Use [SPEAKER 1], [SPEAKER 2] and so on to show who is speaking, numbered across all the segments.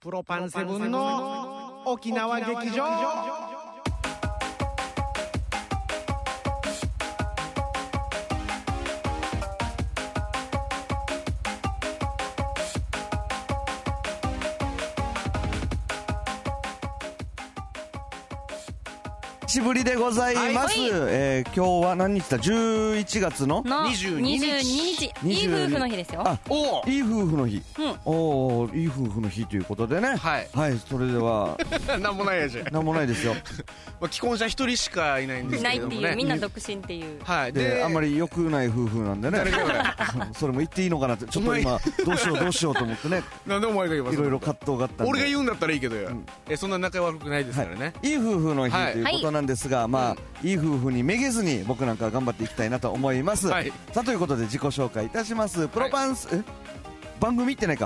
[SPEAKER 1] プロパンセブンの沖縄劇場
[SPEAKER 2] しぶりでございます、えー今日は何日だ11月の
[SPEAKER 3] の
[SPEAKER 1] 22
[SPEAKER 3] 22
[SPEAKER 1] 日
[SPEAKER 3] 日いい夫婦の日ですよ
[SPEAKER 2] あ
[SPEAKER 1] おお
[SPEAKER 2] いい夫婦の日、
[SPEAKER 3] うん
[SPEAKER 2] おおいい夫婦の日ということでね
[SPEAKER 1] はい
[SPEAKER 2] はいそれでは
[SPEAKER 1] なんもないやじゃん、ま
[SPEAKER 2] なんもないですよ
[SPEAKER 1] あ、既婚者一人しかいないんです
[SPEAKER 3] な
[SPEAKER 1] け
[SPEAKER 3] い
[SPEAKER 1] れ
[SPEAKER 3] って
[SPEAKER 1] ども
[SPEAKER 3] いうみ
[SPEAKER 1] ね
[SPEAKER 3] んな独身っていう
[SPEAKER 1] はい
[SPEAKER 2] であんま
[SPEAKER 1] り
[SPEAKER 2] り良くない夫婦なんでね
[SPEAKER 1] 誰が俺
[SPEAKER 2] それも言っていいのかなってちょっと今どうしようどうしようと思ってね
[SPEAKER 1] なんでお前が言えば
[SPEAKER 2] いろいろ葛藤があったんで
[SPEAKER 1] 俺が言うんだったらいいけどよ、えそんな仲悪くないですからね、
[SPEAKER 2] いい夫婦の日
[SPEAKER 1] はい
[SPEAKER 2] ということなんですが、まあ、いい夫婦にめげずに僕なんかは頑張っていきたいなと思います、
[SPEAKER 1] はい
[SPEAKER 2] さあということで自己紹介いたしますプロパンス、え番組ってないか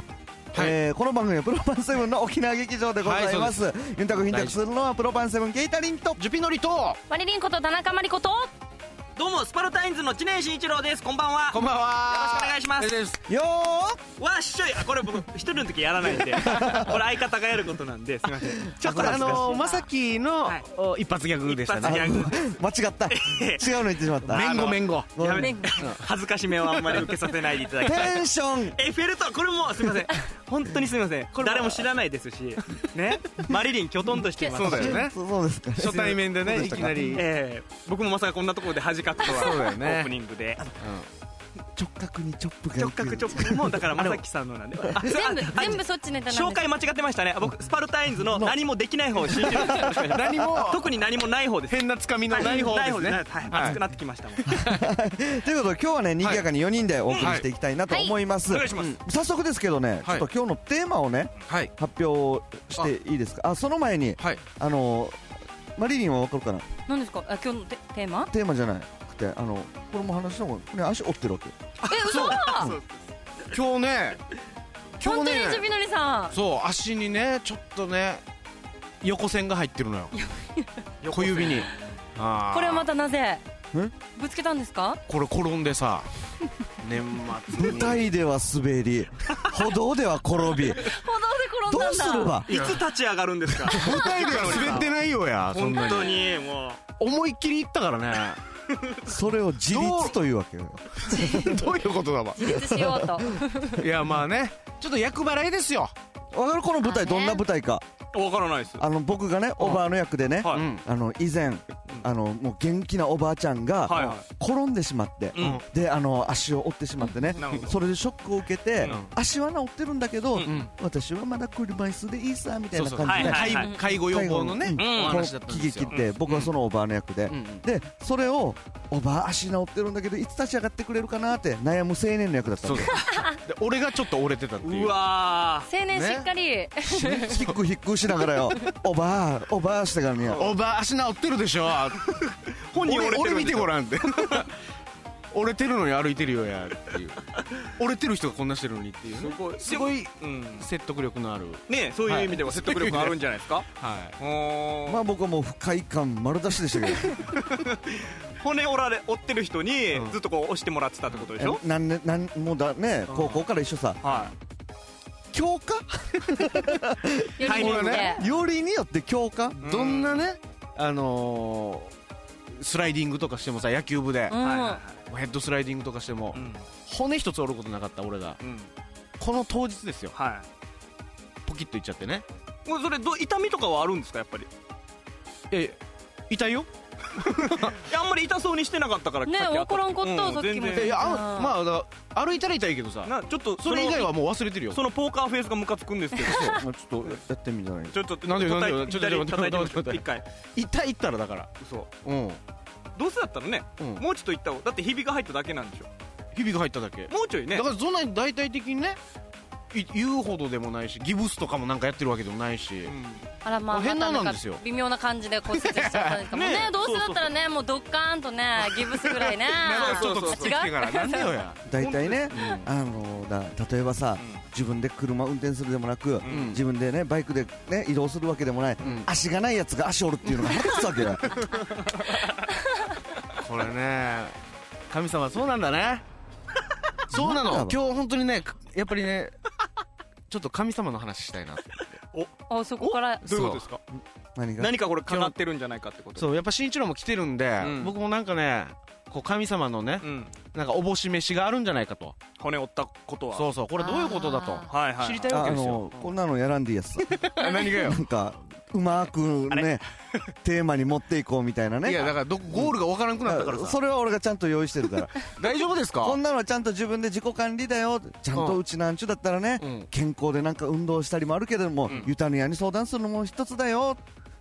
[SPEAKER 1] はい
[SPEAKER 2] えーこの番組はプ ロパンセブンの沖縄劇場でございます,、ユンタクヒンタクするのはプロパンセブンケイタリンと
[SPEAKER 1] ジュピノリと
[SPEAKER 3] ワレリンこと田中真理子と
[SPEAKER 4] どうもスパルタインズの知念慎一郎ですこんばんは
[SPEAKER 1] こんばんは
[SPEAKER 4] よろしくお願いします
[SPEAKER 1] す
[SPEAKER 2] よ
[SPEAKER 4] わっしょいあこれ僕一人の時やらないんでこれ相方がやることなんですいません
[SPEAKER 5] ちょっとあのー、まさきの、
[SPEAKER 4] はい
[SPEAKER 5] お一発ギャグでした
[SPEAKER 2] ー
[SPEAKER 4] 一発
[SPEAKER 5] ね。
[SPEAKER 4] ギャグ
[SPEAKER 2] 間違った違うの言ってしまった
[SPEAKER 1] めんごめんご
[SPEAKER 2] ごめん
[SPEAKER 4] やめて恥ずかしめをあんまり受けさせないでいただ きたい
[SPEAKER 2] テンション
[SPEAKER 4] エッフェル塔これもすいません本当にすいません誰も知らないですしねマリリンきょとんとしています
[SPEAKER 1] そうだよね
[SPEAKER 2] そうそうですか
[SPEAKER 1] 初対面でねいきなり
[SPEAKER 4] ええ僕もまさかこんなところで恥かくとは
[SPEAKER 1] そうだよ
[SPEAKER 4] オ
[SPEAKER 1] ね
[SPEAKER 4] ープニングで
[SPEAKER 2] 直角にチョップが
[SPEAKER 4] 直角直角もだからまさきさんのなんであすいま
[SPEAKER 3] 全
[SPEAKER 4] せん
[SPEAKER 3] 部全部そっちネタなんです
[SPEAKER 4] 紹介間違ってましたねあ僕スパルタインズの何もできない方を信じる
[SPEAKER 1] 何も
[SPEAKER 4] 特に何もない方です
[SPEAKER 1] 変なつかみのない方ですね
[SPEAKER 4] ないはい
[SPEAKER 1] はい
[SPEAKER 4] 熱くなってきましたもん
[SPEAKER 2] ということで今日はね賑やかに4人でお送りしていきたいなと思います、
[SPEAKER 4] はいはいお願いし
[SPEAKER 2] うん早速ですけどね、
[SPEAKER 1] はい
[SPEAKER 2] ちょっと今日のテーマをね
[SPEAKER 1] はい
[SPEAKER 2] 発表していいですかあその前に
[SPEAKER 1] はい
[SPEAKER 2] あのマリリンは分かるかな
[SPEAKER 3] 何ですかあ今日のテテーマ
[SPEAKER 2] テーマじゃなくてあのこれも話したもんね足折ってるわけ
[SPEAKER 3] え嘘
[SPEAKER 1] 今日ね今日
[SPEAKER 3] 本当に
[SPEAKER 1] ね
[SPEAKER 3] ジュビノリさん
[SPEAKER 1] そう足にねちょっとね横線が入ってるのよ小指にあー
[SPEAKER 3] これはまたなぜ
[SPEAKER 2] え
[SPEAKER 3] ぶつけたんですか
[SPEAKER 1] これ転んでさ年末
[SPEAKER 2] 舞
[SPEAKER 1] に
[SPEAKER 2] 台では滑 り歩道では転び
[SPEAKER 3] 歩道
[SPEAKER 2] ど
[SPEAKER 3] で
[SPEAKER 2] う
[SPEAKER 3] 転んだんだ
[SPEAKER 2] すれば
[SPEAKER 4] いつ立ち上がるんですか
[SPEAKER 1] 舞台では滑ってないよ やそん
[SPEAKER 4] 本
[SPEAKER 1] なに
[SPEAKER 4] 当にも
[SPEAKER 1] 思いっきりいったからね
[SPEAKER 2] それを自立というわけよ
[SPEAKER 1] どういうことだわ
[SPEAKER 3] 自立しようと
[SPEAKER 1] いやまあねちょっと厄払いですよ
[SPEAKER 2] 分かるこの舞台
[SPEAKER 3] あね
[SPEAKER 2] どんな舞台か
[SPEAKER 4] うわからないです
[SPEAKER 2] あの僕がねおばあの役でね
[SPEAKER 4] はい
[SPEAKER 1] うん
[SPEAKER 2] あの以前あのもう元気なおばあちゃん
[SPEAKER 4] はいは
[SPEAKER 2] が
[SPEAKER 4] い
[SPEAKER 2] 転んでしまって
[SPEAKER 4] うん
[SPEAKER 2] であの足を折ってしまってね
[SPEAKER 1] なるほど
[SPEAKER 2] それでショックを受けて
[SPEAKER 1] うん
[SPEAKER 2] 足は治ってるんだけど
[SPEAKER 1] ん
[SPEAKER 2] 私はまだ車椅子でいいさみたい
[SPEAKER 1] そう
[SPEAKER 2] な
[SPEAKER 1] そう
[SPEAKER 2] 感
[SPEAKER 1] 介
[SPEAKER 2] じで
[SPEAKER 4] はいはい
[SPEAKER 1] 介介護予防のね
[SPEAKER 2] うん
[SPEAKER 1] お
[SPEAKER 2] この
[SPEAKER 1] 話だったん
[SPEAKER 2] 喜
[SPEAKER 1] です
[SPEAKER 2] 劇
[SPEAKER 1] よ
[SPEAKER 2] って僕はそのおばあの役で
[SPEAKER 1] うんうん
[SPEAKER 2] でそれをおばあ足治ってるんだけどいつ立ち上がってくれるかなって悩む青年の役だった
[SPEAKER 1] そ
[SPEAKER 2] ん
[SPEAKER 1] う
[SPEAKER 2] で
[SPEAKER 1] そうで俺がちょっと折れてたっていう
[SPEAKER 4] うわ
[SPEAKER 3] 青年しっかり
[SPEAKER 2] ひっくひっくしなが らよおばあおばあしてからね
[SPEAKER 1] おばあ足治ってるでしょ
[SPEAKER 4] ー本人折
[SPEAKER 1] 俺
[SPEAKER 4] れてる
[SPEAKER 1] 俺見てご
[SPEAKER 4] ん
[SPEAKER 1] らんって 折れてるのに歩いてるよやっていう折れてる人がこんなしてるのにっていうね
[SPEAKER 4] ですすよ
[SPEAKER 1] ごい
[SPEAKER 4] うん
[SPEAKER 1] 説得力のある
[SPEAKER 4] ねそういう意味では説得力あるんじゃないですか
[SPEAKER 1] はい
[SPEAKER 2] まあ僕はもう不快感丸出しでしたけど
[SPEAKER 4] 骨折られ折ってる人に
[SPEAKER 1] うん
[SPEAKER 4] ずっとこう押してもらってたってことでしょ
[SPEAKER 2] えなんねなんもうだね高校から一緒さ
[SPEAKER 4] は
[SPEAKER 2] 強化
[SPEAKER 3] 寄り
[SPEAKER 1] タイミン
[SPEAKER 3] 道で
[SPEAKER 1] グね
[SPEAKER 2] よりによって強化
[SPEAKER 4] うん
[SPEAKER 1] どんなねあのースライディングとかしてもさ野球部で
[SPEAKER 3] う
[SPEAKER 4] いはいはい
[SPEAKER 3] ん
[SPEAKER 4] は
[SPEAKER 1] ヘッドスライディングとかしても
[SPEAKER 4] いうん
[SPEAKER 1] 骨一つ折ることなかった俺が
[SPEAKER 4] うん
[SPEAKER 1] この当日ですよ
[SPEAKER 4] は
[SPEAKER 1] ポキッといっちゃってね
[SPEAKER 4] いもうそれど痛みとかはあるんですかやっぱり
[SPEAKER 1] え痛いよ
[SPEAKER 4] いやあんまり痛そうにしてなかったから
[SPEAKER 3] ね
[SPEAKER 4] さっきあ
[SPEAKER 3] 怒らんかった
[SPEAKER 4] う
[SPEAKER 3] さっきも
[SPEAKER 4] 全
[SPEAKER 1] え
[SPEAKER 4] 然
[SPEAKER 1] いや
[SPEAKER 3] う
[SPEAKER 1] あ
[SPEAKER 3] ん
[SPEAKER 1] まあだから歩いたら痛いけどさ
[SPEAKER 4] なちょっと
[SPEAKER 1] それ以外はもう忘れてるよ
[SPEAKER 4] そのポーカーフェイスがムカつくんです けど
[SPEAKER 2] ちょっとやってみたらいい
[SPEAKER 4] ちょっと
[SPEAKER 1] なんでよなんでよ
[SPEAKER 4] 叩いて
[SPEAKER 1] ちょっと
[SPEAKER 4] 左叩いてみまし
[SPEAKER 1] 待
[SPEAKER 4] ょう
[SPEAKER 1] って待って待って
[SPEAKER 4] 一回
[SPEAKER 1] 痛いったらだから
[SPEAKER 4] 嘘
[SPEAKER 1] うん
[SPEAKER 4] どうせだったらね
[SPEAKER 1] うん
[SPEAKER 4] もうちょっといった方がだってひびが入っただけなんでしょ
[SPEAKER 1] ひびが入っただけ
[SPEAKER 4] もうちょいね
[SPEAKER 1] だからそんなに大体的にねい言うほどでもないしギブスとかもなんかやってるわけでもないし
[SPEAKER 4] うん
[SPEAKER 3] あらまあ
[SPEAKER 1] 変な
[SPEAKER 3] また
[SPEAKER 1] なんですよ
[SPEAKER 3] か微妙な感じで骨折しちゃったんですかもうね
[SPEAKER 4] ね
[SPEAKER 3] どうせだったらねもうドッカーンとねギブスぐらいね
[SPEAKER 1] なんかちょっと
[SPEAKER 4] そ う
[SPEAKER 1] つ
[SPEAKER 4] そ
[SPEAKER 1] って
[SPEAKER 4] うそう
[SPEAKER 1] きてからなんでよや
[SPEAKER 2] 大体ねあのだ例えばさ自分で車運転するでもなく
[SPEAKER 1] ん
[SPEAKER 2] 自分でねバイクでね移動するわけでもない
[SPEAKER 1] ん
[SPEAKER 2] 足がないやつが足折るっていうのが腹立つわ けだよ
[SPEAKER 1] これね神様そうなんだ ねそうな
[SPEAKER 2] な
[SPEAKER 1] の
[SPEAKER 2] ん
[SPEAKER 1] 今
[SPEAKER 2] だ
[SPEAKER 1] 日本当にねやっぱりねちょっと神様の話したいなって思って
[SPEAKER 3] あそこから
[SPEAKER 4] どういうことですか
[SPEAKER 2] 何が
[SPEAKER 4] 何かこれかかってるんじゃないかってこと
[SPEAKER 1] そうやっぱ新一郎も来てるんで、
[SPEAKER 4] うん
[SPEAKER 1] 僕もなんかねこう神様のね
[SPEAKER 4] うん
[SPEAKER 1] なんかおぼし飯があるんじゃないかと
[SPEAKER 4] 骨折ったことは
[SPEAKER 1] そうそうこれどういうことだと
[SPEAKER 3] あー
[SPEAKER 4] はいはい
[SPEAKER 1] 知りたいわ
[SPEAKER 2] あ
[SPEAKER 1] け
[SPEAKER 2] あ
[SPEAKER 1] ですよ
[SPEAKER 2] のこんなのやらんでいいや つ
[SPEAKER 1] 何がよ
[SPEAKER 2] なんかうまくねテーマに持っていこうみたいないね
[SPEAKER 1] やだからどゴールがわからなくなったからさ
[SPEAKER 2] それは俺がちゃんと用意してるから
[SPEAKER 1] 大丈夫ですか
[SPEAKER 2] こんなのはちゃんと自分で自己管理だよちゃんとうちなんちゅうだったらね、
[SPEAKER 1] うん
[SPEAKER 2] 健康でなんか運動したりもあるけれども、
[SPEAKER 4] ん
[SPEAKER 2] ユタニアに相談するのも一つだよ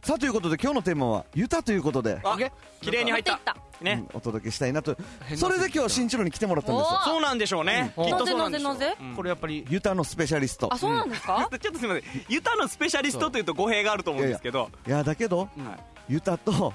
[SPEAKER 2] さあということで今日のテーマは「ユタ」ということで、
[SPEAKER 4] あ綺麗
[SPEAKER 3] 持
[SPEAKER 4] に入
[SPEAKER 3] っ
[SPEAKER 4] って
[SPEAKER 3] い
[SPEAKER 4] た
[SPEAKER 3] った
[SPEAKER 4] ね
[SPEAKER 2] うんお届けしたいなと
[SPEAKER 1] 変な
[SPEAKER 2] それで今日新一郎に来てもらったんですよ
[SPEAKER 3] お
[SPEAKER 4] そうなんでしょうね
[SPEAKER 1] うん
[SPEAKER 4] きっ
[SPEAKER 3] な
[SPEAKER 4] と
[SPEAKER 3] ぜ
[SPEAKER 4] そう
[SPEAKER 3] な
[SPEAKER 4] な
[SPEAKER 3] ん
[SPEAKER 4] で
[SPEAKER 3] ぜ
[SPEAKER 4] しょ
[SPEAKER 3] な
[SPEAKER 4] う
[SPEAKER 3] ぜ
[SPEAKER 4] うん
[SPEAKER 1] これやっぱり
[SPEAKER 2] ユタのスペシャリスト
[SPEAKER 3] あそうなんですか
[SPEAKER 4] ちょっとすみませんユタのスペシャリストというと語弊があると思うんですけど
[SPEAKER 2] いやだけど、
[SPEAKER 4] はい
[SPEAKER 2] ユタと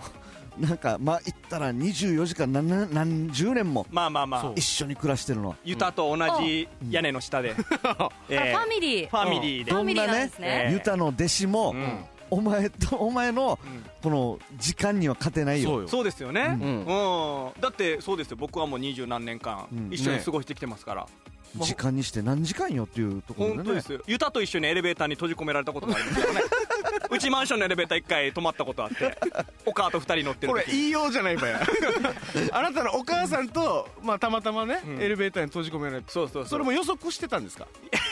[SPEAKER 2] なんかまあ言ったら24時間何何十年も
[SPEAKER 4] まあまあま
[SPEAKER 1] そ
[SPEAKER 4] あ
[SPEAKER 1] う
[SPEAKER 2] 一緒に暮らしてるの
[SPEAKER 4] ユタと同じ屋根の下で
[SPEAKER 3] あ
[SPEAKER 4] えー
[SPEAKER 3] ファミリー
[SPEAKER 4] ファミリーで
[SPEAKER 3] ファミリーなんです
[SPEAKER 4] え
[SPEAKER 3] ね
[SPEAKER 4] え
[SPEAKER 2] ユタの弟子も、
[SPEAKER 4] うん
[SPEAKER 2] お前とお前のこの時間には勝てないよ
[SPEAKER 1] そうよ
[SPEAKER 4] そうですよね、
[SPEAKER 1] うん
[SPEAKER 4] うんだってそうですよ僕はもう二十何年間
[SPEAKER 2] うん
[SPEAKER 4] 一緒に過ごしてきてますから、
[SPEAKER 2] 時間にして何時間よっていうところでね
[SPEAKER 4] 本当ですよユタと一緒にエレベーターに閉じ込められたこともありますから ねうちマンションのエレベーター一回止まったことあってお母と二人乗ってる
[SPEAKER 1] これ
[SPEAKER 4] 時
[SPEAKER 1] 言いようじゃないばや あなたのお母さんと、まあ、たまたまね、
[SPEAKER 4] うん
[SPEAKER 1] エレベーターに閉じ込められて
[SPEAKER 4] そうそうそう
[SPEAKER 1] それも予測してたんですか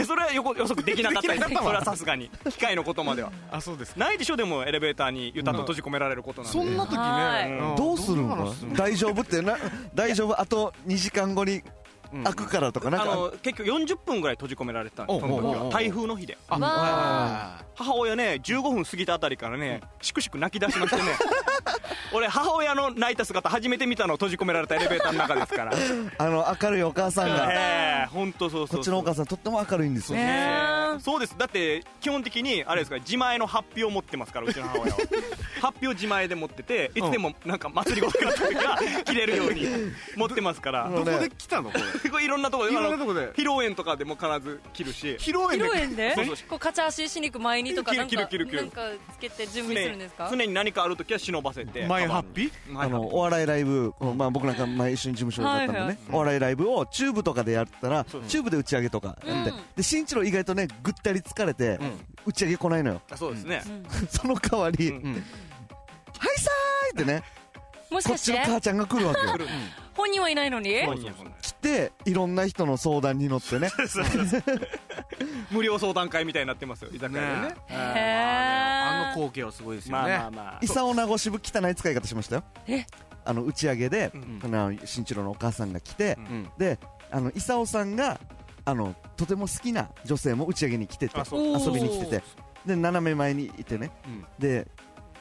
[SPEAKER 4] それは予告予測できなかったで
[SPEAKER 1] ですきなかったわ
[SPEAKER 4] それはさすがに機械のことまでは
[SPEAKER 1] あそうです
[SPEAKER 4] ないでしょでもエレベーターにユタと閉じ込められることなんで、
[SPEAKER 1] そんな時
[SPEAKER 3] はい
[SPEAKER 1] ね、ん
[SPEAKER 2] どうするんか
[SPEAKER 1] どうなの
[SPEAKER 2] 大丈夫ってな大丈夫あと2時間後に
[SPEAKER 1] うん
[SPEAKER 2] 開くからとかなん
[SPEAKER 4] あ
[SPEAKER 2] か
[SPEAKER 4] の結局40分ぐらい閉じ込められてたんですそ
[SPEAKER 1] おうおう
[SPEAKER 4] の時
[SPEAKER 1] おうお
[SPEAKER 4] は
[SPEAKER 1] う
[SPEAKER 4] 台風の日で
[SPEAKER 1] あ
[SPEAKER 3] わ
[SPEAKER 4] 母親ね15分過ぎたあたりからねしくしく泣き出しましてね俺母親の泣いた姿初めて見たの閉じ込められたエレベーターの中ですから
[SPEAKER 2] あの明るいお母さんが
[SPEAKER 4] ええ本当そうそう
[SPEAKER 2] こっちのお母
[SPEAKER 4] さ
[SPEAKER 2] さんとっても明るいんですよ
[SPEAKER 3] ねん
[SPEAKER 4] そうですだって基本的にあれですから自前の発表を持ってますからうちの母親は発表自前で持ってていつでもなんか祭りごとになった時は 切れるように持ってますから
[SPEAKER 1] どこで来たのこれ
[SPEAKER 4] すごいいろんなとこで
[SPEAKER 1] い
[SPEAKER 4] あ
[SPEAKER 1] ろんな
[SPEAKER 4] の
[SPEAKER 1] とこで
[SPEAKER 4] 披露宴とかでも必ず切るし
[SPEAKER 1] 披露宴
[SPEAKER 3] 披露
[SPEAKER 1] で
[SPEAKER 3] 宴で
[SPEAKER 4] そうそう
[SPEAKER 3] こうカチャ足しに行く前にとかなんか
[SPEAKER 4] 切る切る切る切る
[SPEAKER 3] なんかつけて準備するんです
[SPEAKER 4] 常
[SPEAKER 3] か
[SPEAKER 4] 常に何かある時は忍ばせて
[SPEAKER 1] マイハッピー
[SPEAKER 4] マ
[SPEAKER 2] あ
[SPEAKER 4] イハッ
[SPEAKER 2] のお笑いライブ、このまあ、僕なんか前一緒に事務所だったんで
[SPEAKER 3] はいはい
[SPEAKER 2] ね、お笑いライブをチューブとかでやったら
[SPEAKER 4] そう、
[SPEAKER 2] チューブで打ち上げとかやって、
[SPEAKER 3] うん
[SPEAKER 2] で新一郎意外とね、ぐったり疲れて、打ち上げ来ないのよ、
[SPEAKER 4] ピーそうですね、
[SPEAKER 3] うん
[SPEAKER 2] その代わり、
[SPEAKER 4] うん
[SPEAKER 2] はい
[SPEAKER 1] うん
[SPEAKER 2] さーいってね、
[SPEAKER 3] もし
[SPEAKER 2] こ
[SPEAKER 3] か
[SPEAKER 2] っ
[SPEAKER 3] し
[SPEAKER 2] ちの
[SPEAKER 3] て
[SPEAKER 2] 母ちゃんが来るわけよ
[SPEAKER 4] 来、る
[SPEAKER 3] 本人はいないのに
[SPEAKER 4] 本人は本人
[SPEAKER 2] 来て、いろんな人の相談に乗ってね、
[SPEAKER 4] 無料相談会みたいになってますよ居酒屋でね
[SPEAKER 1] ね
[SPEAKER 3] へ
[SPEAKER 1] あの
[SPEAKER 3] え
[SPEAKER 1] 光景はすごいですよ
[SPEAKER 4] まあま
[SPEAKER 1] ね
[SPEAKER 4] あまあ
[SPEAKER 2] 伊佐尾名護支部汚い使い方しましたよ
[SPEAKER 3] え
[SPEAKER 2] あの打ち上げで、
[SPEAKER 4] うん
[SPEAKER 2] あの新一郎のお母さんが来て、
[SPEAKER 4] うん
[SPEAKER 1] うん
[SPEAKER 2] であの伊佐尾さんがあのとても好きな女性も打ち上げに来てて
[SPEAKER 4] あそう
[SPEAKER 3] おー
[SPEAKER 2] 遊びに来ててで斜め前にいてね
[SPEAKER 1] うん
[SPEAKER 2] で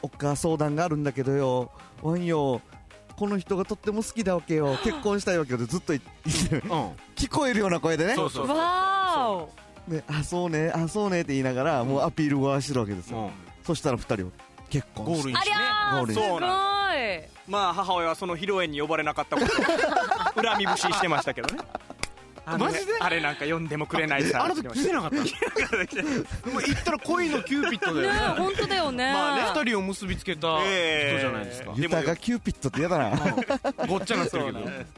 [SPEAKER 2] おっか相談があるんだけどよワンよこの人がとっても好きだわけ よ結婚したいわけ よってずっと言ってる
[SPEAKER 1] うん
[SPEAKER 2] 聞こえるような声でね
[SPEAKER 4] そうそうそう
[SPEAKER 3] わ
[SPEAKER 2] であそうねあそうねって言いながらもうアピールをしてるわけですよ、
[SPEAKER 1] うん
[SPEAKER 2] そしたら二人を結婚
[SPEAKER 1] ゴー
[SPEAKER 2] し
[SPEAKER 1] ルイ
[SPEAKER 2] て
[SPEAKER 3] ー
[SPEAKER 1] ン
[SPEAKER 3] あ
[SPEAKER 1] し
[SPEAKER 3] り
[SPEAKER 1] ね
[SPEAKER 3] ゃ
[SPEAKER 2] ゴー
[SPEAKER 3] ー
[SPEAKER 2] ル
[SPEAKER 3] す
[SPEAKER 2] デ
[SPEAKER 4] ン
[SPEAKER 3] ごい
[SPEAKER 4] まあ母親はその披露宴に呼ばれなかったことを恨み節してましたけどね あのね
[SPEAKER 1] マジで
[SPEAKER 4] あれなんか呼んでもくれないさ
[SPEAKER 1] あの時来てなかった もう言ったら恋のキューピッドだ
[SPEAKER 3] ね
[SPEAKER 1] よ
[SPEAKER 3] え
[SPEAKER 1] ね
[SPEAKER 3] 本当だよね
[SPEAKER 4] まあね
[SPEAKER 1] 二人を結びつけた人じゃないですか
[SPEAKER 4] え
[SPEAKER 2] ユタがキューピッドって嫌だな
[SPEAKER 1] ごっちゃなって
[SPEAKER 4] そう
[SPEAKER 1] るけ
[SPEAKER 4] な
[SPEAKER 1] ど
[SPEAKER 4] んです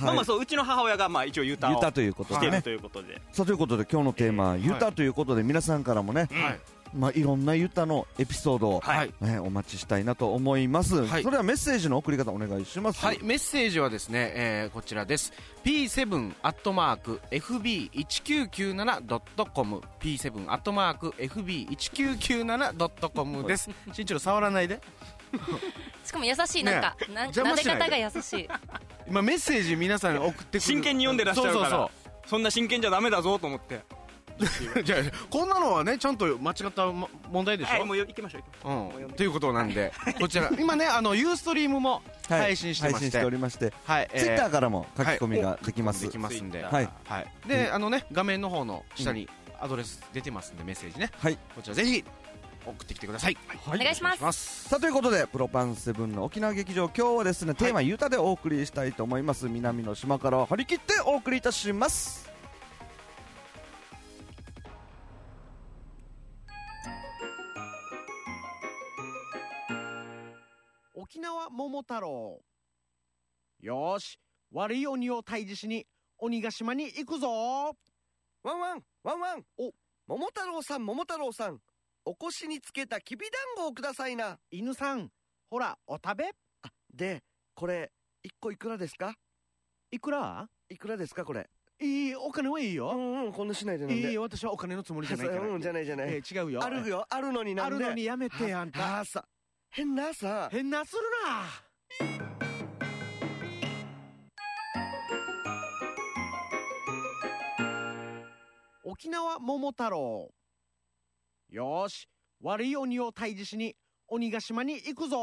[SPEAKER 4] まあまあそううちの母親がまあ一応ユタ
[SPEAKER 2] ユ
[SPEAKER 4] を
[SPEAKER 2] タということ
[SPEAKER 4] し
[SPEAKER 2] で
[SPEAKER 4] て
[SPEAKER 2] ね
[SPEAKER 4] るということで
[SPEAKER 2] さあということで今日のテーマは「ユタ」ということで皆さんからもね、
[SPEAKER 1] はい
[SPEAKER 2] まあ、いろんなユタのエピソードを、
[SPEAKER 4] はい
[SPEAKER 2] ね、お待ちしたいなと思います、
[SPEAKER 1] はい
[SPEAKER 2] それではメッセージの送り方お願いします、
[SPEAKER 1] はい、メッセージはですね、えーこちらです p7-fb1997.com p7-fb1997.com です新一郎触らないで
[SPEAKER 3] しかも優しいなんかな
[SPEAKER 1] 邪魔
[SPEAKER 3] 撫で
[SPEAKER 1] しない
[SPEAKER 3] 方
[SPEAKER 1] で
[SPEAKER 3] が優しい
[SPEAKER 1] 今メッセージ皆さん送ってくる
[SPEAKER 4] 真剣に読んでらっしゃるから
[SPEAKER 1] そう
[SPEAKER 4] そんな真剣じゃダメだぞと思っ
[SPEAKER 1] そ
[SPEAKER 4] て
[SPEAKER 1] うそうじゃあこんなのはねちゃんと間違ったも問題でし
[SPEAKER 4] はい
[SPEAKER 1] ょ、
[SPEAKER 4] もう行きましょう行きましょ
[SPEAKER 1] うん、ということなんでこちら今ねあのユーストリームも
[SPEAKER 2] はい
[SPEAKER 1] 配信してま
[SPEAKER 2] 配信
[SPEAKER 1] し
[SPEAKER 2] て
[SPEAKER 1] て、はい
[SPEAKER 2] おりまして、
[SPEAKER 1] えー
[SPEAKER 2] ツイッターからも書き込みができます、
[SPEAKER 1] できますんで、
[SPEAKER 4] は
[SPEAKER 1] はいい、
[SPEAKER 2] はい
[SPEAKER 1] で、あのね、画面の方の下にアドレス出てますんで、メッセージね。
[SPEAKER 2] はい
[SPEAKER 1] こちらぜひ送ってきてください。
[SPEAKER 3] お願いします
[SPEAKER 1] ます。
[SPEAKER 2] さあということでプロパンセブンの沖縄劇場今日はですねテーマ「ユタ」でお送りしたいと思います、南の島から張り切ってお送りいたします
[SPEAKER 1] 沖縄桃太郎。よーし、悪い鬼を退治しに鬼ヶ島に行くぞ。
[SPEAKER 2] ワンワンワンワンお桃太郎さん桃太郎さん
[SPEAKER 6] お腰につけたきびだんごをくださいな
[SPEAKER 5] 犬さん、ほら、お食べ
[SPEAKER 6] でこれ一個いくらですか
[SPEAKER 5] いくら
[SPEAKER 6] いくらですかこれ
[SPEAKER 5] いい、お金はいいよ。
[SPEAKER 6] んうんこんなしないで
[SPEAKER 5] いいよ、私はお金のつもりじゃないから。
[SPEAKER 6] うんじゃないじゃない、
[SPEAKER 5] えー違うよ。
[SPEAKER 6] あるよあるのにな
[SPEAKER 5] あ
[SPEAKER 6] ん
[SPEAKER 5] る
[SPEAKER 6] で
[SPEAKER 5] のにやめて、あんた。
[SPEAKER 6] ああさ変なさ
[SPEAKER 5] 変なするな。沖縄桃太郎。よーし、悪い鬼を退治しに鬼ヶ島に行くぞ。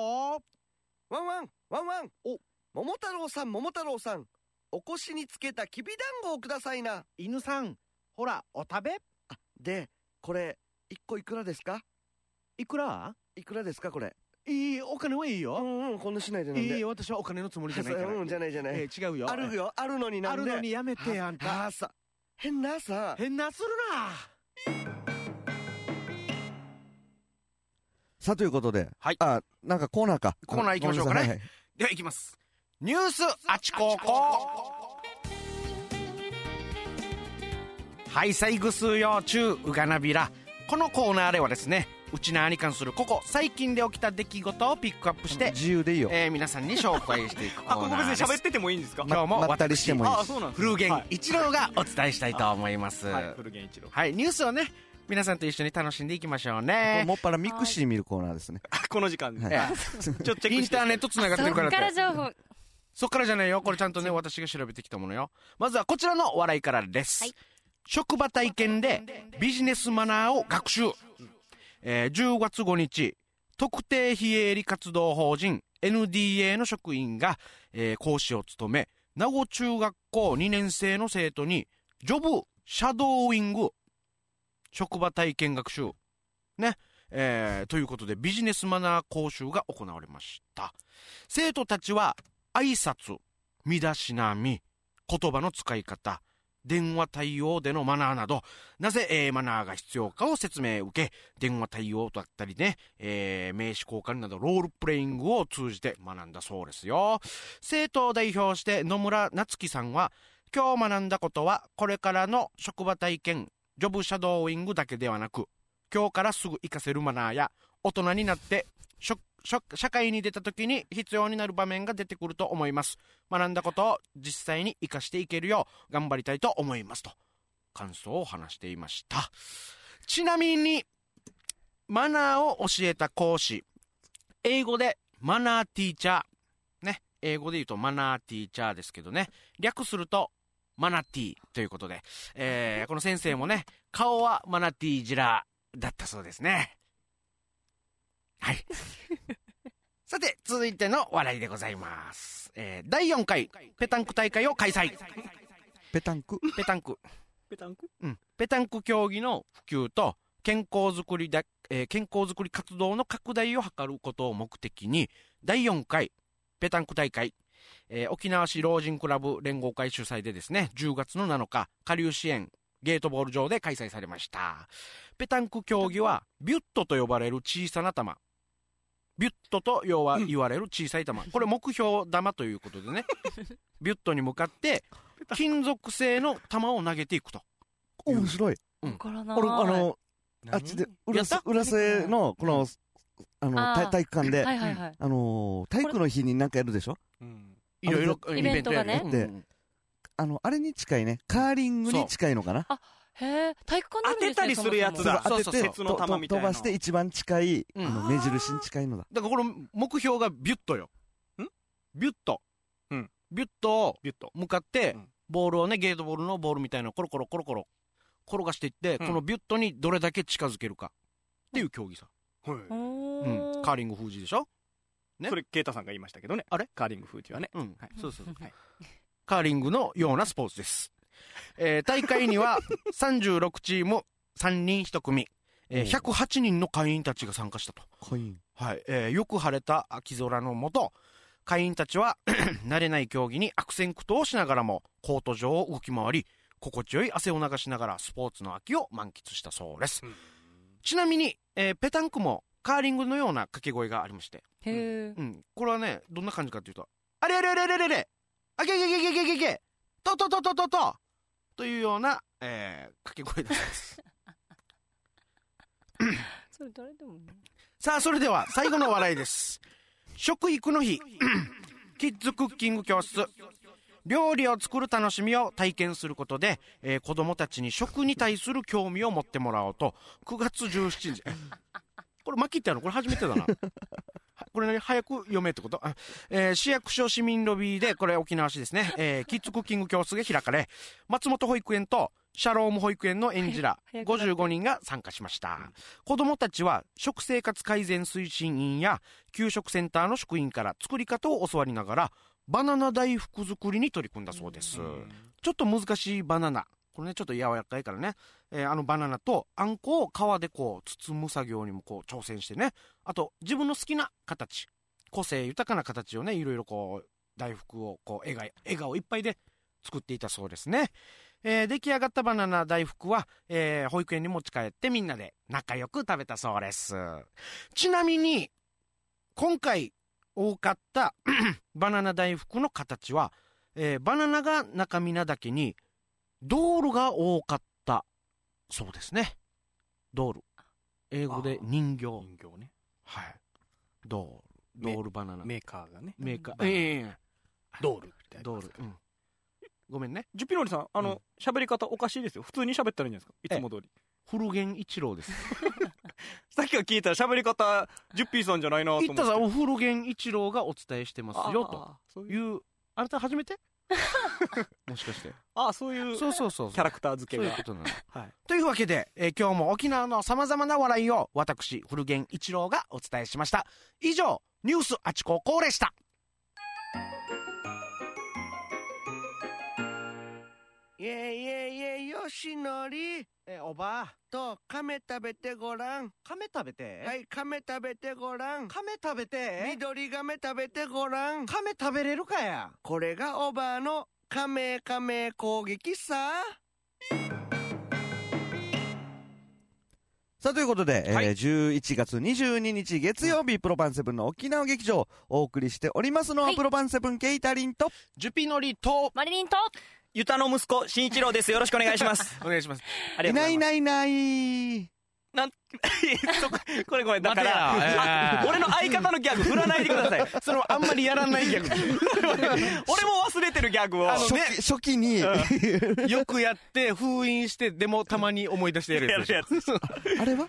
[SPEAKER 6] ワンワンワンワン
[SPEAKER 5] お
[SPEAKER 6] 桃太郎さん桃太郎さんお腰につけたきびだんごをくださいな
[SPEAKER 5] 犬さん、ほら、お食べ
[SPEAKER 6] でこれ一個いくらですか
[SPEAKER 5] いくら
[SPEAKER 6] いくらですかこれ
[SPEAKER 5] いい、お金はいいよ。
[SPEAKER 6] んうんこんなしないで
[SPEAKER 5] いいよ、私はお金のつもりじゃない から。
[SPEAKER 6] うんじゃないじゃない、
[SPEAKER 5] えー違うよ。
[SPEAKER 6] あるよあるのにな
[SPEAKER 5] あ
[SPEAKER 6] んで
[SPEAKER 5] るのにやめて、
[SPEAKER 6] は
[SPEAKER 5] あんた。
[SPEAKER 6] あさ変なさ
[SPEAKER 5] 変なするな。
[SPEAKER 2] さあということで、
[SPEAKER 1] はい
[SPEAKER 2] あなんかコーナーか
[SPEAKER 1] コーナー行きましょうかね
[SPEAKER 2] ごめんなさい
[SPEAKER 1] では行きますニュースあちここはい最後数曜中うがなびらこのコーナーではですねうちなーに関するここ最近で起きた出来事をピックアップして、
[SPEAKER 2] 自由でいいよ、
[SPEAKER 1] えー皆さんに紹介していくコ
[SPEAKER 4] あこ
[SPEAKER 1] ー
[SPEAKER 4] こ別
[SPEAKER 1] ナー
[SPEAKER 4] に
[SPEAKER 1] です
[SPEAKER 4] 喋っててもいいんですか
[SPEAKER 1] 今日も
[SPEAKER 2] まったりしてもいい
[SPEAKER 4] あ
[SPEAKER 2] で
[SPEAKER 4] あ
[SPEAKER 2] す
[SPEAKER 4] そうなんです
[SPEAKER 1] 古
[SPEAKER 4] は
[SPEAKER 1] 源
[SPEAKER 4] い
[SPEAKER 1] 一郎がお伝えしたいと思いますは
[SPEAKER 4] はい
[SPEAKER 1] い、
[SPEAKER 4] 古源一郎
[SPEAKER 1] ニュースをね皆さんと一緒に楽しんでいきましょうね
[SPEAKER 2] もっぱらミクシー見るコーナーですね
[SPEAKER 4] この時間で
[SPEAKER 2] はい
[SPEAKER 4] ちょっとチェックして
[SPEAKER 1] インターネットつながってるからって
[SPEAKER 3] そっから情報
[SPEAKER 1] そっからじゃないよ。これちゃんとね、私が調べてきたものよ。まずはこちらのお笑いからです。
[SPEAKER 3] はい
[SPEAKER 1] 職場体験でビジネスマナーを学習。えー10月5日、特定非営利活動法人 NDA の職員が、えー講師を務め、名護中学校2年生の生徒に、ジョブ、シャドーイング、職場体験学習。ね。えーということで、ビジネスマナー講習が行われました。生徒たちは、挨拶、身だしなみ、言葉の使い方、電話対応でのマナーなど、なぜ、えーマナーが必要かを説明を受け、電話対応だったりね、えー名刺交換などロールプレイングを通じて学んだそうですよ。生徒を代表して野村夏樹さんは、今日学んだことは、これからの職場体験、ジョブシャドーイングだけではなく、今日からすぐ活かせるマナーや、大人になってしょしょ社会に出た時に必要になる場面が出てくると思います学んだことを実際に活かしていけるよう頑張りたいと思いますと感想を話していましたちなみにマナーを教えた講師英語でマナーティーチャーね英語で言うとマナーティーチャーですけどね略するとマナティーということで、えーこの先生もね顔はマナティージラーだったそうですねはいさて、続いての笑いでございます。えー、第4回、ペタンク大会を開催。
[SPEAKER 2] ペタンク
[SPEAKER 1] ペタンク。
[SPEAKER 4] ペタンク
[SPEAKER 1] うん。ペタンク競技の普及と、健康づくりだ、えー健康づくり活動の拡大を図ることを目的に、第4回、ペタンク大会、えー沖縄市老人クラブ連合会主催でですね、10月の7日、下流支援、ゲートボール場で開催されました。ペタンク競技は、ビュットと呼ばれる小さな球。ビュットと要は言われる小さい球。これ目標玉ということでね、ビュットに向かって、金属製の球を投げていくと。
[SPEAKER 2] 面白い
[SPEAKER 1] うん
[SPEAKER 3] わからない
[SPEAKER 2] 俺あのあっちで浦瀬浦瀬のこのあの
[SPEAKER 3] あー
[SPEAKER 2] 体体育館で
[SPEAKER 3] はいはいはい
[SPEAKER 2] あのー体育の日になんかやるでしょ
[SPEAKER 4] うん
[SPEAKER 1] いろいろ
[SPEAKER 2] あ
[SPEAKER 1] うん
[SPEAKER 3] イベントがね
[SPEAKER 1] イベントやるよ
[SPEAKER 2] あのあれに近いねカーリングに近いのかな
[SPEAKER 3] へえ体育館にあるんですね
[SPEAKER 4] 当てたりするやつ
[SPEAKER 2] それ
[SPEAKER 4] そう
[SPEAKER 2] が
[SPEAKER 4] だ
[SPEAKER 2] 当て
[SPEAKER 1] そうそう
[SPEAKER 2] て
[SPEAKER 4] 鉄の
[SPEAKER 2] と
[SPEAKER 4] 玉
[SPEAKER 2] と
[SPEAKER 4] みたい
[SPEAKER 2] 飛
[SPEAKER 4] な
[SPEAKER 2] ばして一番近い
[SPEAKER 1] うん
[SPEAKER 2] あの目印に近いのだ
[SPEAKER 1] だからこれ目標がビュッとよ
[SPEAKER 4] ん
[SPEAKER 1] ビュッと、
[SPEAKER 4] うん
[SPEAKER 1] ビュッとを
[SPEAKER 4] ビュッと
[SPEAKER 1] 向かって
[SPEAKER 4] うん
[SPEAKER 1] ボールをねゲートボールのボールみたいなのをコロコロコロコロ転がしていって、
[SPEAKER 4] うん
[SPEAKER 1] このビュッとにどれだけ近づけるかっていう競技さ、
[SPEAKER 4] はい
[SPEAKER 3] お
[SPEAKER 1] うん
[SPEAKER 3] ー
[SPEAKER 1] カーリング封じでしょ、ね
[SPEAKER 4] それケイタさんが言いましたけどね
[SPEAKER 1] あれ
[SPEAKER 4] カーリング風景はね
[SPEAKER 1] うん
[SPEAKER 4] はい
[SPEAKER 1] そうそうそう
[SPEAKER 4] はい
[SPEAKER 1] カーリングのようなスポーツです、えー大会には36チーム3人1組、えー108人の会員たちが参加したと
[SPEAKER 2] コイン
[SPEAKER 1] はい、えーよく晴れた秋空の下、会員たちは 慣れない競技に悪戦苦闘しながらもコート上を動き回り、心地よい汗を流しながらスポーツの秋を満喫したそうです。ちなみに、えーペタンクもカーリングのような掛け声がありまして、
[SPEAKER 3] へえ
[SPEAKER 1] うん、これはね、どんな感じかというと、あれあれあれあれあれあれあげあげあげあげあげあげととととととというような、えー掛け声だそうです。
[SPEAKER 3] それ誰でもね
[SPEAKER 1] さあ、それでは最後の笑いです。食育の 日、キッズクッキング教室。料理を作る楽しみを体験することで、えー子供たちに食に対する興味を持ってもらおうと、9月17日。えこれ巻きってあるのこれ初めてだな。 はこれ何早く読めってこと、あえー市役所市民ロビーで、これ沖縄市ですね、えーキッズクッキング教室が開かれ、松本保育園とシャローム保育園の園児ら
[SPEAKER 3] 早く早くなって
[SPEAKER 1] 55人が参加しました。子供たちは食生活改善推進員や給食センターの職員から作り方を教わりながらバナナ大福作りに取り組んだそうです、ちょっと難しいバナナこれねちょっと柔らかいからね、えーあのバナナとあんこを皮でこう包む作業にもこう挑戦してねあと自分の好きな形個性豊かな形をねいろいろこう大福をこう笑顔笑顔いっぱいで作っていたそうですね、えー出来上がったバナナ大福は、えー保育園に持ち帰ってみんなで仲良く食べたそうですちなみに今回多かった バナナ大福の形は、えーバナナが中身なだけに道路が多かったそうですね道路英語で人形
[SPEAKER 4] 人形ね
[SPEAKER 1] はい道路
[SPEAKER 4] め
[SPEAKER 1] ドールバナナ
[SPEAKER 4] メーカーがね
[SPEAKER 1] メーカ
[SPEAKER 4] うん
[SPEAKER 1] ーええ
[SPEAKER 4] ドールってあり
[SPEAKER 1] ド
[SPEAKER 4] ま
[SPEAKER 1] ー
[SPEAKER 4] す
[SPEAKER 1] ルう
[SPEAKER 4] か、
[SPEAKER 1] ん、ごめんね
[SPEAKER 4] ジュピロリさんあ
[SPEAKER 1] うん
[SPEAKER 4] の喋、り方おかしいですよ普通に喋ったらいいんじゃないですかいつも通り
[SPEAKER 1] 古源一郎です
[SPEAKER 4] さっきは聞いたら喋り方ジュッピーさんじゃないなと思って
[SPEAKER 1] 言ったさ古源一郎がお伝えしてますよと
[SPEAKER 4] あーそう
[SPEAKER 1] い
[SPEAKER 4] いう
[SPEAKER 1] うあなた初め てもしかして
[SPEAKER 4] あーそういう
[SPEAKER 1] そうそうそう
[SPEAKER 4] キャラクター付
[SPEAKER 1] そう
[SPEAKER 4] け
[SPEAKER 1] いう
[SPEAKER 4] が
[SPEAKER 1] ことなの
[SPEAKER 4] はい
[SPEAKER 1] というわけで、えー今日も沖縄のさまざまな笑いを私古源一郎がお伝えしました以上ニュースあちここでした
[SPEAKER 6] いえいえいえよしのり
[SPEAKER 5] えおばあ
[SPEAKER 6] と亀食べてごらん
[SPEAKER 5] 亀食べて
[SPEAKER 6] はい亀食べてごらん
[SPEAKER 5] 亀食べて
[SPEAKER 6] 緑亀食べてごらん
[SPEAKER 5] 亀食べれるかや
[SPEAKER 6] これがおばあの亀亀攻撃さ
[SPEAKER 2] さあ、ということで、えー
[SPEAKER 4] はい
[SPEAKER 2] 11月22日月曜日、プロパンセブンの沖縄劇場、お送りしておりますのは、
[SPEAKER 3] はい
[SPEAKER 2] プロパンセブンケイタリンと、
[SPEAKER 1] ジュピノリと
[SPEAKER 3] マリリンと
[SPEAKER 4] ゆたの息子新一郎ですよろしくお願いします
[SPEAKER 1] お願いします
[SPEAKER 4] あり
[SPEAKER 2] い
[SPEAKER 4] がとうご
[SPEAKER 2] な
[SPEAKER 4] ざい
[SPEAKER 2] い
[SPEAKER 4] ます
[SPEAKER 2] ないない。
[SPEAKER 4] そここれごめんだから
[SPEAKER 1] 待てよえ
[SPEAKER 4] あ
[SPEAKER 1] ー
[SPEAKER 4] 俺の相方のギャグ振らないでください
[SPEAKER 1] それはあんまりやらないギャグ
[SPEAKER 4] 俺も忘れてるギャグを
[SPEAKER 1] あの
[SPEAKER 2] 初期、初期に、
[SPEAKER 1] よくやって封印してでもたまに思い出してやる
[SPEAKER 4] や
[SPEAKER 1] やつ
[SPEAKER 4] るやつ
[SPEAKER 2] あれは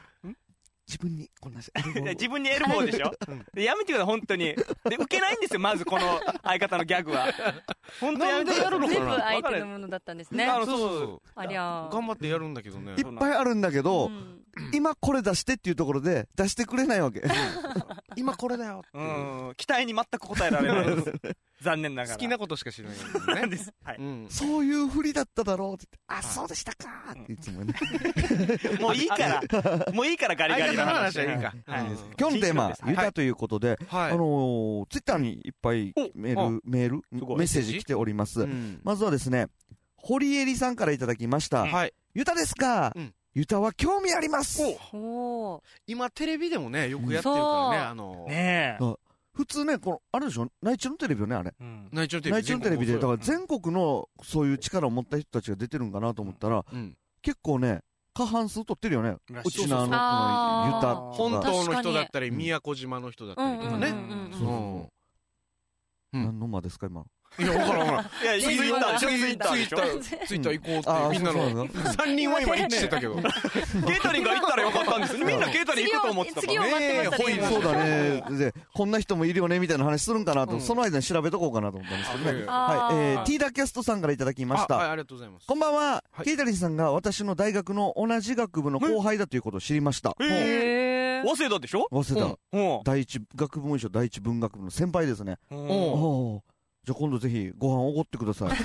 [SPEAKER 2] 自分に、こんなし、あれ
[SPEAKER 4] い
[SPEAKER 2] は
[SPEAKER 4] や自分に得る方でしょ、でやめてください本当にで受けないんですよまずこの相方のギャグは本当やめてくださ
[SPEAKER 1] なんでや
[SPEAKER 4] い
[SPEAKER 1] るのか
[SPEAKER 3] 全部
[SPEAKER 1] な
[SPEAKER 4] わ
[SPEAKER 3] 相
[SPEAKER 4] か
[SPEAKER 3] 手
[SPEAKER 4] る
[SPEAKER 3] のものだったんですね
[SPEAKER 4] あ
[SPEAKER 1] そう
[SPEAKER 4] の
[SPEAKER 1] そうそう
[SPEAKER 3] ありゃー
[SPEAKER 1] 頑張ってやるんだけどね
[SPEAKER 2] いっぱいあるんだけど、
[SPEAKER 3] うん
[SPEAKER 2] 今これ出してっていうところで、出してくれないわ け。
[SPEAKER 1] 今これだよ
[SPEAKER 4] うん期待に全く応えられない です残念ながら
[SPEAKER 1] 好きなことしかしないんだよ
[SPEAKER 4] なん
[SPEAKER 1] ね
[SPEAKER 4] ですはい
[SPEAKER 1] うん
[SPEAKER 2] そういうふりだっただろうって言って、あ、そうでしたかーっていつもね。
[SPEAKER 4] もういいから、もういいからガリガリの話。
[SPEAKER 1] 相方の話はいいか
[SPEAKER 4] うん
[SPEAKER 1] う
[SPEAKER 2] 今日
[SPEAKER 1] ん
[SPEAKER 2] のテーマユ
[SPEAKER 4] 新、一郎です
[SPEAKER 2] タということで、
[SPEAKER 1] はい
[SPEAKER 2] あのー、ツイッターにいっぱいメール、メール、
[SPEAKER 4] すごい
[SPEAKER 2] メッセージ来ております。
[SPEAKER 1] うん
[SPEAKER 2] まずはですね、堀江里さんからいただきました。
[SPEAKER 1] はい
[SPEAKER 2] ユタですか
[SPEAKER 1] うん
[SPEAKER 2] ユタは興味あります
[SPEAKER 3] おー
[SPEAKER 1] 今テレビでもねよくやってるからね
[SPEAKER 3] そう
[SPEAKER 1] あの
[SPEAKER 4] ねえ。
[SPEAKER 2] 普通ね、この、あれでしょ内地のテレビよね、あれ。
[SPEAKER 4] うん
[SPEAKER 1] 内地のテレビ
[SPEAKER 2] 内地のテレビで、だ
[SPEAKER 1] 全
[SPEAKER 2] か
[SPEAKER 1] 国
[SPEAKER 2] ら全国のそういう力を持った人たちが出てるんかなと思ったら、
[SPEAKER 1] うん
[SPEAKER 2] 結構ね、過半数取ってるよね。
[SPEAKER 4] らしいう
[SPEAKER 2] ちのあの、こ
[SPEAKER 3] あー
[SPEAKER 2] のユ
[SPEAKER 1] 本
[SPEAKER 2] タとか、
[SPEAKER 1] 島の
[SPEAKER 3] 確か
[SPEAKER 1] 人
[SPEAKER 3] に
[SPEAKER 1] だったり宮古島の人だったりとか
[SPEAKER 3] う
[SPEAKER 1] ね
[SPEAKER 3] んうんうんうん
[SPEAKER 1] そうそううん
[SPEAKER 2] 何の間ですか、今の。
[SPEAKER 1] いやわからんわから
[SPEAKER 4] いや、
[SPEAKER 1] ツイ
[SPEAKER 4] ツイ
[SPEAKER 1] ッ
[SPEAKER 4] ッ
[SPEAKER 1] タ
[SPEAKER 4] タ
[SPEAKER 1] ーで
[SPEAKER 4] ーで
[SPEAKER 1] し
[SPEAKER 4] し
[SPEAKER 1] ょ
[SPEAKER 4] ょ
[SPEAKER 1] ツ
[SPEAKER 4] ツ
[SPEAKER 1] イ
[SPEAKER 4] イ
[SPEAKER 1] ッ
[SPEAKER 4] ッ
[SPEAKER 1] ターでしょんツイッター行こう
[SPEAKER 4] ターでしょ
[SPEAKER 2] あ
[SPEAKER 1] っ
[SPEAKER 2] ー
[SPEAKER 1] てみんな
[SPEAKER 2] そう
[SPEAKER 1] の
[SPEAKER 2] なんだ
[SPEAKER 1] 3人は今一致してたけど
[SPEAKER 4] ケイタリンが行ったらよかったんですよね。みんなケイタリン行くと思ってたか
[SPEAKER 3] 次を
[SPEAKER 4] らね。
[SPEAKER 3] 待ってました
[SPEAKER 1] ねえ
[SPEAKER 3] ね
[SPEAKER 1] ほい
[SPEAKER 2] そうだね。で、こんな人もいるよね、みたいな話するんかなと、
[SPEAKER 1] うん
[SPEAKER 2] その間に調べとこうかなと思ったんですけどね。
[SPEAKER 1] あ
[SPEAKER 2] はい、えー、
[SPEAKER 3] ティ
[SPEAKER 2] T ダキャストさんからいただきまし
[SPEAKER 1] あはい
[SPEAKER 2] た。
[SPEAKER 1] ありがとうございます
[SPEAKER 2] こんばんは、
[SPEAKER 1] はい
[SPEAKER 2] ケイタリンさんが私の大学の同じ学部の後輩だということを知りました。
[SPEAKER 4] ええ。
[SPEAKER 3] へー
[SPEAKER 4] 早稲田でしょ
[SPEAKER 2] 早稲田、
[SPEAKER 1] うん
[SPEAKER 4] うん。
[SPEAKER 2] 第一学部文書第一文学部の先輩ですね。
[SPEAKER 1] う
[SPEAKER 2] お
[SPEAKER 1] ん
[SPEAKER 2] おー。じゃあ今度ぜひご飯おごってくださ い。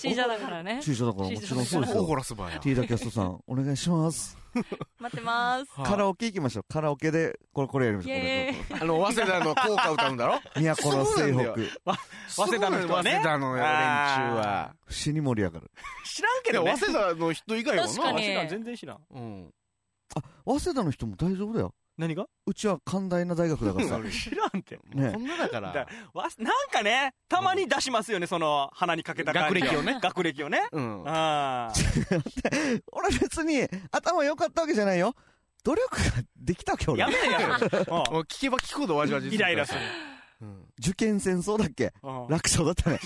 [SPEAKER 3] シーザーだからね
[SPEAKER 2] 注射だからもちろんそうです
[SPEAKER 1] おご
[SPEAKER 2] よ。
[SPEAKER 1] らすばや
[SPEAKER 2] T ダキャストさん、お願いします。
[SPEAKER 3] 待ってます
[SPEAKER 1] はい
[SPEAKER 2] カラオケ行きましょう。カラオケで、これ、これやりまし
[SPEAKER 3] イ
[SPEAKER 2] ょう。こ
[SPEAKER 3] エ
[SPEAKER 2] れ
[SPEAKER 3] ーイ
[SPEAKER 1] あの早稲田の効果歌うんだ
[SPEAKER 2] こ
[SPEAKER 1] ろ
[SPEAKER 2] れ都の
[SPEAKER 1] そう
[SPEAKER 2] 西
[SPEAKER 1] なんだよ
[SPEAKER 2] 北。
[SPEAKER 4] 早稲田の人はね
[SPEAKER 1] 早稲田の連中は
[SPEAKER 2] 死に盛り上がる。
[SPEAKER 4] 知らんけ
[SPEAKER 1] いや
[SPEAKER 4] どね。
[SPEAKER 1] 早稲田の人以外は
[SPEAKER 3] 確か
[SPEAKER 1] な
[SPEAKER 3] に
[SPEAKER 4] 知らん、全然知らん。
[SPEAKER 1] うん
[SPEAKER 2] 早稲田の人も大丈夫だよ。
[SPEAKER 4] 何が
[SPEAKER 2] うちは寛大な大学だから さ。
[SPEAKER 4] 知らんって。
[SPEAKER 2] ね
[SPEAKER 1] こんなだから
[SPEAKER 4] だわなんかね、たまに出しますよね、その、鼻にかけた感じ
[SPEAKER 1] 学歴をね
[SPEAKER 4] 学歴をね。
[SPEAKER 1] うん
[SPEAKER 4] ああ。
[SPEAKER 2] 俺別に頭良かったわけじゃないよ。努力ができたわけ俺
[SPEAKER 4] やめなや めなうん
[SPEAKER 1] もう聞けば聞くほどわじわじ
[SPEAKER 4] イライラする。
[SPEAKER 2] 受験戦争だっけ
[SPEAKER 4] 本
[SPEAKER 2] 楽勝だったね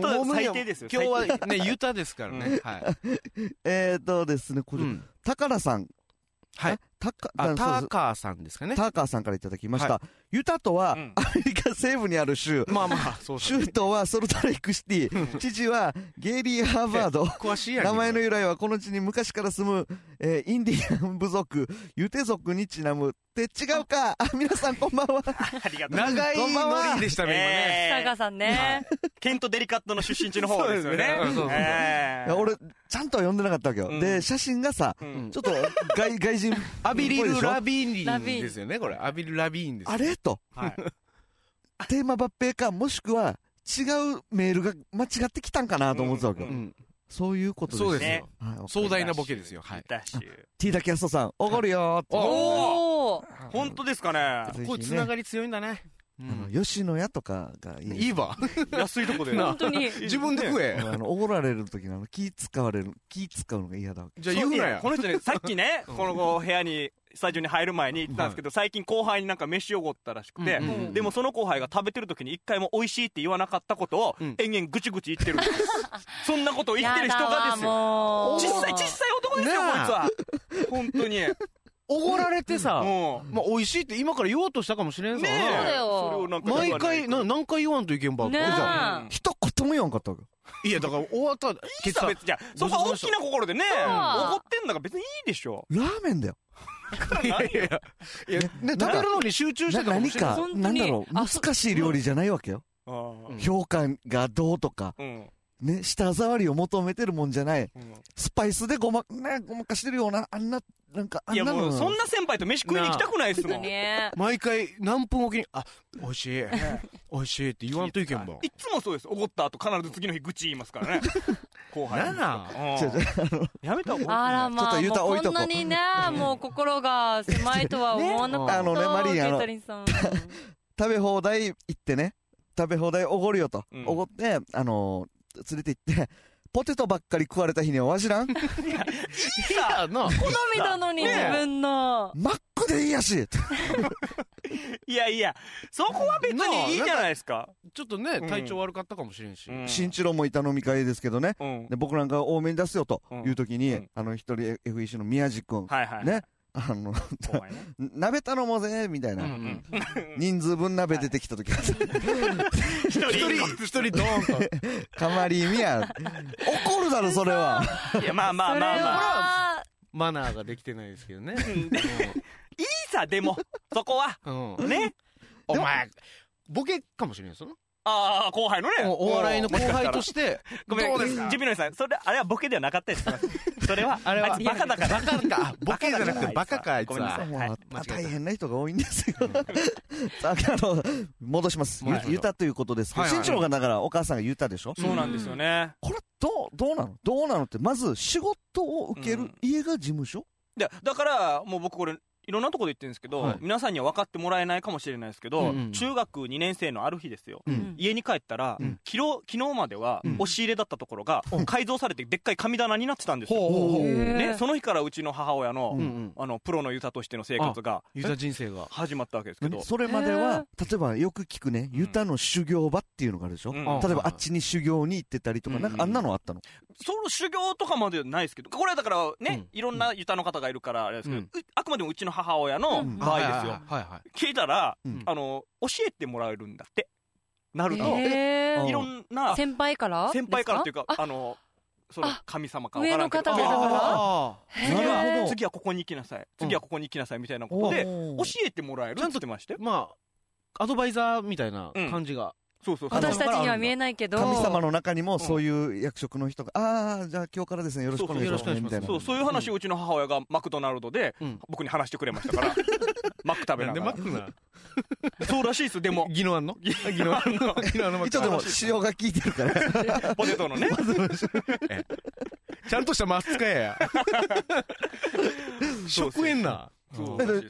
[SPEAKER 4] 当は最低ですよ。
[SPEAKER 1] 今日は ねユタですからね、はい、
[SPEAKER 2] えーとですねこれ、
[SPEAKER 1] うん
[SPEAKER 2] 高田さん
[SPEAKER 1] はい
[SPEAKER 2] たか
[SPEAKER 1] あタ
[SPEAKER 2] そう
[SPEAKER 1] ー
[SPEAKER 2] そう
[SPEAKER 1] カーさんですかね
[SPEAKER 2] ターカーさんからいただきました、ユタとは、
[SPEAKER 4] うん
[SPEAKER 2] アメリカ西部にある州
[SPEAKER 1] まあまあそうそう
[SPEAKER 2] 州都はソルトレイクシティ知事はゲイリー・ハーバード
[SPEAKER 1] 詳しいやん
[SPEAKER 2] 名前の由来はこの地に昔から住む、えーインディアン部族ユテ族にちなむって違うかあ皆さんこんばんは
[SPEAKER 4] ありがとう。
[SPEAKER 1] 長い
[SPEAKER 2] こんばんは
[SPEAKER 1] ノリでしたね今ね
[SPEAKER 4] えー
[SPEAKER 3] タカさんね。
[SPEAKER 4] ケント・デリカットの出身地の方ですよね
[SPEAKER 1] そうですねうんそうそうそう。
[SPEAKER 4] え
[SPEAKER 2] い
[SPEAKER 4] ー
[SPEAKER 2] や、俺ちゃんとは読んでなかったわけよ、
[SPEAKER 4] うん
[SPEAKER 2] で写真がさ
[SPEAKER 4] うん
[SPEAKER 1] うん
[SPEAKER 2] ちょっと外 外人っぽ
[SPEAKER 1] アビリ
[SPEAKER 2] いで
[SPEAKER 1] ル・
[SPEAKER 2] しょ
[SPEAKER 1] ラビ
[SPEAKER 3] ラ
[SPEAKER 1] ー
[SPEAKER 3] ビー
[SPEAKER 1] ン
[SPEAKER 3] ン
[SPEAKER 1] ですよねこれアビリル・ラビーンです
[SPEAKER 2] あれと
[SPEAKER 4] はい
[SPEAKER 2] テーマ抜兵かもしくは違うメールが間違ってきたんかなと思ってたわけよ、
[SPEAKER 1] うん
[SPEAKER 2] そういうことです
[SPEAKER 1] そうです
[SPEAKER 4] ね
[SPEAKER 1] よ
[SPEAKER 2] はいわか
[SPEAKER 1] 壮大なボケですよはい
[SPEAKER 4] ダッシュ。
[SPEAKER 2] ティーダキャストさんおごるよーって
[SPEAKER 3] おお。
[SPEAKER 4] 本当ですかね。
[SPEAKER 2] ぜひね
[SPEAKER 1] これつながり強いんだねう
[SPEAKER 2] あの
[SPEAKER 1] ん
[SPEAKER 2] 吉野家とかがいい
[SPEAKER 1] いいわ
[SPEAKER 4] 安いとこで。
[SPEAKER 3] 本当に。
[SPEAKER 1] 自分で食え
[SPEAKER 2] あの、おごられる時のあの気使われる、気使うのが嫌だわけ。
[SPEAKER 1] じゃあ言うなや
[SPEAKER 4] この人ね、さっ きね、この子部屋に、スタジオに入る前に言ってたんですけど、最近後輩になんか飯おごったらしくて
[SPEAKER 1] うんうん
[SPEAKER 3] う、ん
[SPEAKER 4] でもその後輩が食べてる時に一回も美味しいって言わなかったことを
[SPEAKER 1] うん、
[SPEAKER 4] 延々ぐちぐち言ってるん です。そんなことを言ってる人がですよ。
[SPEAKER 3] よ
[SPEAKER 4] 小さい小さい男ですよ、こい
[SPEAKER 1] ねえ
[SPEAKER 4] つは。本当に。
[SPEAKER 1] おごられてさ
[SPEAKER 4] う
[SPEAKER 1] まあ美味しいって今から言おうとしたかもしれんさ
[SPEAKER 4] ねえ
[SPEAKER 3] そうだよ
[SPEAKER 4] それをなんか言われ
[SPEAKER 1] 毎
[SPEAKER 4] る
[SPEAKER 1] 回な何回言わんといけんば
[SPEAKER 3] ねえ
[SPEAKER 1] じゃあ
[SPEAKER 4] うん
[SPEAKER 2] 一言も言わんかったわけ。
[SPEAKER 1] いやだから終わった
[SPEAKER 4] いいさ別にじゃあそこは大きな心でね
[SPEAKER 3] そう
[SPEAKER 4] 怒ってんだから別にいいでしょ
[SPEAKER 2] ラーメンだよ。
[SPEAKER 1] いやいやいやいやね食べるのに集中し
[SPEAKER 2] な
[SPEAKER 1] てたかも
[SPEAKER 2] 何
[SPEAKER 1] しれない
[SPEAKER 2] か
[SPEAKER 3] 本当、に
[SPEAKER 2] なんだろう、
[SPEAKER 3] あそ
[SPEAKER 2] 難しい料理じゃないわけよ。
[SPEAKER 4] あー
[SPEAKER 2] 評価がどうとか、
[SPEAKER 4] うん
[SPEAKER 2] ね、舌触りを求めてるもんじゃない。
[SPEAKER 4] うん
[SPEAKER 2] スパイスでごま、ね、ごまかしてるような、あんな、なんか、あ
[SPEAKER 4] い
[SPEAKER 2] ん
[SPEAKER 4] や
[SPEAKER 2] な
[SPEAKER 4] も
[SPEAKER 2] の。
[SPEAKER 4] うそんな先輩と飯食いに行きたくないですもんい
[SPEAKER 3] ね。
[SPEAKER 1] 毎回何分おきに「あ美味し い美味しい」って言わんといけんば
[SPEAKER 4] つもそうです怒った後必ず次の日愚痴言いま すからね後輩に
[SPEAKER 1] なあ
[SPEAKER 4] うん
[SPEAKER 2] 違う違う
[SPEAKER 4] やめた方が
[SPEAKER 3] あらま
[SPEAKER 2] ちょっと
[SPEAKER 3] あ、
[SPEAKER 2] 言うた
[SPEAKER 3] もう
[SPEAKER 2] 置い
[SPEAKER 3] ことん
[SPEAKER 2] こう
[SPEAKER 3] なにね、もう心が狭いとは思わなかった。
[SPEAKER 2] ねあのねマリーあの
[SPEAKER 3] ケイトリンさん。
[SPEAKER 2] 食べ放題行ってね、食べ放題おごるよと
[SPEAKER 4] う。ん
[SPEAKER 2] おごって、あのー、連れて行って、ポテトばっかり食われた日にはわし らん、
[SPEAKER 1] いやな
[SPEAKER 3] 好みなのに
[SPEAKER 4] ね
[SPEAKER 3] 自分の。
[SPEAKER 2] マックでいいやしって
[SPEAKER 4] いやいやそこは別にいいじゃないですか
[SPEAKER 1] ちょっとね
[SPEAKER 4] うん
[SPEAKER 1] 体調悪かったかもしれんし
[SPEAKER 4] うん
[SPEAKER 2] 新一郎もいた飲み会ですけどね。
[SPEAKER 4] うん
[SPEAKER 2] で僕なんか多めに出すよという時に、
[SPEAKER 4] うんうん
[SPEAKER 2] あの一人 FEC の宮地君、
[SPEAKER 4] はいはい
[SPEAKER 2] ねあの
[SPEAKER 4] 後輩ね
[SPEAKER 2] 鍋頼もうぜみたいな、
[SPEAKER 1] うんうん
[SPEAKER 2] 人数分鍋出てきた時、
[SPEAKER 1] 一人一人
[SPEAKER 4] 一人
[SPEAKER 1] ドーン と
[SPEAKER 2] かまりみや怒るだろそれはい
[SPEAKER 4] やまあまあ
[SPEAKER 3] それ
[SPEAKER 4] まあまあ
[SPEAKER 3] は、
[SPEAKER 1] マナーができてないですけどね
[SPEAKER 4] うんいいさでもそこは
[SPEAKER 1] うんうん
[SPEAKER 4] ね
[SPEAKER 1] お前ボケかもしれんその
[SPEAKER 4] ああ後輩のね
[SPEAKER 1] おお笑いの後輩として
[SPEAKER 4] ごめ、
[SPEAKER 1] どうんで
[SPEAKER 4] ジ
[SPEAKER 1] すか
[SPEAKER 4] ビノリさん、それ、あれはボケではなかったです。それは、
[SPEAKER 1] あ
[SPEAKER 4] あ
[SPEAKER 1] れ
[SPEAKER 4] れ
[SPEAKER 1] は
[SPEAKER 4] は、バカだから。
[SPEAKER 1] バカかボケじゃなくてバカかあいつ
[SPEAKER 4] ごめんなさ。
[SPEAKER 1] はい
[SPEAKER 2] もう、
[SPEAKER 4] はい。
[SPEAKER 1] 間違えた
[SPEAKER 2] 大変な人が多いんですよ さああの戻します、
[SPEAKER 1] 戻しましょう
[SPEAKER 2] ゆユタということですけど、
[SPEAKER 1] はいはい
[SPEAKER 2] 新一郎がだからお母さんがユタでしょ、
[SPEAKER 4] そうなんですよね。
[SPEAKER 2] これどうどうなのどうなのってまず仕事を受ける、
[SPEAKER 4] うん
[SPEAKER 2] 家が事務所
[SPEAKER 4] で、だから、もう僕これ、いろんなとこで言ってるんですけど、
[SPEAKER 1] はい
[SPEAKER 4] 皆さんには分かってもらえないかもしれないですけど、
[SPEAKER 1] うんうん
[SPEAKER 4] 中学2年生のある日ですよ。
[SPEAKER 1] うん
[SPEAKER 4] 家に帰ったら、
[SPEAKER 1] うん
[SPEAKER 4] 昨日、昨日までは
[SPEAKER 1] うん、
[SPEAKER 4] 押し入れだったところが、改造されて、でっかい神棚になってたんですよ。
[SPEAKER 1] ほうほうほう
[SPEAKER 3] へ
[SPEAKER 4] ね、
[SPEAKER 3] ー
[SPEAKER 4] その日からうちの母親の、
[SPEAKER 1] うんうん
[SPEAKER 4] あの、プロのユタとしての生活が、
[SPEAKER 1] ユタ人生が
[SPEAKER 4] 始まったわけですけど。
[SPEAKER 2] それまでは、例えばよく聞くね、ユタの修行場っていうのがあるでしょ、
[SPEAKER 4] うん
[SPEAKER 2] 例えばあっちに修行に行ってたりとか、
[SPEAKER 4] うん
[SPEAKER 2] なんかあんなのあったの、
[SPEAKER 4] その修行とかまではないですけど、これはだからね、
[SPEAKER 1] うん
[SPEAKER 4] いろんなユタの方がいるからあれですけ
[SPEAKER 1] う
[SPEAKER 4] ど、
[SPEAKER 1] ん
[SPEAKER 4] うあくまでもうちの母親の
[SPEAKER 3] うん
[SPEAKER 4] 場合ですよ。
[SPEAKER 1] はいはい
[SPEAKER 4] 聞いたら、
[SPEAKER 2] うん
[SPEAKER 4] あの、教えてもらえるんだって。なると、
[SPEAKER 3] え
[SPEAKER 2] ー
[SPEAKER 4] いろんな
[SPEAKER 3] 先輩から
[SPEAKER 4] 先輩からっていうか、
[SPEAKER 3] あ
[SPEAKER 4] あの、その
[SPEAKER 3] あ
[SPEAKER 4] 神様かわからんけど、
[SPEAKER 3] 上の方々
[SPEAKER 1] あ
[SPEAKER 4] あー次
[SPEAKER 2] なるほ
[SPEAKER 4] は
[SPEAKER 2] ど
[SPEAKER 4] 次はここに行きなさい。次はここに行きなさいみたいなことで、
[SPEAKER 2] お
[SPEAKER 4] 教
[SPEAKER 2] ー
[SPEAKER 4] えてもらえるって言ってましたよ
[SPEAKER 1] ー。まあアドバイザーみたいな感じが
[SPEAKER 4] そうそうそう。
[SPEAKER 3] 私たちには見えないけど
[SPEAKER 2] 神様の中にもそういう役職の人が、ああ、じゃあ今日からですね、よろしくお願いします
[SPEAKER 1] そうそう
[SPEAKER 2] ね、みたいな。
[SPEAKER 4] そう、そういう話をうちの母親がマクドナルドで
[SPEAKER 1] うん
[SPEAKER 4] 僕に話してくれましたから、マック食べながら。
[SPEAKER 1] クな
[SPEAKER 4] そうらしいです、でも。
[SPEAKER 1] ギノアンのギノ アンのギノアンのマック
[SPEAKER 2] 一応でも、塩が効いてるから。
[SPEAKER 4] ポテトのね。
[SPEAKER 1] ちゃん としたマスカや
[SPEAKER 4] そうそう
[SPEAKER 1] 食えんな
[SPEAKER 4] そう
[SPEAKER 2] だけど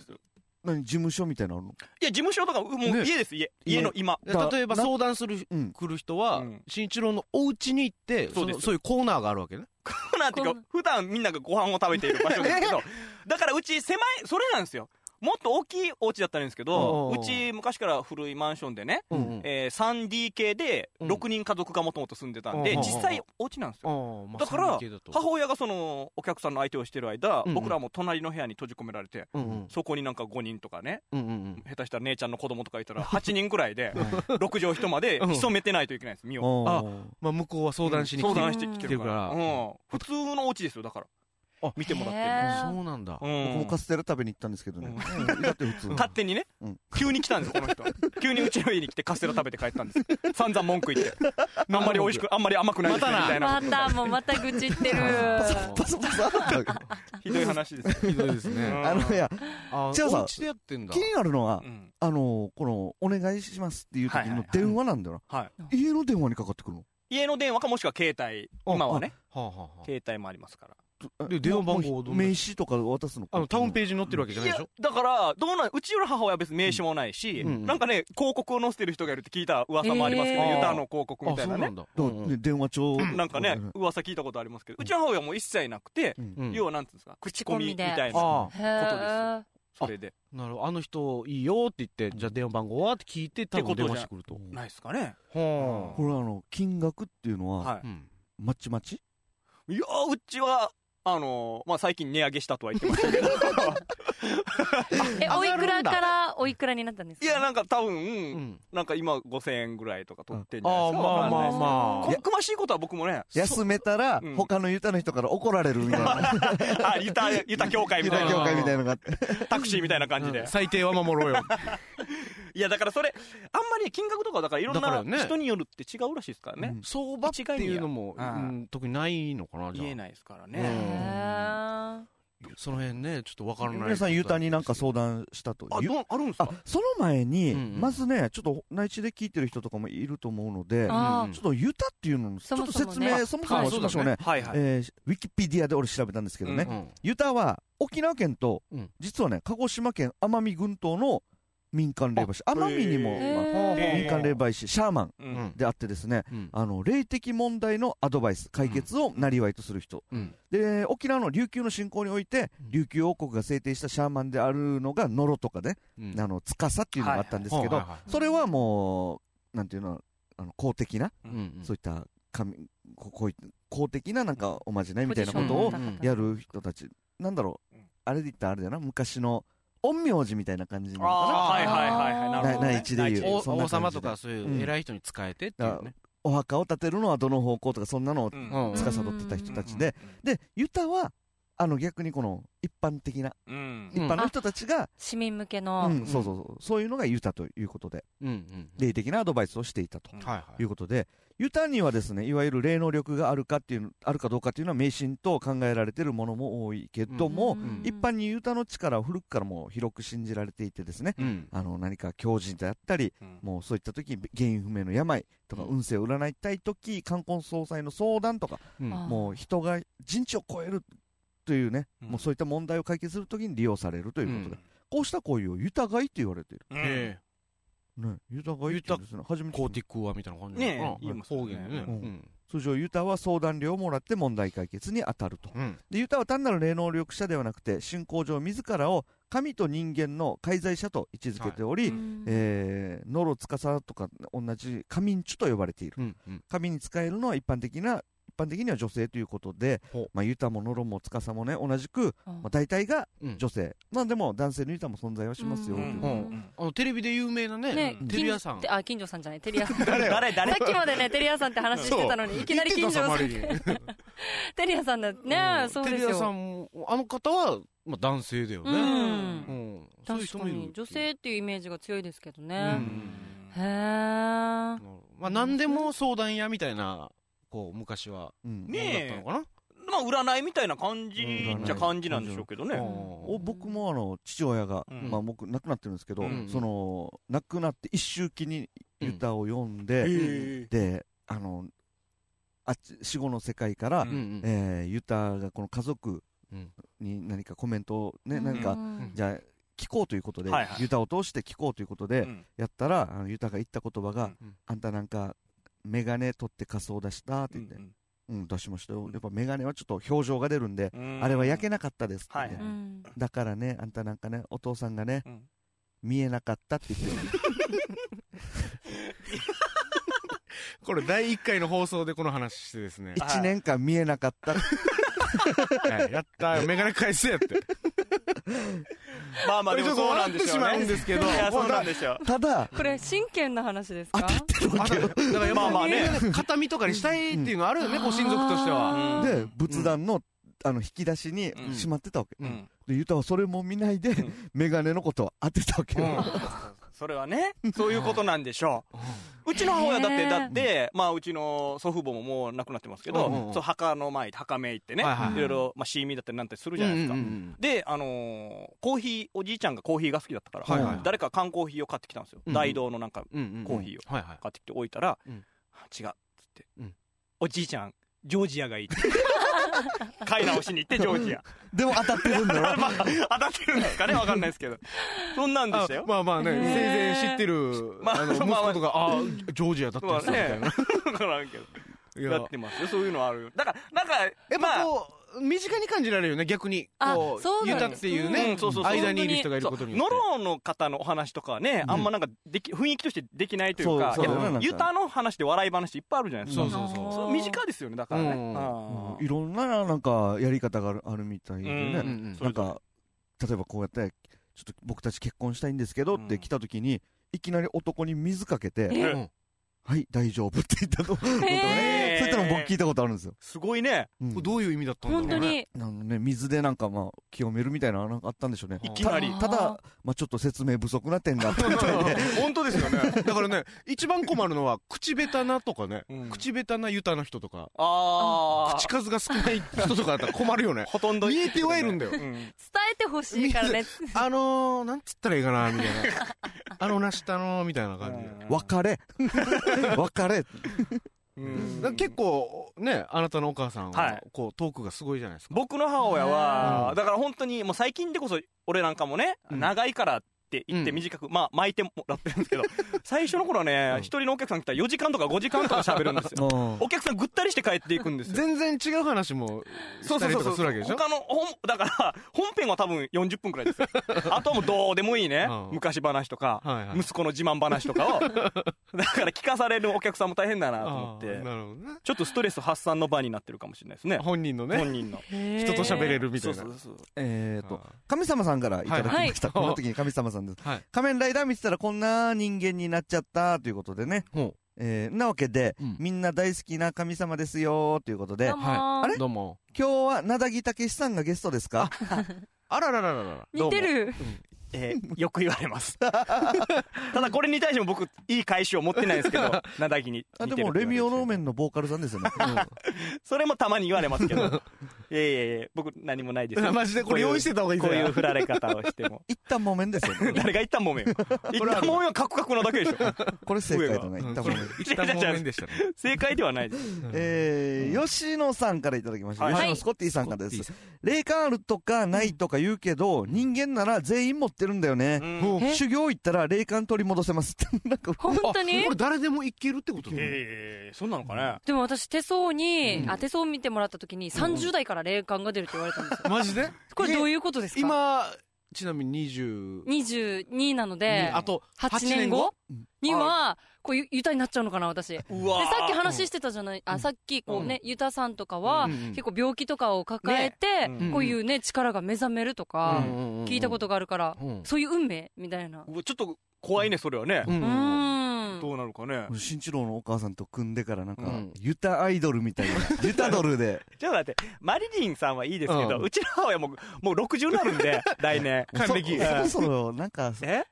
[SPEAKER 2] 何事務所みたいなのあるの
[SPEAKER 4] いや事務所とかもう家
[SPEAKER 1] ね
[SPEAKER 4] です家家の今
[SPEAKER 1] で例えば
[SPEAKER 2] な
[SPEAKER 1] 相談する
[SPEAKER 2] うん
[SPEAKER 1] 来る人は
[SPEAKER 4] うん
[SPEAKER 1] 新一郎のお家に行って
[SPEAKER 4] そ
[SPEAKER 1] そう
[SPEAKER 4] です
[SPEAKER 1] のそういうコーナーがあるわけね
[SPEAKER 4] コーナーっていう
[SPEAKER 3] こ
[SPEAKER 4] か
[SPEAKER 3] ん
[SPEAKER 4] 普段みんながご飯を食べている場所ですけどだからうち狭いそれなんですよもっと大きいお家だったらいいんですけど
[SPEAKER 1] おうおう
[SPEAKER 4] うち昔から古いマンションでね、
[SPEAKER 1] う
[SPEAKER 2] うんん
[SPEAKER 1] うん
[SPEAKER 4] えー、3DK で
[SPEAKER 1] うん
[SPEAKER 4] 6人家族がもともと住んでたん
[SPEAKER 1] お
[SPEAKER 4] で
[SPEAKER 1] うおうおう
[SPEAKER 4] 実際お家なんですよ
[SPEAKER 1] ああまあ
[SPEAKER 4] だから
[SPEAKER 1] 三人系だと
[SPEAKER 4] 母親がそのお客さんの相手をしてる間、
[SPEAKER 1] うんうん
[SPEAKER 4] 僕らはもう隣の部屋に閉じ込められて
[SPEAKER 1] うんうん
[SPEAKER 4] そこになんか5人とかね
[SPEAKER 1] うんうん
[SPEAKER 4] 下手したら姉ちゃんの子供とか いたら8人ぐらいで6畳一間で潜めてないといけないんです身を、
[SPEAKER 1] あ
[SPEAKER 2] ー
[SPEAKER 1] まあ向こうは相談しに来
[SPEAKER 4] 相
[SPEAKER 1] て
[SPEAKER 4] 談
[SPEAKER 1] る
[SPEAKER 4] してきてるから、
[SPEAKER 1] う
[SPEAKER 4] うんん、普通のお家ですよだから見てもらってる
[SPEAKER 3] へー
[SPEAKER 1] そうなんだ
[SPEAKER 4] うん
[SPEAKER 2] 僕もカステラ食べに行ったんですけどね、だって普通
[SPEAKER 4] 勝手にね、
[SPEAKER 2] うん
[SPEAKER 4] 急に来たんですよこの人急にうちの家に来てカステラ食べて帰ったんですよ散々文句言 ってあんまり美味しくあんまり甘くないですね
[SPEAKER 1] またな
[SPEAKER 4] みたいな
[SPEAKER 3] またもうまた愚痴ってる
[SPEAKER 2] パサパサだった
[SPEAKER 4] ひどい話ですよ、
[SPEAKER 1] ひどいですね
[SPEAKER 4] う ん
[SPEAKER 2] あのいや
[SPEAKER 1] あ
[SPEAKER 2] 違うさ
[SPEAKER 1] お家でやってんだ
[SPEAKER 2] 気になるのは、
[SPEAKER 4] うん
[SPEAKER 2] あのこのお願いしますっていう時の電話なんだよな、
[SPEAKER 4] はい
[SPEAKER 3] は
[SPEAKER 2] 家の電話にかかってくるの
[SPEAKER 4] 家の電話かもしくは携帯
[SPEAKER 1] あ
[SPEAKER 4] 今はね
[SPEAKER 1] はあはあはあ
[SPEAKER 4] 携帯もありますから
[SPEAKER 1] で電話番号をどんな
[SPEAKER 2] 名刺とか渡すの
[SPEAKER 1] あのタウンページに載ってるわけじゃないでしょ
[SPEAKER 4] だからどうなんうちの母親は別に名刺もないし、
[SPEAKER 1] うんうん
[SPEAKER 4] なんかね広告を載せてる人がいるって聞いた噂もありますけど、
[SPEAKER 3] へー
[SPEAKER 4] ユタの広告み
[SPEAKER 1] あ
[SPEAKER 4] たい
[SPEAKER 1] そ
[SPEAKER 4] な
[SPEAKER 1] うな
[SPEAKER 4] ね
[SPEAKER 1] んだ
[SPEAKER 2] だ
[SPEAKER 1] う
[SPEAKER 2] から
[SPEAKER 1] んう
[SPEAKER 2] ね
[SPEAKER 1] ん
[SPEAKER 2] 電話帳
[SPEAKER 4] なんかね噂聞いたことありますけど、うちの母親も一切なくて、
[SPEAKER 2] うん
[SPEAKER 1] うん
[SPEAKER 4] 要はなんていうんですか口コミみたいな
[SPEAKER 1] あ
[SPEAKER 3] へー
[SPEAKER 4] それでっ
[SPEAKER 1] あなるほどあの人いいよって言ってじゃあ電話番号はって聞いて多分電話してくると
[SPEAKER 4] ないですかね
[SPEAKER 1] は
[SPEAKER 2] これあの金額っていうのは、
[SPEAKER 4] は
[SPEAKER 1] あうん
[SPEAKER 2] まちまち
[SPEAKER 4] いいやーうちはあのーまあ最近値上げしたとは言っ てましたけど
[SPEAKER 3] えおいく
[SPEAKER 1] 上がる
[SPEAKER 3] ら
[SPEAKER 1] んだ
[SPEAKER 3] からおいくらになったんです
[SPEAKER 4] い
[SPEAKER 3] か
[SPEAKER 4] やなんんか多分、
[SPEAKER 1] うん
[SPEAKER 4] なんか今5000円ぐらいとか取ってんじゃない
[SPEAKER 1] ああ
[SPEAKER 4] ですか、
[SPEAKER 1] まあまあま
[SPEAKER 4] あ
[SPEAKER 1] あ
[SPEAKER 4] こ詳しいことは僕もね
[SPEAKER 2] 休めたら、
[SPEAKER 4] うん
[SPEAKER 2] 他のユタの人から怒られるみ たいな
[SPEAKER 4] あユタユタ協会
[SPEAKER 2] ユ
[SPEAKER 4] みたい
[SPEAKER 2] タ
[SPEAKER 4] な
[SPEAKER 2] 協会みたいなのがあって
[SPEAKER 4] タクシーみたいな感じ
[SPEAKER 1] う
[SPEAKER 4] で
[SPEAKER 1] ん最低は守ろうよ
[SPEAKER 4] いやだからそれあんまりね金額とかだからいろん
[SPEAKER 1] だからね
[SPEAKER 4] な人によるって違うらしいですからね、
[SPEAKER 1] 相場っていうの も、う
[SPEAKER 4] 一概にはうん
[SPEAKER 1] ん、特にないのかなじゃ
[SPEAKER 4] 言え
[SPEAKER 1] あ
[SPEAKER 4] ないですから
[SPEAKER 1] う
[SPEAKER 4] ね、
[SPEAKER 3] へ
[SPEAKER 1] その辺ねちょっとわからない
[SPEAKER 2] 皆さんユタになんか相談したと
[SPEAKER 4] あ
[SPEAKER 2] ゆ
[SPEAKER 4] どうあるんです
[SPEAKER 2] あ
[SPEAKER 4] か
[SPEAKER 2] その前に、
[SPEAKER 1] うんうん
[SPEAKER 2] まずねちょっと内地で聞いてる人とかもいると思うので
[SPEAKER 3] ー
[SPEAKER 1] ん
[SPEAKER 3] あ
[SPEAKER 2] ちょっとユタっていうののちょ
[SPEAKER 3] そ
[SPEAKER 2] っ
[SPEAKER 3] も
[SPEAKER 2] と
[SPEAKER 3] そも
[SPEAKER 2] 説
[SPEAKER 3] ね
[SPEAKER 2] 明そもそもしましょうね
[SPEAKER 4] はいはい、
[SPEAKER 2] えーウィキペディアで俺調べたんですけどね、
[SPEAKER 4] うん
[SPEAKER 1] うん
[SPEAKER 2] ユタは沖縄県と、
[SPEAKER 1] うん
[SPEAKER 2] 実はね鹿児島県奄美群島の民間霊媒師奄美にも、
[SPEAKER 4] へ
[SPEAKER 2] まあ
[SPEAKER 1] あ
[SPEAKER 3] ー
[SPEAKER 4] ー
[SPEAKER 2] 民間霊媒師シャーマン
[SPEAKER 1] う
[SPEAKER 4] う
[SPEAKER 1] ん
[SPEAKER 4] ん
[SPEAKER 2] であってですね
[SPEAKER 1] うん
[SPEAKER 2] あの霊的問題のアドバイス解決をなりわいとする人、
[SPEAKER 1] うん
[SPEAKER 2] で沖縄の琉球の信仰において
[SPEAKER 1] うん
[SPEAKER 2] 琉球王国が制定したシャーマンであるのがノロとかね、
[SPEAKER 1] うん
[SPEAKER 2] あの司っていうのがあったんですけど、
[SPEAKER 1] はいはいはい
[SPEAKER 2] それはもうなんていうのあの公的な、
[SPEAKER 1] うんうん
[SPEAKER 2] そういった神ここうい公的ななんかおまじないみたいなこと
[SPEAKER 1] ポジション
[SPEAKER 2] を
[SPEAKER 1] の
[SPEAKER 2] やる人たち、なんだろう
[SPEAKER 4] うん、
[SPEAKER 2] あれで言ったらあれだよな、昔の陰陽師みたいな感じなの
[SPEAKER 4] あ
[SPEAKER 2] か
[SPEAKER 4] ーはいはいはいはいなるほど、ね、
[SPEAKER 2] な内地で言う
[SPEAKER 4] 内
[SPEAKER 1] お
[SPEAKER 2] そんな感じで
[SPEAKER 1] 王様とかそういう偉い人に使えてっていうね、
[SPEAKER 2] な、お墓を建てるのはどの方向とか、そんなのを
[SPEAKER 4] うん
[SPEAKER 1] うん
[SPEAKER 2] 司ってた人たちで、
[SPEAKER 4] うんうん
[SPEAKER 2] で、ユタは、あの逆にこの一般的な、
[SPEAKER 4] うん
[SPEAKER 1] う
[SPEAKER 2] 一
[SPEAKER 1] ん
[SPEAKER 2] 般の人たちが、
[SPEAKER 3] 市民向け
[SPEAKER 2] う
[SPEAKER 3] の
[SPEAKER 2] ん、そうそうそう、そういうのがユタということで、
[SPEAKER 1] うんうん
[SPEAKER 2] 霊的なアドバイスをしていたと。
[SPEAKER 1] はいは
[SPEAKER 2] いうことで、ユタにはですね、いわゆる霊能力があるかっていう、あるかどうかっていうのは迷信と考えられてるものも多いけども、
[SPEAKER 1] ん
[SPEAKER 2] 一般にユタの力は古くからもう広く信じられていてですね、
[SPEAKER 1] い、うん、
[SPEAKER 2] あの何か狂人であったり、
[SPEAKER 4] うん
[SPEAKER 2] もうそういった時原因不明の病とか、
[SPEAKER 1] うん
[SPEAKER 2] 運勢を占いたい時、冠婚葬祭の相談とか、
[SPEAKER 1] うん
[SPEAKER 3] あ
[SPEAKER 2] もう人が人知を超えるというね、
[SPEAKER 4] うん
[SPEAKER 2] もうそういった問題を解決する時に利用されるということで、こうした行為をユタ買いって言われている。
[SPEAKER 4] うん
[SPEAKER 1] え
[SPEAKER 2] ね、ユタ買いって言うんですね、初
[SPEAKER 1] え
[SPEAKER 2] めて
[SPEAKER 1] コ
[SPEAKER 2] 聞い
[SPEAKER 1] ー
[SPEAKER 2] た
[SPEAKER 1] ティックはみたいな感じなのかな
[SPEAKER 4] ねえ言いますよね
[SPEAKER 1] 方言でね、
[SPEAKER 2] うん通常ユタは相談料をもらって問題解決に当たると。
[SPEAKER 1] うん
[SPEAKER 2] でユタは単なる霊能力者ではなくて、信仰上自らを神と人間の介在者と位置づけており、
[SPEAKER 3] うん
[SPEAKER 2] えー、ノロ司とか同じ神んちゅと呼ばれている
[SPEAKER 1] うんうん
[SPEAKER 2] 神に仕えるのは一般的な一般的には女性ということで
[SPEAKER 1] ほう、
[SPEAKER 2] まあ、ユタもノロも司もね同じく、まあ、大体が
[SPEAKER 1] うん
[SPEAKER 2] 女性、まあでも男性のユタも存在はしますよ、
[SPEAKER 3] うん
[SPEAKER 4] うん
[SPEAKER 1] あのテレビで有名なね
[SPEAKER 3] ね
[SPEAKER 1] うんテ
[SPEAKER 3] 近
[SPEAKER 1] リ
[SPEAKER 3] 所
[SPEAKER 1] アさん
[SPEAKER 3] てあ近所さんじゃないテリア さんさ
[SPEAKER 4] 誰誰
[SPEAKER 3] っきまでねテリアさんって話してたのにいきなり近所さん
[SPEAKER 1] 言って たさ周りに
[SPEAKER 3] テリアさんだね
[SPEAKER 1] ん
[SPEAKER 3] そうです
[SPEAKER 1] テリアさ
[SPEAKER 3] よ
[SPEAKER 1] んもあの方は、まあ、男性だよ
[SPEAKER 3] う
[SPEAKER 1] ね、
[SPEAKER 3] ん
[SPEAKER 1] うんそうい
[SPEAKER 3] 確
[SPEAKER 1] う人
[SPEAKER 3] か
[SPEAKER 1] もいるってい
[SPEAKER 3] に
[SPEAKER 1] う
[SPEAKER 3] 女性っていうイメージが強いですけど
[SPEAKER 1] う
[SPEAKER 3] ね
[SPEAKER 1] ん
[SPEAKER 3] へー
[SPEAKER 1] まあ、何でも相談屋みたいなこう昔は
[SPEAKER 2] うん
[SPEAKER 4] ねえ
[SPEAKER 1] だったのかな、
[SPEAKER 4] まあ占いみたいな感じっちゃ感じなんでしょうけどね、
[SPEAKER 2] お僕もあの父親が、
[SPEAKER 4] うん
[SPEAKER 2] まあ、僕亡くなってるんですけど、
[SPEAKER 1] うん
[SPEAKER 2] その亡くなって一周期にユタを読んで、
[SPEAKER 4] え
[SPEAKER 2] であのあっち死後の世界から、
[SPEAKER 4] うん
[SPEAKER 1] うんうん
[SPEAKER 2] えーユタがこの家族
[SPEAKER 1] うん
[SPEAKER 2] に何かコメントをね、
[SPEAKER 3] うん
[SPEAKER 2] なんか
[SPEAKER 3] うん
[SPEAKER 2] じゃあ聞こうということで、
[SPEAKER 4] はいはい
[SPEAKER 2] ユタを通して聞こうということで、
[SPEAKER 4] うん
[SPEAKER 2] やったらあのユタが言った言葉が、
[SPEAKER 1] うん
[SPEAKER 2] あんたなんかメガネ取って仮装出したって
[SPEAKER 4] う
[SPEAKER 2] 言って、
[SPEAKER 4] ん
[SPEAKER 2] うん出しましたよ
[SPEAKER 4] ん
[SPEAKER 2] やっぱメガネはちょっと表情が出るんで、
[SPEAKER 4] うん
[SPEAKER 2] あれは焼けなかったですって、
[SPEAKER 4] はいは
[SPEAKER 3] う
[SPEAKER 4] い
[SPEAKER 3] ん
[SPEAKER 2] だからねあんたなんかねお父さんがね、
[SPEAKER 4] うん。
[SPEAKER 2] 見えなかったって言って
[SPEAKER 1] これ第1回の放送でこの話してですね
[SPEAKER 4] はい
[SPEAKER 2] 1年間見えなか ったって
[SPEAKER 1] はいやったー、メガネ返せやって。
[SPEAKER 4] まあまあでもそうなんです
[SPEAKER 1] これちょっと
[SPEAKER 4] よね
[SPEAKER 1] 笑ってしまうんですけど
[SPEAKER 4] いやそうなんですよ
[SPEAKER 2] ただ
[SPEAKER 3] これ真剣な話ですか
[SPEAKER 1] あだからだからやっ
[SPEAKER 4] まあま
[SPEAKER 1] ぱ
[SPEAKER 4] あ
[SPEAKER 1] り
[SPEAKER 4] ね
[SPEAKER 1] ね、形見とかにしたいっていうのあるよね、ご親族としては。
[SPEAKER 3] あー
[SPEAKER 2] で仏壇の,、あの引き出しに
[SPEAKER 4] うん
[SPEAKER 2] しまってたわけ、
[SPEAKER 4] うん
[SPEAKER 2] でユタはそれも見ないで、
[SPEAKER 4] ん
[SPEAKER 2] メガネのことを当てたわけよ、
[SPEAKER 4] うんそれはねそういうことなんでしょううちの母親だって
[SPEAKER 3] ねえ
[SPEAKER 4] だってまあうちの祖父母ももう亡くなってますけ
[SPEAKER 1] うんうんう
[SPEAKER 4] ど
[SPEAKER 1] ん
[SPEAKER 4] そう墓の前墓め行ってね
[SPEAKER 1] はいはい
[SPEAKER 4] いろいろまあシーミーだったりなんたりするじゃないですか
[SPEAKER 1] うんうんうん
[SPEAKER 4] であのーコーヒーおじいちゃんがコーヒーが好きだったから、
[SPEAKER 1] はいはい
[SPEAKER 4] 誰か缶コーヒーを買ってきたんですよ、
[SPEAKER 1] うん
[SPEAKER 4] 大道のなんか
[SPEAKER 1] うんうん
[SPEAKER 4] コーヒーを
[SPEAKER 1] はいはい。
[SPEAKER 4] 買ってきて置いたら、
[SPEAKER 1] うん
[SPEAKER 4] 違うっつって、
[SPEAKER 1] うん
[SPEAKER 4] おじいちゃんジョージア がいいって買い直しに行ってジョージア
[SPEAKER 2] でも当たってるんだろ
[SPEAKER 4] まあ当たってるんですかねわかんないですけどそんなんでしたよ
[SPEAKER 1] あまあまあね、
[SPEAKER 3] へー
[SPEAKER 1] 生前知ってる、
[SPEAKER 4] まあ
[SPEAKER 1] あの、息
[SPEAKER 4] まあま
[SPEAKER 1] 子
[SPEAKER 4] あ
[SPEAKER 1] とか、ああ、ジョージアだった
[SPEAKER 4] ま
[SPEAKER 1] ん
[SPEAKER 4] あ
[SPEAKER 1] ですみたい
[SPEAKER 4] ね
[SPEAKER 1] な。
[SPEAKER 4] 分からんけど
[SPEAKER 1] いや
[SPEAKER 4] やってますよそういうのはあるよだからなんか
[SPEAKER 1] やっぱ
[SPEAKER 4] まあ
[SPEAKER 1] こう、身近に感じられるよね、逆に。
[SPEAKER 3] あ
[SPEAKER 1] こ
[SPEAKER 3] そうなんで
[SPEAKER 1] ユ
[SPEAKER 3] す
[SPEAKER 1] タっていう
[SPEAKER 4] う
[SPEAKER 1] ね
[SPEAKER 4] んそうそう、そう
[SPEAKER 1] 間にいる人がいることによって
[SPEAKER 4] そうノロの方のお話とかはね、あんまなんかでき雰囲気としてできないというか
[SPEAKER 2] そうそうだね
[SPEAKER 4] いや
[SPEAKER 2] なんか
[SPEAKER 4] ユタの話で笑い話いっぱいあるじゃないですか
[SPEAKER 1] そうそうそう。
[SPEAKER 4] そう身近ですよねだからね、
[SPEAKER 1] うん
[SPEAKER 4] あ
[SPEAKER 2] いろんななんかやり方があるあるみたいでね、
[SPEAKER 4] うん
[SPEAKER 1] うん
[SPEAKER 2] なんか例えばこうやってちょっと僕たち結婚したいんですけどって来た時に、いきなり男に水かけて
[SPEAKER 1] う
[SPEAKER 4] え
[SPEAKER 1] んうん
[SPEAKER 2] 「はい大丈夫」って言ったの、
[SPEAKER 4] へー
[SPEAKER 2] そういったの僕聞いたことあるんですよ、
[SPEAKER 4] すごいね
[SPEAKER 2] うん
[SPEAKER 1] これどういう意味だったんだろう
[SPEAKER 3] 本
[SPEAKER 1] ね。
[SPEAKER 3] 当に
[SPEAKER 2] なんかね、水でなんかまあ清めるみたいななんかあったんでしょうね
[SPEAKER 1] い
[SPEAKER 4] きなり
[SPEAKER 2] たただ、まあ、ちょっと説明不足な点があったみたい で
[SPEAKER 4] 本当ですよ ね
[SPEAKER 1] だからね、一番困るのは、口下手なとかね、
[SPEAKER 4] うん
[SPEAKER 1] 口下手なユタの人とか、
[SPEAKER 4] ああ
[SPEAKER 1] 口数が少ない人とかだったら困るよね。
[SPEAKER 4] ほとんど
[SPEAKER 1] 見えてはいるんだよ
[SPEAKER 4] う。
[SPEAKER 3] 伝えてほしいからね
[SPEAKER 1] あのー、なんつったらいいかな、みたい な。あのなしたの、みたいな感じ で。
[SPEAKER 2] 別れ 別れ
[SPEAKER 1] だから結構、ね、あなたのお母さんは、
[SPEAKER 4] はい
[SPEAKER 1] こう、トークがすごいじゃないですか。
[SPEAKER 4] 僕の母親
[SPEAKER 1] う
[SPEAKER 4] は
[SPEAKER 1] ん
[SPEAKER 4] だから本当にもう最近でこそ俺なんかもね
[SPEAKER 1] うん
[SPEAKER 4] 長いからって言って
[SPEAKER 1] うん
[SPEAKER 4] 短くまあ巻いてもらってるんです けど最初の頃はね
[SPEAKER 1] うん
[SPEAKER 4] 一人のお客さん来たら4時間とか5時間とか喋るん ですよ
[SPEAKER 2] うん
[SPEAKER 4] お客さんぐったりして帰っていくんですよ
[SPEAKER 1] 全然違う話も、し
[SPEAKER 4] そうそ
[SPEAKER 1] た
[SPEAKER 4] う
[SPEAKER 1] り
[SPEAKER 4] そ
[SPEAKER 1] とか
[SPEAKER 4] うそう
[SPEAKER 1] するわけでしょ
[SPEAKER 4] 他の本だから本編は多分40分くらいで すよあとはもうどうでもいいね
[SPEAKER 1] うん
[SPEAKER 4] 昔話とか
[SPEAKER 1] はいはい
[SPEAKER 4] 息子の自慢話とか をだから聞かされるお客さんも大変だなと思って
[SPEAKER 1] あーなるほどね。
[SPEAKER 4] ちょっとストレス発散の場になってるかもしれないですね
[SPEAKER 1] 本人のね、
[SPEAKER 4] 本人の
[SPEAKER 1] 人
[SPEAKER 3] 人
[SPEAKER 1] と喋れるみたいな
[SPEAKER 4] そう。そうそう
[SPEAKER 2] えー、と
[SPEAKER 1] あ
[SPEAKER 2] 神様さんからいただきました、
[SPEAKER 1] はい
[SPEAKER 2] この時に神様さんです、
[SPEAKER 1] はい
[SPEAKER 2] 仮面ライダー見てたらこんな人間になっちゃったということでね、
[SPEAKER 1] ほ
[SPEAKER 2] えーなわけで、
[SPEAKER 1] うん
[SPEAKER 2] みんな大好きな神様ですよということで
[SPEAKER 3] どうも
[SPEAKER 1] あれどうも。
[SPEAKER 2] 今日はなだぎたけしさんがゲストですか
[SPEAKER 1] あらららららら。
[SPEAKER 3] 似てる
[SPEAKER 4] えーよく言われますただこれに対しても僕いい返しを持ってないですけどなだぎに
[SPEAKER 2] あ
[SPEAKER 4] 似て
[SPEAKER 2] で
[SPEAKER 4] る
[SPEAKER 2] も
[SPEAKER 4] って
[SPEAKER 2] レ
[SPEAKER 4] 言われてる
[SPEAKER 2] ミオローメンのボーカルさんですよね、
[SPEAKER 4] それもたまに言われますけどいやいやいや僕何もないですよ
[SPEAKER 1] マジでこれ用意してた方がいい
[SPEAKER 4] こういう
[SPEAKER 1] ぜ
[SPEAKER 4] 振られ方をしても
[SPEAKER 2] 一旦もめんですよね
[SPEAKER 4] 誰が一旦もめよ一旦もめはカクカクなだけ でしょ
[SPEAKER 2] これ正解だね
[SPEAKER 1] う
[SPEAKER 2] 一
[SPEAKER 1] ん
[SPEAKER 2] 旦
[SPEAKER 1] こ
[SPEAKER 2] も
[SPEAKER 1] れ
[SPEAKER 2] めん
[SPEAKER 1] 一旦もめんでしたね。
[SPEAKER 4] 正解ではないです
[SPEAKER 2] えー吉野さんからいただきました、
[SPEAKER 4] はい
[SPEAKER 2] 吉野スコッティさんからで
[SPEAKER 1] スコッ
[SPEAKER 2] す霊感あるとかないとか言うけど、人間なら全員持ってるんだよね、
[SPEAKER 1] もう
[SPEAKER 3] え
[SPEAKER 2] 修行行ったら霊感取り戻せますってなんか
[SPEAKER 3] 本当に
[SPEAKER 1] これ誰でもいけるってこと
[SPEAKER 4] いやいやいやそうなのかね
[SPEAKER 3] でも私手相に、あ手相見てもらった時に30代から霊感が出るって言われたんですよ
[SPEAKER 1] マジで
[SPEAKER 3] これどう
[SPEAKER 1] う
[SPEAKER 3] いうことですか
[SPEAKER 1] 今、ちなみに20、
[SPEAKER 3] 22なので
[SPEAKER 1] あと
[SPEAKER 3] 8
[SPEAKER 1] 8
[SPEAKER 3] 年
[SPEAKER 1] 年
[SPEAKER 3] 後
[SPEAKER 1] 後
[SPEAKER 3] にはこうゆユタになっちゃうのかな私で
[SPEAKER 4] う
[SPEAKER 3] さ
[SPEAKER 4] わー
[SPEAKER 3] っき話してたじゃないあさっきこうねユタさんとかは
[SPEAKER 1] うんうん
[SPEAKER 3] 結構病気とかを抱えて
[SPEAKER 4] ね
[SPEAKER 1] うん
[SPEAKER 3] こういうね力が目覚めるとか聞いたこと
[SPEAKER 1] が。
[SPEAKER 3] があるから
[SPEAKER 1] うん
[SPEAKER 3] そういう運命みたいな
[SPEAKER 4] うわちょっと怖いねそれはね
[SPEAKER 1] う。
[SPEAKER 3] うんーん
[SPEAKER 4] どうなのかね
[SPEAKER 2] 新一郎のお母さんと組んでからなんか、
[SPEAKER 1] うん
[SPEAKER 2] ユタアイドルみたいなユタドルで
[SPEAKER 4] ちょっと待ってマリリンさんはいいですけど
[SPEAKER 1] うん
[SPEAKER 4] うちの母親もうもう60になるん で来年
[SPEAKER 1] 還暦
[SPEAKER 2] そそろそろなんか
[SPEAKER 4] え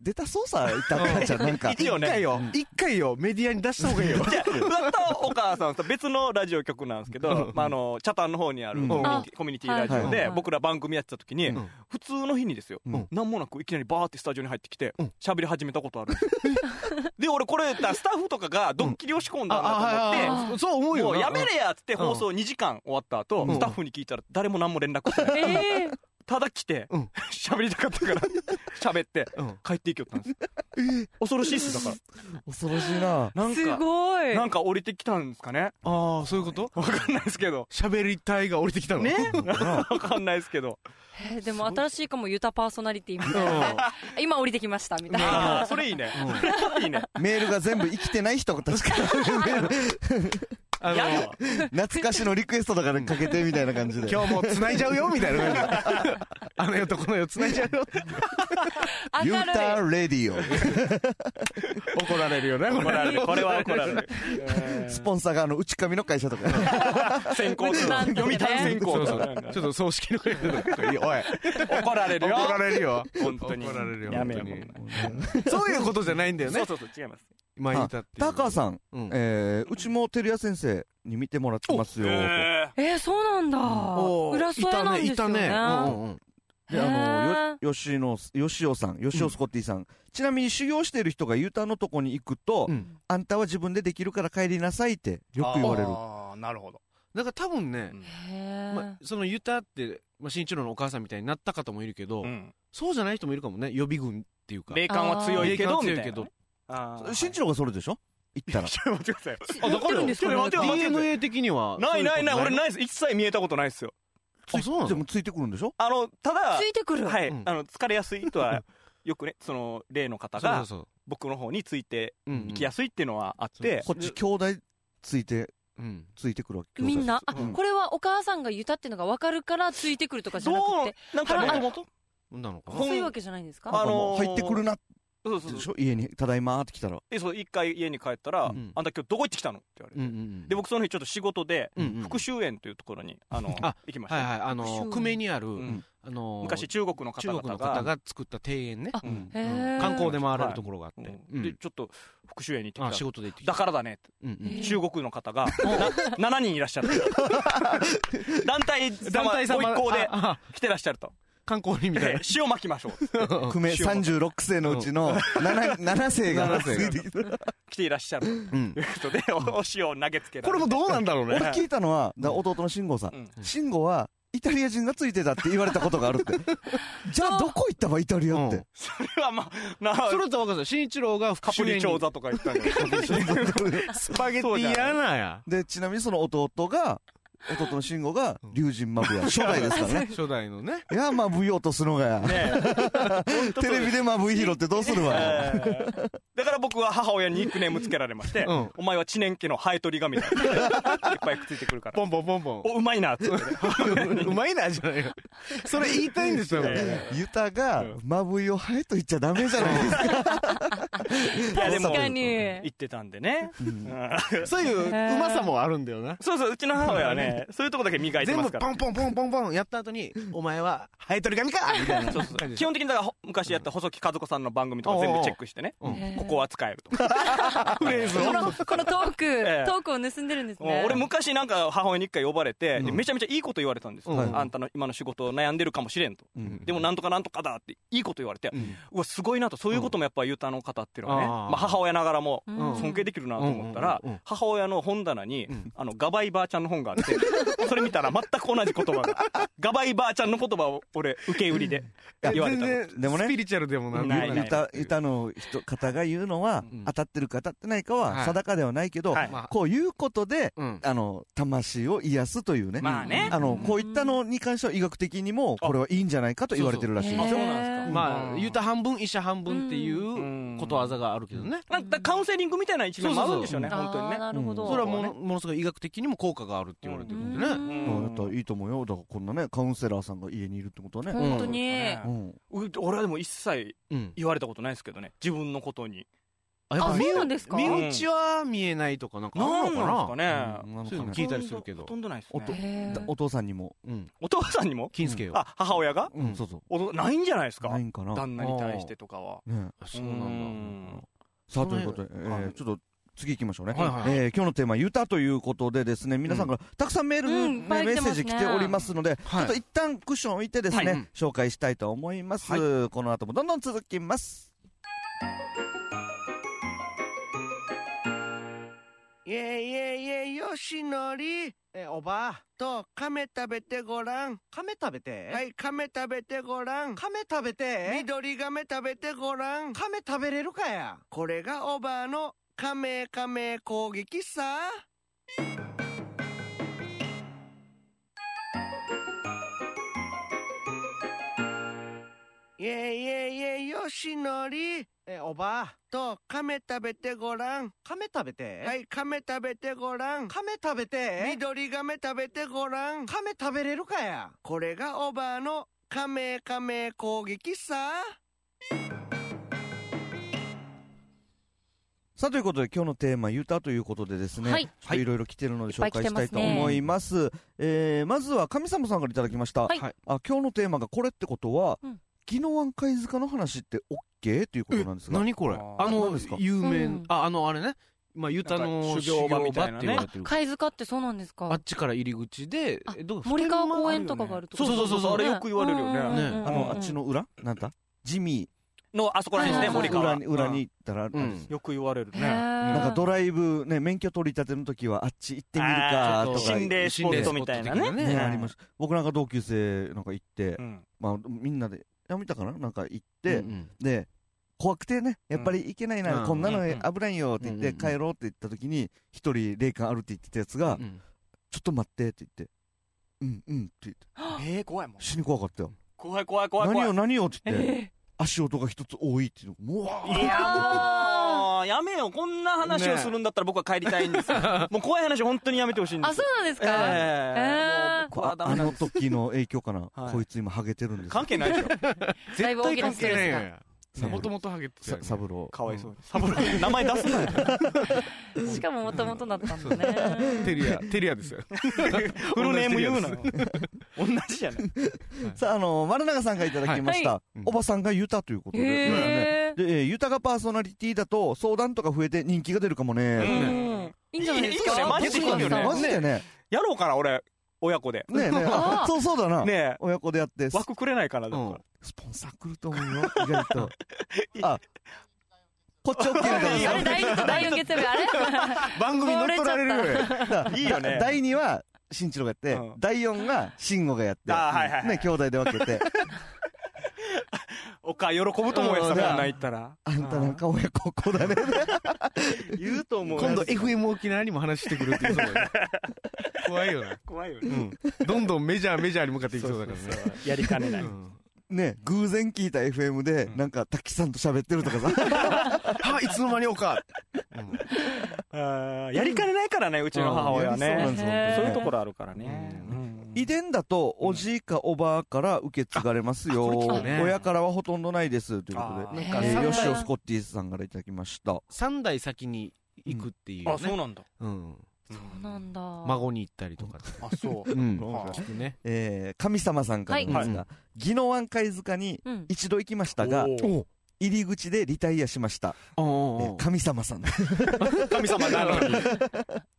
[SPEAKER 2] 出た捜査いたからじゃんなんか
[SPEAKER 4] 一応
[SPEAKER 1] 一回
[SPEAKER 4] ね
[SPEAKER 1] よ、一回よ、メディアに出した方がいいよ。
[SPEAKER 4] じゃあ、うたお母さんさ、別のラジオ局なんですけど
[SPEAKER 1] うん、
[SPEAKER 4] まあ、あの、チャタンの方にある
[SPEAKER 2] う
[SPEAKER 4] コ
[SPEAKER 2] ん
[SPEAKER 4] ミュニティコミュニティラジオ
[SPEAKER 2] はいはい
[SPEAKER 3] は
[SPEAKER 4] で
[SPEAKER 3] い、
[SPEAKER 4] 僕ら番組やってた時に
[SPEAKER 1] うん、
[SPEAKER 4] 普通の日にですよ
[SPEAKER 2] うん、
[SPEAKER 4] なんもなくいきなりバーってスタジオに入ってきて
[SPEAKER 1] うん、
[SPEAKER 4] 喋り始めたことあ るんですよで、俺これ、だスタッフとかがドッキリを仕込んだんだと思っ
[SPEAKER 1] あ、そう思う
[SPEAKER 4] て、
[SPEAKER 1] よ。
[SPEAKER 4] もうやめ
[SPEAKER 1] れ
[SPEAKER 4] れやっつって
[SPEAKER 1] うん
[SPEAKER 4] 放送2時間終わった後
[SPEAKER 1] う、ん
[SPEAKER 4] スタッフに聞いたら誰も何も連絡してない。
[SPEAKER 3] ええ
[SPEAKER 4] ただ来て
[SPEAKER 1] うん
[SPEAKER 4] 喋りたかったから喋って
[SPEAKER 1] うん
[SPEAKER 4] 帰っていきよったんです恐ろしいっすだか
[SPEAKER 2] 恐ろしいな
[SPEAKER 4] らなん
[SPEAKER 3] す
[SPEAKER 4] か
[SPEAKER 3] ごい
[SPEAKER 4] なんか降りてきたんですかね
[SPEAKER 1] ああそういうこと
[SPEAKER 4] わかんないですけど
[SPEAKER 1] 喋りたいが降りてきたの
[SPEAKER 4] ねわかんないですけど
[SPEAKER 3] えーでも新しいかもユタパーソナリティみたいな今降りてきましたみたいな
[SPEAKER 4] あーそれいいねいいね
[SPEAKER 2] メールが全部生きてない人たちから
[SPEAKER 1] あ
[SPEAKER 4] や
[SPEAKER 1] の
[SPEAKER 4] だ
[SPEAKER 2] 懐かしのリクエストだからかけてみたいな感じで
[SPEAKER 1] 今日も繋いじゃうよみたいな感じあの世とこの世繋いじゃうよって
[SPEAKER 2] ユ
[SPEAKER 3] 明るい
[SPEAKER 2] ータレディオ
[SPEAKER 1] 怒られるよね
[SPEAKER 4] 怒られるこれは怒られる
[SPEAKER 2] スポンサーがあの内紙の会社とか
[SPEAKER 4] 先行する
[SPEAKER 3] なんかね
[SPEAKER 4] 読み単先行
[SPEAKER 1] そうそうちょっと葬式の会社とかいやおい
[SPEAKER 4] 怒られる
[SPEAKER 1] 怒
[SPEAKER 4] よ
[SPEAKER 1] られるよ
[SPEAKER 4] 本当に
[SPEAKER 1] 怒られるよ
[SPEAKER 4] やめ
[SPEAKER 1] 本
[SPEAKER 4] よ
[SPEAKER 1] 当に
[SPEAKER 4] う
[SPEAKER 1] そういうことじゃないんだよ
[SPEAKER 4] そ
[SPEAKER 1] ね
[SPEAKER 4] うそうそう違います
[SPEAKER 1] 今言ったってい
[SPEAKER 2] タ
[SPEAKER 1] う
[SPEAKER 2] カさん、
[SPEAKER 1] うん
[SPEAKER 2] えーうちも照屋先生に見てもらってますよと
[SPEAKER 4] え
[SPEAKER 3] えー、そうなんだ
[SPEAKER 1] おー
[SPEAKER 3] 裏添えなんですよね
[SPEAKER 1] いたねいたねうんうんうん
[SPEAKER 2] で、
[SPEAKER 3] へ
[SPEAKER 2] あの、よ、吉野、吉尾さん、吉尾スコッティさん。ちなみに修行してる人が U ターンのとこに行くと、
[SPEAKER 1] うん
[SPEAKER 2] あんたは自分でできるから帰りなさいってよく言われる。
[SPEAKER 4] あーなるほど
[SPEAKER 1] だから多分ね
[SPEAKER 4] うん
[SPEAKER 3] へー
[SPEAKER 1] まあそのユタってまあ新一郎のお母さんみたいになった方もいるけど
[SPEAKER 4] うん
[SPEAKER 1] そうじゃない人もいるかもね予備軍っていうか
[SPEAKER 4] 霊感は強いけど
[SPEAKER 1] 霊感
[SPEAKER 4] み
[SPEAKER 1] 強
[SPEAKER 4] た
[SPEAKER 1] い
[SPEAKER 4] い
[SPEAKER 1] け
[SPEAKER 4] な
[SPEAKER 1] ど
[SPEAKER 4] あー
[SPEAKER 2] 新一郎がそれでしょ行ったら。
[SPEAKER 4] ちょっと待ってくださいよ
[SPEAKER 3] つ
[SPEAKER 1] あだ
[SPEAKER 3] なっ
[SPEAKER 1] から
[SPEAKER 3] てるんですかね
[SPEAKER 4] ちょっと待って待って
[SPEAKER 1] DNA 的には
[SPEAKER 4] ないないない俺
[SPEAKER 1] い
[SPEAKER 4] ないです一切見えたことないですよ
[SPEAKER 1] あそうなの
[SPEAKER 2] でもついてくるんでしょ
[SPEAKER 4] あのただ
[SPEAKER 3] ついてくる、
[SPEAKER 4] はい
[SPEAKER 1] うん
[SPEAKER 4] あの疲れやすいとはよくねその例の方
[SPEAKER 1] そうそう
[SPEAKER 4] が
[SPEAKER 1] そう
[SPEAKER 4] 僕の方について
[SPEAKER 1] うん
[SPEAKER 4] 行きやすいっていうのはあって
[SPEAKER 2] こっち兄弟ついて、
[SPEAKER 1] うん
[SPEAKER 2] ついてくるわけ。
[SPEAKER 3] みんな、あ
[SPEAKER 2] うん
[SPEAKER 3] これはお母さんがユタっていうのが分かるからついてくるとかじゃ
[SPEAKER 4] ど
[SPEAKER 3] なく
[SPEAKER 4] う
[SPEAKER 3] て
[SPEAKER 4] なんかね
[SPEAKER 3] 腹
[SPEAKER 1] 元々なのかな
[SPEAKER 4] ほん
[SPEAKER 3] そういうわけじゃないんです
[SPEAKER 2] あ
[SPEAKER 3] か
[SPEAKER 4] あ
[SPEAKER 2] の
[SPEAKER 4] のー
[SPEAKER 2] 入ってくるなって
[SPEAKER 4] そうそう
[SPEAKER 2] でし
[SPEAKER 4] そう
[SPEAKER 2] ょ家に、ただいまーって来たら。
[SPEAKER 4] でそう一回家に帰ったら「あ
[SPEAKER 1] うんん
[SPEAKER 4] た今日どこ行ってきたの?」って言われて、で
[SPEAKER 1] で
[SPEAKER 4] 僕その日ちょっと仕事で
[SPEAKER 1] うんうん
[SPEAKER 4] 復讐園というところにあの
[SPEAKER 1] あ
[SPEAKER 4] 行きました、
[SPEAKER 1] はいはい
[SPEAKER 3] 復讐
[SPEAKER 1] あの
[SPEAKER 3] 園
[SPEAKER 1] 久米にある
[SPEAKER 4] うん
[SPEAKER 1] あの
[SPEAKER 4] 昔中国の方
[SPEAKER 1] 中
[SPEAKER 4] 々
[SPEAKER 1] 国
[SPEAKER 4] が
[SPEAKER 1] の方が作った庭園ね
[SPEAKER 3] あ
[SPEAKER 4] うん
[SPEAKER 3] へー
[SPEAKER 1] うん観光で回れるところがあ
[SPEAKER 4] う
[SPEAKER 1] っ
[SPEAKER 4] ん
[SPEAKER 1] てう
[SPEAKER 4] で
[SPEAKER 1] ん
[SPEAKER 4] ちょっと復讐園に行っ
[SPEAKER 1] あ
[SPEAKER 4] てき
[SPEAKER 1] 仕
[SPEAKER 4] た
[SPEAKER 1] 事で行ってき
[SPEAKER 4] だ
[SPEAKER 1] た
[SPEAKER 4] からだねって
[SPEAKER 1] うんうん
[SPEAKER 3] えー
[SPEAKER 4] 中国の方がな7人いらっしゃって 団体様
[SPEAKER 1] 団体様
[SPEAKER 4] ご一行で
[SPEAKER 1] ああ
[SPEAKER 4] 来てらっしゃると
[SPEAKER 1] 観光にみたい
[SPEAKER 4] で
[SPEAKER 1] な
[SPEAKER 4] 塩まきましょうって
[SPEAKER 2] 久米36世のうちの 7, 7世がついてきた。
[SPEAKER 4] 来ていらっしゃるという
[SPEAKER 1] うん
[SPEAKER 4] こ とでおお塩を投げつけられて
[SPEAKER 1] これもどうなんだろう
[SPEAKER 2] 俺
[SPEAKER 1] ね
[SPEAKER 2] 聞いたのは、だ弟の慎吾さ
[SPEAKER 4] うん
[SPEAKER 2] ん。慎吾は、イタリア人がついてたって言われたことがあるって。じゃあどこ行ったわ、イタリアって。
[SPEAKER 4] それはまあな
[SPEAKER 1] それと分かる新一郎が
[SPEAKER 4] カ
[SPEAKER 1] 復
[SPEAKER 4] プ
[SPEAKER 1] 讐
[SPEAKER 4] リ
[SPEAKER 1] 園
[SPEAKER 4] チョー
[SPEAKER 1] に
[SPEAKER 4] ザとか言ったんだけど
[SPEAKER 1] スパゲティ嫌なや
[SPEAKER 2] で、ちなみにその弟が、弟の慎吾が、龍神マブヤ。初代です からね。
[SPEAKER 1] 初代のね
[SPEAKER 2] いや、マブようとすのがや。
[SPEAKER 4] ね
[SPEAKER 2] テレビでマブヒロってどうするわ や。
[SPEAKER 4] えーだから僕は母親にニックネームつけられまして
[SPEAKER 1] うん
[SPEAKER 4] 「お前は知念家のハエ取り神だ」いっぱいくっついてくるから
[SPEAKER 1] ポンポンポンポン
[SPEAKER 4] おうまいなっつって ね
[SPEAKER 1] うまいなじゃないよそれ言いたいんですよ
[SPEAKER 4] え
[SPEAKER 2] ユタが
[SPEAKER 4] うん、
[SPEAKER 2] マブイをハエと言っちゃダメじゃないですか。
[SPEAKER 4] いやで
[SPEAKER 3] 確
[SPEAKER 4] も
[SPEAKER 3] か
[SPEAKER 4] 言
[SPEAKER 3] に
[SPEAKER 4] ってたんでねうん
[SPEAKER 1] そういううまさもあるんだよな
[SPEAKER 4] そうそううちの母親はねそういうとこだけ磨いて
[SPEAKER 1] 全
[SPEAKER 4] ま
[SPEAKER 1] 部
[SPEAKER 4] すか
[SPEAKER 1] ポ
[SPEAKER 4] ら
[SPEAKER 1] ンポンポンポンポンやった後に「お前はハエ取り紙か!」みたいな
[SPEAKER 4] そうそうそう基本的にだからほ昔やった細木和子さんの番組とか全部チェックしてね
[SPEAKER 1] うん
[SPEAKER 3] へー
[SPEAKER 4] ここは使えるとかフレーズ
[SPEAKER 3] このこのトーク、
[SPEAKER 4] え
[SPEAKER 3] トークを盗んでるんですね
[SPEAKER 4] 俺昔なんか母親に一回呼ばれてで
[SPEAKER 1] うん
[SPEAKER 4] めちゃめちゃいいこと言われたんですよ
[SPEAKER 1] うん
[SPEAKER 4] あんたの今の仕事悩んでるかもしれんと
[SPEAKER 2] うん
[SPEAKER 4] でもなんとかなんとかだっていいこと言われて
[SPEAKER 1] うん
[SPEAKER 4] うわすごいなとそういうこともやっぱユータの方っていうのはね、
[SPEAKER 1] うんあー
[SPEAKER 4] まあ、母親ながらも
[SPEAKER 3] うん
[SPEAKER 4] 尊敬できるなと思ったら、
[SPEAKER 1] うんうんうんうん
[SPEAKER 4] 母親の本棚に、
[SPEAKER 1] ん
[SPEAKER 4] あのガバイばあちゃんの本があって それ見たら全く同じ言葉がガバイばあちゃんの言葉を俺受け売りで言われ
[SPEAKER 1] 全
[SPEAKER 4] たの
[SPEAKER 1] 然
[SPEAKER 2] でもね
[SPEAKER 1] スピリチュアルでもなんでも
[SPEAKER 4] ないない
[SPEAKER 2] ユタ、ユタの人、方が言うのは
[SPEAKER 1] うん、
[SPEAKER 2] 当たってるか当たってないか
[SPEAKER 1] は
[SPEAKER 2] はい定かではないけど
[SPEAKER 4] は、い
[SPEAKER 1] まあ
[SPEAKER 2] こういうことで、
[SPEAKER 1] うん
[SPEAKER 2] あの、魂を癒すというね。
[SPEAKER 4] まあね
[SPEAKER 2] あの、こういったのに関しては医学的にも、これはいいんじゃないかと言われてるらしい
[SPEAKER 3] へ
[SPEAKER 2] で
[SPEAKER 3] ー
[SPEAKER 2] す
[SPEAKER 4] そうなんですか
[SPEAKER 1] まあ
[SPEAKER 4] うん
[SPEAKER 1] 言うた半分医者半分ってい
[SPEAKER 4] ん
[SPEAKER 1] うことわざがあるけどね
[SPEAKER 4] なんかカウンセリングみたいな一面もあるんでしょうね
[SPEAKER 1] そ
[SPEAKER 3] あー
[SPEAKER 4] 本当にね
[SPEAKER 3] なるほど、
[SPEAKER 1] それはものものすごい医学的にも効果があるって言われてるんで
[SPEAKER 3] う
[SPEAKER 1] ね
[SPEAKER 3] ん
[SPEAKER 2] うんだったらいいと思うよ。だからこんなね、カウンセラーさんが家にいるってことはね。
[SPEAKER 3] 本当に、
[SPEAKER 2] う
[SPEAKER 4] うん
[SPEAKER 2] ん。
[SPEAKER 4] う俺はでも一切
[SPEAKER 1] うん
[SPEAKER 4] 言われたことないですけどね自分のことに
[SPEAKER 1] あやっ
[SPEAKER 3] あ
[SPEAKER 1] ぱ
[SPEAKER 3] そうなんですか
[SPEAKER 1] 身内は見えないとかなんかあ
[SPEAKER 4] なん
[SPEAKER 1] るの
[SPEAKER 4] な
[SPEAKER 1] か
[SPEAKER 4] ん
[SPEAKER 1] な
[SPEAKER 4] です
[SPEAKER 2] な
[SPEAKER 4] かね、
[SPEAKER 2] ん
[SPEAKER 1] そ
[SPEAKER 2] か
[SPEAKER 1] ういうの
[SPEAKER 2] ね
[SPEAKER 1] 聞いたりするけど
[SPEAKER 4] ほとんどないですね
[SPEAKER 3] へー
[SPEAKER 2] お父さんにも、
[SPEAKER 1] うん
[SPEAKER 4] お父さんにも
[SPEAKER 1] 金助よ
[SPEAKER 4] あ母親が
[SPEAKER 2] うんそうそ
[SPEAKER 4] おないんじゃないです
[SPEAKER 2] う。
[SPEAKER 4] か
[SPEAKER 2] ないんかな。
[SPEAKER 4] 旦那に対してとかは
[SPEAKER 2] ね
[SPEAKER 1] そうなんだ
[SPEAKER 4] だ
[SPEAKER 2] さあ、
[SPEAKER 1] そ
[SPEAKER 2] と
[SPEAKER 1] の
[SPEAKER 2] いう
[SPEAKER 1] 辺
[SPEAKER 2] ことで、え
[SPEAKER 1] は
[SPEAKER 2] ー
[SPEAKER 1] い
[SPEAKER 2] ちょっと、次行きましょうね。
[SPEAKER 1] はいはいはい
[SPEAKER 2] えー今日のテーマ、ユタということでですね、皆さんからたくさんメール、
[SPEAKER 3] うんい
[SPEAKER 2] ね
[SPEAKER 3] っ
[SPEAKER 2] メ
[SPEAKER 3] ぱい来
[SPEAKER 2] ッ
[SPEAKER 3] て
[SPEAKER 2] セー
[SPEAKER 3] ます
[SPEAKER 2] ジ
[SPEAKER 3] ね
[SPEAKER 2] 来ておりますので、
[SPEAKER 1] はい
[SPEAKER 2] ちょっと一旦クッション置いてですね、
[SPEAKER 1] はいうん
[SPEAKER 2] 紹介したいと思います、この後もどんどん続きます。
[SPEAKER 6] いえいえいえ、よしのり。
[SPEAKER 5] えおばあ
[SPEAKER 6] と、亀食べてごらん。
[SPEAKER 5] 亀食べて
[SPEAKER 6] はい、亀食べてごらん。
[SPEAKER 5] 亀食べて
[SPEAKER 6] 緑亀食べてごらん。
[SPEAKER 5] 亀食べれるかや
[SPEAKER 6] これがおばあの亀亀攻撃さ。いえいえいえ、よしのり。
[SPEAKER 5] えおばあ
[SPEAKER 6] と、亀食べてごらん。
[SPEAKER 5] 亀食べて
[SPEAKER 6] はい、亀食べてごらん。
[SPEAKER 5] 亀食べて
[SPEAKER 6] 緑亀食べてごらん。
[SPEAKER 5] 亀食べれるかや
[SPEAKER 6] これがおばあの亀亀攻撃さ。
[SPEAKER 2] さあということで今日のテーマ「ユタ」ということでですね、
[SPEAKER 3] は
[SPEAKER 2] ち
[SPEAKER 3] い
[SPEAKER 2] ょっといろいろ来てるので紹介したいと思
[SPEAKER 3] はい
[SPEAKER 2] ますえーまずは神様さんからいただきました、
[SPEAKER 3] はい
[SPEAKER 1] はい
[SPEAKER 2] あ今日のテーマがこれってことは
[SPEAKER 3] うん
[SPEAKER 2] 「宜野湾貝塚の話って OK?」ということなんですが
[SPEAKER 1] 何これ
[SPEAKER 4] あー
[SPEAKER 1] あ
[SPEAKER 2] 何
[SPEAKER 1] の
[SPEAKER 2] ですか
[SPEAKER 1] 有
[SPEAKER 3] う
[SPEAKER 1] 名
[SPEAKER 3] ん
[SPEAKER 1] ああのあれねまあユタ
[SPEAKER 4] なん
[SPEAKER 1] の
[SPEAKER 4] か
[SPEAKER 1] 修
[SPEAKER 4] 修
[SPEAKER 1] 行
[SPEAKER 4] 行
[SPEAKER 1] 場
[SPEAKER 4] 場
[SPEAKER 1] み
[SPEAKER 4] み
[SPEAKER 1] た
[SPEAKER 4] た
[SPEAKER 1] い
[SPEAKER 4] い
[SPEAKER 1] な
[SPEAKER 4] な
[SPEAKER 1] って言
[SPEAKER 4] ね
[SPEAKER 1] われてる
[SPEAKER 3] 貝塚ってそうなんです
[SPEAKER 1] あ
[SPEAKER 3] か
[SPEAKER 1] っちから入り口で
[SPEAKER 3] あ
[SPEAKER 1] えどう
[SPEAKER 3] 森川公園とかがあるとこ
[SPEAKER 4] そうそうそうそうあれよく言われるよね
[SPEAKER 3] うんうんうんうん
[SPEAKER 2] あのあっちの裏なんだジミ
[SPEAKER 4] のあそこら辺ですね
[SPEAKER 3] はい
[SPEAKER 4] 森
[SPEAKER 2] ーの
[SPEAKER 4] 川
[SPEAKER 2] 裏に裏に行ったらあるんですよ
[SPEAKER 4] よく言われる
[SPEAKER 3] へー
[SPEAKER 4] ね
[SPEAKER 2] なんかドライブね免許取り立ての時はあっち行ってみるか
[SPEAKER 4] あー
[SPEAKER 2] とか
[SPEAKER 4] ちょっと心霊スポットみたいなね
[SPEAKER 1] 心霊スポット的
[SPEAKER 2] ね
[SPEAKER 4] うん
[SPEAKER 2] あります僕なんか同級生なんか行って、
[SPEAKER 4] うん
[SPEAKER 2] まあみんなでやめたかななんか行って、
[SPEAKER 1] うんうん
[SPEAKER 2] で怖くてねやっぱり行けないな、
[SPEAKER 1] うん
[SPEAKER 2] こんなの
[SPEAKER 4] うんうん
[SPEAKER 2] 危ないよって言って、
[SPEAKER 1] うんうんうん
[SPEAKER 2] 帰ろうって言った時に一人霊感あるって言ってたやつが、
[SPEAKER 1] う
[SPEAKER 2] ちょ
[SPEAKER 1] ん
[SPEAKER 2] っと待ってって言ってうんうんって言って
[SPEAKER 4] えー怖いもん
[SPEAKER 2] 死に怖かったよ
[SPEAKER 4] 怖い怖い怖い怖い
[SPEAKER 2] 何よ何よって言って、
[SPEAKER 3] え
[SPEAKER 2] 足音が一つ多いっていうのもうわー
[SPEAKER 4] いやもうやめよこんな話をするんだったら僕は帰りたいんですよもう怖い話本当にやめてほしいんです
[SPEAKER 3] あ
[SPEAKER 4] よ
[SPEAKER 3] そうなんです
[SPEAKER 4] え
[SPEAKER 3] か
[SPEAKER 4] え
[SPEAKER 3] えー
[SPEAKER 4] もう僕はダ
[SPEAKER 2] あ
[SPEAKER 4] メなん
[SPEAKER 2] の
[SPEAKER 4] です
[SPEAKER 2] 時の影響かな、
[SPEAKER 4] はい
[SPEAKER 2] こいつ今ハゲてるんです
[SPEAKER 4] 関係ないでしょ
[SPEAKER 3] だいぶ大きなストレスが
[SPEAKER 1] さもともとハゲってたよ
[SPEAKER 2] さ
[SPEAKER 1] ね
[SPEAKER 2] サブロー
[SPEAKER 4] かわいそうにサボる名前出すなよ
[SPEAKER 3] しかももともとだったんだね。
[SPEAKER 1] テリアテリアですよ
[SPEAKER 4] フルネーム言うなよ同じじゃない
[SPEAKER 2] さああの丸永さんからいただきました、
[SPEAKER 1] いうん
[SPEAKER 2] おばさんがユタということで、ね
[SPEAKER 3] へー
[SPEAKER 2] で、えーユタがパーソナリティだと相談とか増えて人気が出るかも
[SPEAKER 4] う
[SPEAKER 3] う
[SPEAKER 2] ね。
[SPEAKER 3] ん。いいんじゃないですか
[SPEAKER 4] いいよねマジでいいよね
[SPEAKER 3] 小川さん
[SPEAKER 2] マジでね。
[SPEAKER 4] やろうかな俺親子で
[SPEAKER 2] ね えねえ
[SPEAKER 3] あ
[SPEAKER 2] あそうそうだな。
[SPEAKER 4] ねえ
[SPEAKER 2] 親子でやって、ス
[SPEAKER 4] 枠くれないかなだから
[SPEAKER 2] スポンサー来ると思うよ、意外 と。あ、こっち OK みたい
[SPEAKER 4] いい
[SPEAKER 2] な
[SPEAKER 3] あ
[SPEAKER 4] よ
[SPEAKER 3] れ、第二と第四月曜日、あれ
[SPEAKER 1] 番組乗っ取られるよ
[SPEAKER 2] だ
[SPEAKER 4] いいよね
[SPEAKER 2] だ第2は、新一郎がやって、
[SPEAKER 4] うん
[SPEAKER 2] 第4が、慎吾がやって、
[SPEAKER 4] あはいはいはい
[SPEAKER 2] ね、兄弟で分け て、
[SPEAKER 4] お母喜ぶと思うやつ
[SPEAKER 2] うん
[SPEAKER 4] だこんなん言ったら
[SPEAKER 2] あんたなんか親孝行だね。
[SPEAKER 4] 言うと思う
[SPEAKER 1] 今度 FM 沖縄にも話してくるって言い そうだね怖いよな
[SPEAKER 4] 怖いよ
[SPEAKER 1] う
[SPEAKER 4] ね
[SPEAKER 1] んどんどんメジャーメジャーに向かっていきそうだからね
[SPEAKER 4] やりかねない
[SPEAKER 1] うん
[SPEAKER 2] ね、偶然聞いた FM で、
[SPEAKER 4] うん
[SPEAKER 2] なんか、滝さんと喋ってるとかさ、
[SPEAKER 1] はいつの間におか
[SPEAKER 4] あーやりかねないからねうちの母親
[SPEAKER 2] や
[SPEAKER 4] は
[SPEAKER 2] りそうなん
[SPEAKER 4] ね
[SPEAKER 2] です
[SPEAKER 3] へー
[SPEAKER 4] そういうと
[SPEAKER 2] 本
[SPEAKER 4] ころあるからね
[SPEAKER 1] う
[SPEAKER 4] うん
[SPEAKER 2] 遺伝だと、おじいかおばあから受け継がれますよ。
[SPEAKER 1] ああそれ聞くね
[SPEAKER 2] 親からはほとんどないです。ということで、
[SPEAKER 3] あー
[SPEAKER 2] えー
[SPEAKER 3] へー
[SPEAKER 2] よしおスコッティさんからいただきました。
[SPEAKER 1] 3代先に行くっていうね
[SPEAKER 4] あそうなんだ
[SPEAKER 1] うん
[SPEAKER 3] そうなんだ。
[SPEAKER 1] 孫に行ったりとか
[SPEAKER 4] あそううんあ
[SPEAKER 1] 聞くね
[SPEAKER 2] えー、神様さんからなんですが、宜野湾貝塚に
[SPEAKER 3] うん。
[SPEAKER 2] 一度行きましたが
[SPEAKER 4] お、ー
[SPEAKER 2] 入り口でリタイアしました。
[SPEAKER 1] お
[SPEAKER 2] えー
[SPEAKER 1] お
[SPEAKER 2] 神様さん。
[SPEAKER 4] 神様なのに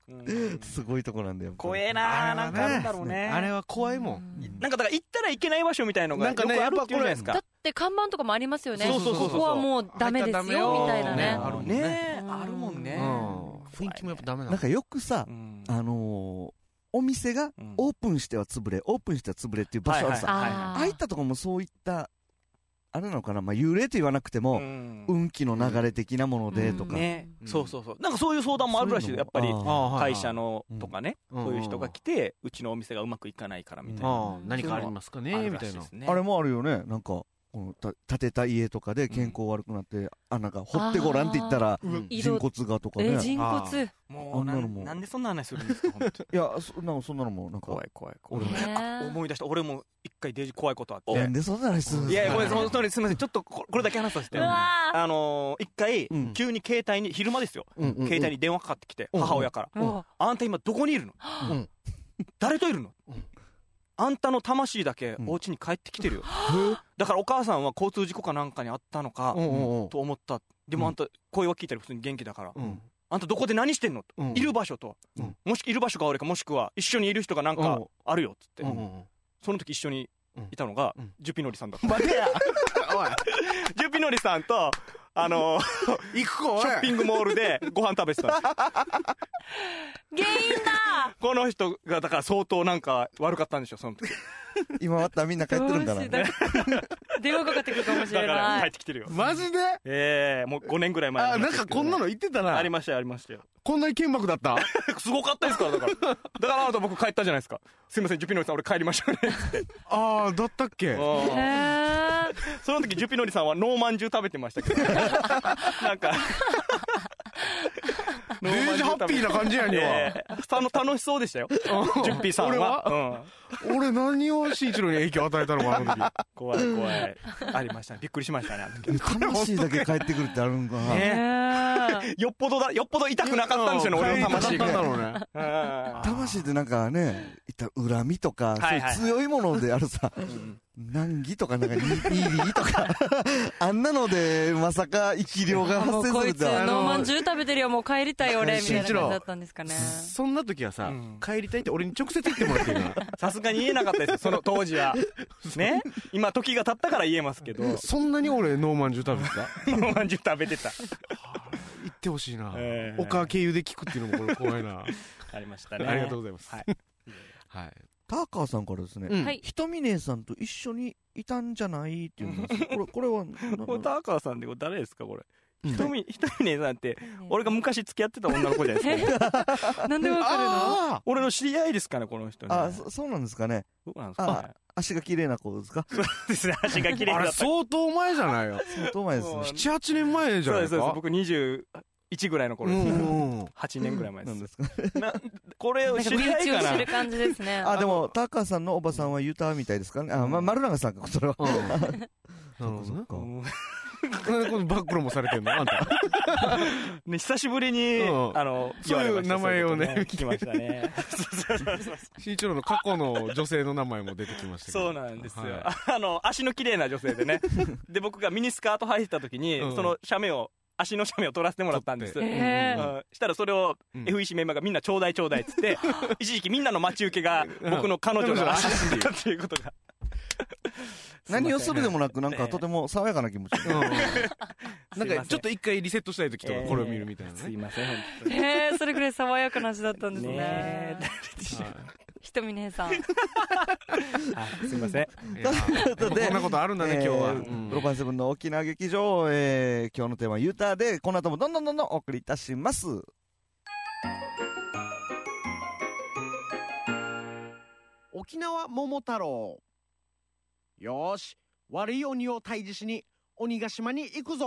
[SPEAKER 4] うん
[SPEAKER 2] すごいとこなんだよ。
[SPEAKER 4] 怖えなーなんかあるんだろうね
[SPEAKER 1] あれは怖いもん
[SPEAKER 2] うん
[SPEAKER 4] なんかだから行ったらいけない場所みたいのが
[SPEAKER 1] なん
[SPEAKER 4] よ
[SPEAKER 1] か
[SPEAKER 4] く
[SPEAKER 1] ね
[SPEAKER 4] あるっていうじゃないです
[SPEAKER 3] だっ
[SPEAKER 4] か
[SPEAKER 3] て看板とかもありますよね。
[SPEAKER 1] そうそうそうそう
[SPEAKER 3] ここはもうダメですよ、みたいなね。
[SPEAKER 1] あるもん
[SPEAKER 4] ね
[SPEAKER 1] ね
[SPEAKER 4] えあるもんね
[SPEAKER 1] うん雰囲気もやっぱダメ
[SPEAKER 2] なん
[SPEAKER 1] なの
[SPEAKER 2] かよくさ
[SPEAKER 4] う、ん
[SPEAKER 2] あのーお店が
[SPEAKER 4] うん
[SPEAKER 2] オープンしては潰れ、オープンしては潰れっていう場所ある
[SPEAKER 4] はい
[SPEAKER 2] さ。
[SPEAKER 4] はい
[SPEAKER 3] あー
[SPEAKER 2] ああいったとこもそういった、あれなのかな、まあ幽霊と言わなくて
[SPEAKER 4] う
[SPEAKER 2] も、
[SPEAKER 4] ん
[SPEAKER 2] 運気の流れ的なものでとか。
[SPEAKER 4] ね
[SPEAKER 1] うん
[SPEAKER 4] そうそうそうなんかそういう相談もあるらしいよやっぱり
[SPEAKER 2] そういうのもあー
[SPEAKER 1] あーはい
[SPEAKER 4] 会社のとかね
[SPEAKER 1] うん
[SPEAKER 4] そういう人が来てうちのお店がうまくいかないからみたいな
[SPEAKER 1] ああ何かありますか
[SPEAKER 4] あ
[SPEAKER 1] ねみ
[SPEAKER 4] るら
[SPEAKER 1] た
[SPEAKER 4] し
[SPEAKER 1] い
[SPEAKER 4] で
[SPEAKER 1] な
[SPEAKER 4] すね
[SPEAKER 2] あれもあるよね。なんか、このた建てた家とかで健康悪くなって、穴が掘ってごらんって言ったら、
[SPEAKER 1] うん
[SPEAKER 3] 移
[SPEAKER 2] 人
[SPEAKER 3] 動
[SPEAKER 2] 骨がとか
[SPEAKER 3] え、
[SPEAKER 2] ね。
[SPEAKER 3] 人骨。
[SPEAKER 4] もうな
[SPEAKER 2] あんなのも
[SPEAKER 4] んなんでそんな話するんですか本当に
[SPEAKER 2] いや、そなんかそんなのも、なんか
[SPEAKER 4] 怖、い怖い怖い
[SPEAKER 2] 俺
[SPEAKER 3] ね
[SPEAKER 4] あ思い出した俺も一回デジ怖いことあっ
[SPEAKER 2] なん
[SPEAKER 4] て
[SPEAKER 2] でそんな話するん
[SPEAKER 4] い
[SPEAKER 2] です
[SPEAKER 4] やい
[SPEAKER 2] か
[SPEAKER 4] やごめん本当にすみませんちょっとここれだけ話させて
[SPEAKER 3] うわー
[SPEAKER 4] あのー一回
[SPEAKER 2] うん
[SPEAKER 4] 急に携帯に昼間ですよ
[SPEAKER 1] うんうん
[SPEAKER 4] 携帯に電話かかってきて
[SPEAKER 1] うん
[SPEAKER 4] 母親から
[SPEAKER 3] うわ
[SPEAKER 4] あんた今どこにいるの
[SPEAKER 1] うん
[SPEAKER 4] 誰といるの
[SPEAKER 1] うん
[SPEAKER 4] あんたの魂だけ
[SPEAKER 2] うん
[SPEAKER 4] お家に帰ってきてるよ だからお母さんは交通事故かなんかにあったのか
[SPEAKER 1] うんうんうん
[SPEAKER 4] と思ったで
[SPEAKER 1] う
[SPEAKER 4] も
[SPEAKER 1] ん
[SPEAKER 4] あんた声は聞いたら普通に元気だから
[SPEAKER 1] うん
[SPEAKER 4] あんたどこで何してんの
[SPEAKER 1] うん
[SPEAKER 4] いる場所と
[SPEAKER 1] うん
[SPEAKER 4] もしいる場所が俺かもしくは一緒にいる人がなんかあるよっつって
[SPEAKER 1] うんうんうん
[SPEAKER 4] その時一緒にいたのが
[SPEAKER 1] うん
[SPEAKER 4] ジュピノリさんだった
[SPEAKER 1] 待てやおい
[SPEAKER 4] ジュピノリさんとあの
[SPEAKER 1] 行くこ
[SPEAKER 4] ショッピングモールでご飯食べてたんです
[SPEAKER 3] 原因だ
[SPEAKER 4] この人がだから相当なんか悪かったんでしょその時
[SPEAKER 2] 今終わったらみんな帰ってるんだな。
[SPEAKER 3] どうし 電話かかってくるかもし
[SPEAKER 4] だ
[SPEAKER 3] れ
[SPEAKER 4] から
[SPEAKER 3] な
[SPEAKER 4] 帰
[SPEAKER 3] い
[SPEAKER 4] ってきてるよ
[SPEAKER 1] マジで
[SPEAKER 4] ええもう5年ぐらい前の
[SPEAKER 1] あ
[SPEAKER 4] 話
[SPEAKER 1] な
[SPEAKER 4] で
[SPEAKER 1] ん
[SPEAKER 4] す
[SPEAKER 1] か
[SPEAKER 4] けど
[SPEAKER 1] こんなの言ってたな
[SPEAKER 4] ありましたよありましたよ
[SPEAKER 1] こんなに剣幕だった
[SPEAKER 4] すごかったですからだからだからあなた僕帰ったじゃないですかすいませんジュピノリさん俺帰りましたね
[SPEAKER 1] あ あだったっけ
[SPEAKER 4] うん
[SPEAKER 3] へ
[SPEAKER 4] その時ジュピノリさんはノーマンジュ食べてました けどなんか
[SPEAKER 1] デージハッピーな感じやに
[SPEAKER 4] え
[SPEAKER 1] は
[SPEAKER 4] えたの楽しそうでしたよジュッピーさん
[SPEAKER 1] 俺
[SPEAKER 4] は、
[SPEAKER 1] は
[SPEAKER 4] うん、
[SPEAKER 1] 俺何を慎一郎に影響与えたのかあの時
[SPEAKER 4] 怖い怖いありましたねびっくりしましたねあの時
[SPEAKER 2] 魂だけ帰ってくるってあるんかな。
[SPEAKER 3] え
[SPEAKER 1] ね
[SPEAKER 4] よっぽどだよっぽど痛くなかったん ですよね俺の
[SPEAKER 1] 帰
[SPEAKER 4] 魂
[SPEAKER 1] りた
[SPEAKER 4] が
[SPEAKER 1] かったんだろうね
[SPEAKER 4] うん
[SPEAKER 2] 魂ってなんかね、いった恨みとか、
[SPEAKER 4] はいはい
[SPEAKER 2] そういう強いものであるさ、難儀とか、なんか、ニーリーとか、 あんなので、まさか生き量が
[SPEAKER 3] もう
[SPEAKER 2] 発生
[SPEAKER 3] こ
[SPEAKER 2] する
[SPEAKER 3] い
[SPEAKER 2] っ
[SPEAKER 3] つ
[SPEAKER 2] て、
[SPEAKER 1] あ
[SPEAKER 3] ノー
[SPEAKER 1] の
[SPEAKER 3] マンジュ食べてるよもう帰りたい俺みたいな感じ
[SPEAKER 1] 慎一郎
[SPEAKER 3] だったんですかね
[SPEAKER 1] そんな時はさ
[SPEAKER 4] うん
[SPEAKER 1] 帰りたいって俺に直接言ってもらっていいかな
[SPEAKER 4] さすがに言えなかったですよその当時 はね今時が経ったから言えますけ どノ
[SPEAKER 1] そんなに俺ノーマンジュ食べて た
[SPEAKER 4] ーマンジュ食べてた
[SPEAKER 1] 言ってほしいな
[SPEAKER 4] ええ
[SPEAKER 1] 岡経由で聞くっていうのもこれ怖いな
[SPEAKER 4] ありましたね
[SPEAKER 1] ありがとうございます
[SPEAKER 4] はい
[SPEAKER 1] はい
[SPEAKER 2] ターカーさんからですね、
[SPEAKER 1] うん
[SPEAKER 3] はい
[SPEAKER 2] ひとみねさんと一緒にいたんじゃないっていうのですこれ、これは、な
[SPEAKER 4] これ
[SPEAKER 2] な
[SPEAKER 4] ターカーさんってこれ誰ですかこれ
[SPEAKER 1] うん
[SPEAKER 4] ひとみひとみねさんって俺が昔付き合ってた女の子じゃない ですか
[SPEAKER 3] なんでわかるの
[SPEAKER 1] あ
[SPEAKER 4] 俺の知り合いですかねこの人ね
[SPEAKER 2] あそ、そうなんですかね。
[SPEAKER 4] どうなんですかね
[SPEAKER 2] 足が綺麗な子ですか
[SPEAKER 4] ですね足が綺
[SPEAKER 1] ー
[SPEAKER 4] 麗に
[SPEAKER 1] あ
[SPEAKER 4] な
[SPEAKER 1] れ
[SPEAKER 4] った
[SPEAKER 1] 相当前じゃないよ
[SPEAKER 2] 相当前ですね。
[SPEAKER 1] 78年前じゃ
[SPEAKER 4] そう
[SPEAKER 1] な
[SPEAKER 4] で
[SPEAKER 1] い
[SPEAKER 4] すそうです
[SPEAKER 1] か
[SPEAKER 4] 僕21ぐらいの頃
[SPEAKER 1] う
[SPEAKER 4] ですね
[SPEAKER 1] んうん
[SPEAKER 4] 8年ぐらい前で
[SPEAKER 2] なん
[SPEAKER 4] す
[SPEAKER 2] ですか
[SPEAKER 4] なこれ
[SPEAKER 3] なん
[SPEAKER 4] 知
[SPEAKER 3] か身
[SPEAKER 4] り合い
[SPEAKER 3] 内を
[SPEAKER 4] か
[SPEAKER 3] 知る
[SPEAKER 4] な
[SPEAKER 3] 感じですね
[SPEAKER 2] あ、でも、ターカーさんのおばさんはユーターみたいですかね。あ、ま、丸永さんか、それは。
[SPEAKER 1] うんなるほど
[SPEAKER 2] そっ
[SPEAKER 1] な
[SPEAKER 2] か。
[SPEAKER 4] うん
[SPEAKER 1] なんでこのバックロもされてんのあんた
[SPEAKER 4] ね久しぶりに
[SPEAKER 1] うん
[SPEAKER 4] あの
[SPEAKER 1] そういう
[SPEAKER 4] 言われました
[SPEAKER 1] 名前をね
[SPEAKER 4] そういうこと聞きましたね
[SPEAKER 1] 慎一郎の過去の女性の名前も出てきましたけど
[SPEAKER 4] そうなんですよ、
[SPEAKER 1] はい
[SPEAKER 4] あの足の綺麗な女性でねで僕がミニスカート履いてた時に、
[SPEAKER 1] うん
[SPEAKER 4] その写メを足の写メを撮らせてもらったんです、
[SPEAKER 1] 撮
[SPEAKER 3] って
[SPEAKER 4] う
[SPEAKER 3] へー
[SPEAKER 4] んしたらそれを
[SPEAKER 1] うん
[SPEAKER 4] FEC メンバーがみんなちょうだいちょうだいっつって、一時期みんなの待ち受けが僕の彼女の足だったっていうことが
[SPEAKER 2] 何をするでもなく、なん
[SPEAKER 4] ね
[SPEAKER 2] か
[SPEAKER 4] え
[SPEAKER 2] とても爽やかな気持ち。
[SPEAKER 1] うんなんかちょっ
[SPEAKER 4] と
[SPEAKER 1] と一回リセットしたい時とかこれを見るみたいな
[SPEAKER 4] すい
[SPEAKER 1] ね
[SPEAKER 4] ません本
[SPEAKER 3] へえそれぐらい爽やかな味だったん
[SPEAKER 4] 当
[SPEAKER 3] です
[SPEAKER 4] に
[SPEAKER 3] ね
[SPEAKER 4] ね
[SPEAKER 3] ひとみねえさん
[SPEAKER 4] はいすいません
[SPEAKER 1] はいいやー
[SPEAKER 2] ということ で
[SPEAKER 1] こんなことあるんだね今日は
[SPEAKER 2] え
[SPEAKER 1] う
[SPEAKER 2] ー
[SPEAKER 1] ん
[SPEAKER 2] プロパンセブンの沖縄劇場、えー今日のテーマはユーターで、この後もどんどんどんどんお送りいたします。
[SPEAKER 5] 沖縄桃太郎よーし悪い鬼を退治しに鬼ヶ島に行くぞ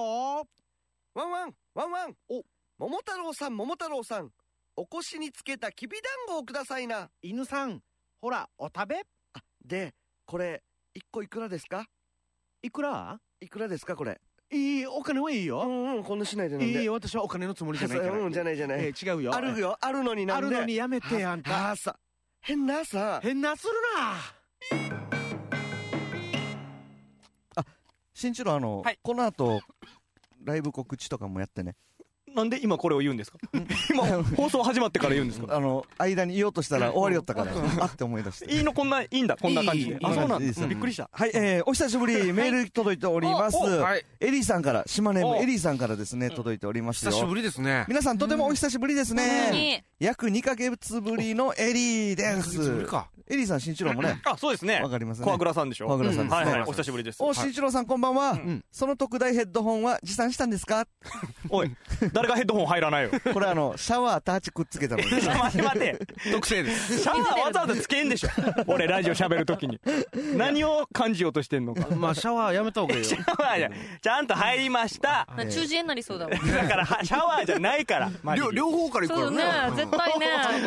[SPEAKER 6] ワンワンワンワンお桃太郎さん桃太郎さんお腰につけたきびだんごをくださいな
[SPEAKER 5] 犬さんほらお食べ
[SPEAKER 6] でこれ一個いくらですか
[SPEAKER 5] いくら
[SPEAKER 6] いくらですかこれ
[SPEAKER 5] いいお金はいいうよ、
[SPEAKER 6] んうんこんなしないで
[SPEAKER 5] いいよ私はお金のつもりじゃないから、
[SPEAKER 6] うんじゃないじゃない、
[SPEAKER 5] えー違うよ
[SPEAKER 6] あるよあるのにな
[SPEAKER 5] あ
[SPEAKER 6] ん
[SPEAKER 5] る
[SPEAKER 6] で
[SPEAKER 5] のにやめてあんた
[SPEAKER 6] ああさ変なさ
[SPEAKER 5] 変なするな
[SPEAKER 2] 新一郎、あの、
[SPEAKER 4] はい
[SPEAKER 2] この後、ライブ告知とかもやってね。
[SPEAKER 4] なんで今これを言うんですか今放送始まってから言うんですか
[SPEAKER 2] あの、間に言おうとしたら終わりよったから、あって思い出して。
[SPEAKER 4] いいのこんないいんだこんな感じ
[SPEAKER 2] いい
[SPEAKER 4] で
[SPEAKER 2] いい
[SPEAKER 4] あそうなん
[SPEAKER 2] いいで
[SPEAKER 4] だ
[SPEAKER 2] すよ
[SPEAKER 4] びっくりした
[SPEAKER 2] はい、えー、お久しぶり、メール届いております。
[SPEAKER 1] はい
[SPEAKER 2] エリーさんから、島根
[SPEAKER 4] お
[SPEAKER 2] のエリーさんからですね、届いております
[SPEAKER 1] 久
[SPEAKER 2] よ。
[SPEAKER 1] しぶりですね
[SPEAKER 2] 皆さん、とてもお久しぶりですね。
[SPEAKER 3] に
[SPEAKER 2] 約2ヶ月ぶりのエリーで
[SPEAKER 1] 久しぶり
[SPEAKER 2] す。
[SPEAKER 1] か
[SPEAKER 2] エリーさん、新一郎もね、
[SPEAKER 4] あそうですね
[SPEAKER 2] わかりますね。
[SPEAKER 4] 小倉さんでしょ
[SPEAKER 2] 小倉さんですね
[SPEAKER 4] はいはいお久しぶりです
[SPEAKER 2] お、慎一郎さんこんばんは、
[SPEAKER 1] ん
[SPEAKER 2] その特大ヘッドホンは持参したんですか
[SPEAKER 4] おい誰がヘッドホン入らないよ
[SPEAKER 2] これあの、シャワータッチくっつけたの。
[SPEAKER 4] 待て 待て
[SPEAKER 1] 特性です
[SPEAKER 4] シャワーわざわざつけん でしょ俺ラジオ喋るときに何を感じようとして んのか
[SPEAKER 1] まあシャワーやめた方がいい よ
[SPEAKER 4] シャワーじゃちゃんと入りました
[SPEAKER 3] な中耳炎になりそうだもん
[SPEAKER 4] だからはシャワーじゃない からマジで
[SPEAKER 1] 両両方からいく
[SPEAKER 3] そう
[SPEAKER 1] から
[SPEAKER 3] だね
[SPEAKER 1] ね
[SPEAKER 3] 絶対 ね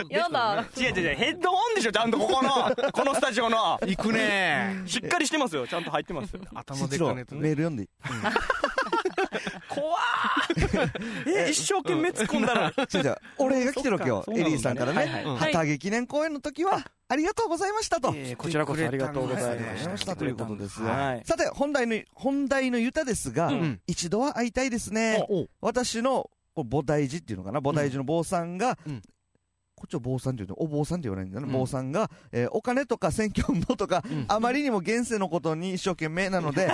[SPEAKER 3] やだ
[SPEAKER 4] 違う違う違うヘッドホンでしょちゃんとここのこのスタジオの
[SPEAKER 1] 行くね
[SPEAKER 4] しっかりしてますよちゃんと入ってますよ
[SPEAKER 1] 頭
[SPEAKER 2] 慎
[SPEAKER 1] で
[SPEAKER 2] 一
[SPEAKER 1] か
[SPEAKER 2] 郎、
[SPEAKER 1] ね
[SPEAKER 2] メ
[SPEAKER 1] と
[SPEAKER 2] ール
[SPEAKER 1] ね
[SPEAKER 2] 読んでいい
[SPEAKER 4] 怖ーえ一生懸命突っ込んだら
[SPEAKER 2] 違う違う俺が来てるわけよ
[SPEAKER 4] そっかそう
[SPEAKER 2] エ
[SPEAKER 4] なんだね
[SPEAKER 2] リーさんから
[SPEAKER 4] はいはい
[SPEAKER 2] ね
[SPEAKER 1] うん
[SPEAKER 2] 旗揚げ記念公演の時はありがとうございましたと、
[SPEAKER 4] えーこちらこそありがとうござい
[SPEAKER 2] ありがとう
[SPEAKER 4] ま
[SPEAKER 2] ご
[SPEAKER 4] し
[SPEAKER 2] ざい
[SPEAKER 4] た
[SPEAKER 2] ましたということですよ
[SPEAKER 4] はい
[SPEAKER 2] さて本題の本題の歌ですが、
[SPEAKER 1] ん
[SPEAKER 2] 一度は会いたいですね私のこれ菩提寺っていうのかな菩提寺の坊さんが、
[SPEAKER 1] うん
[SPEAKER 2] こっちは坊さんって言うとお坊さんって言わないんだね、坊さんが、えーお金とか選挙運動とか、あまりにも現世のことに一生懸命なので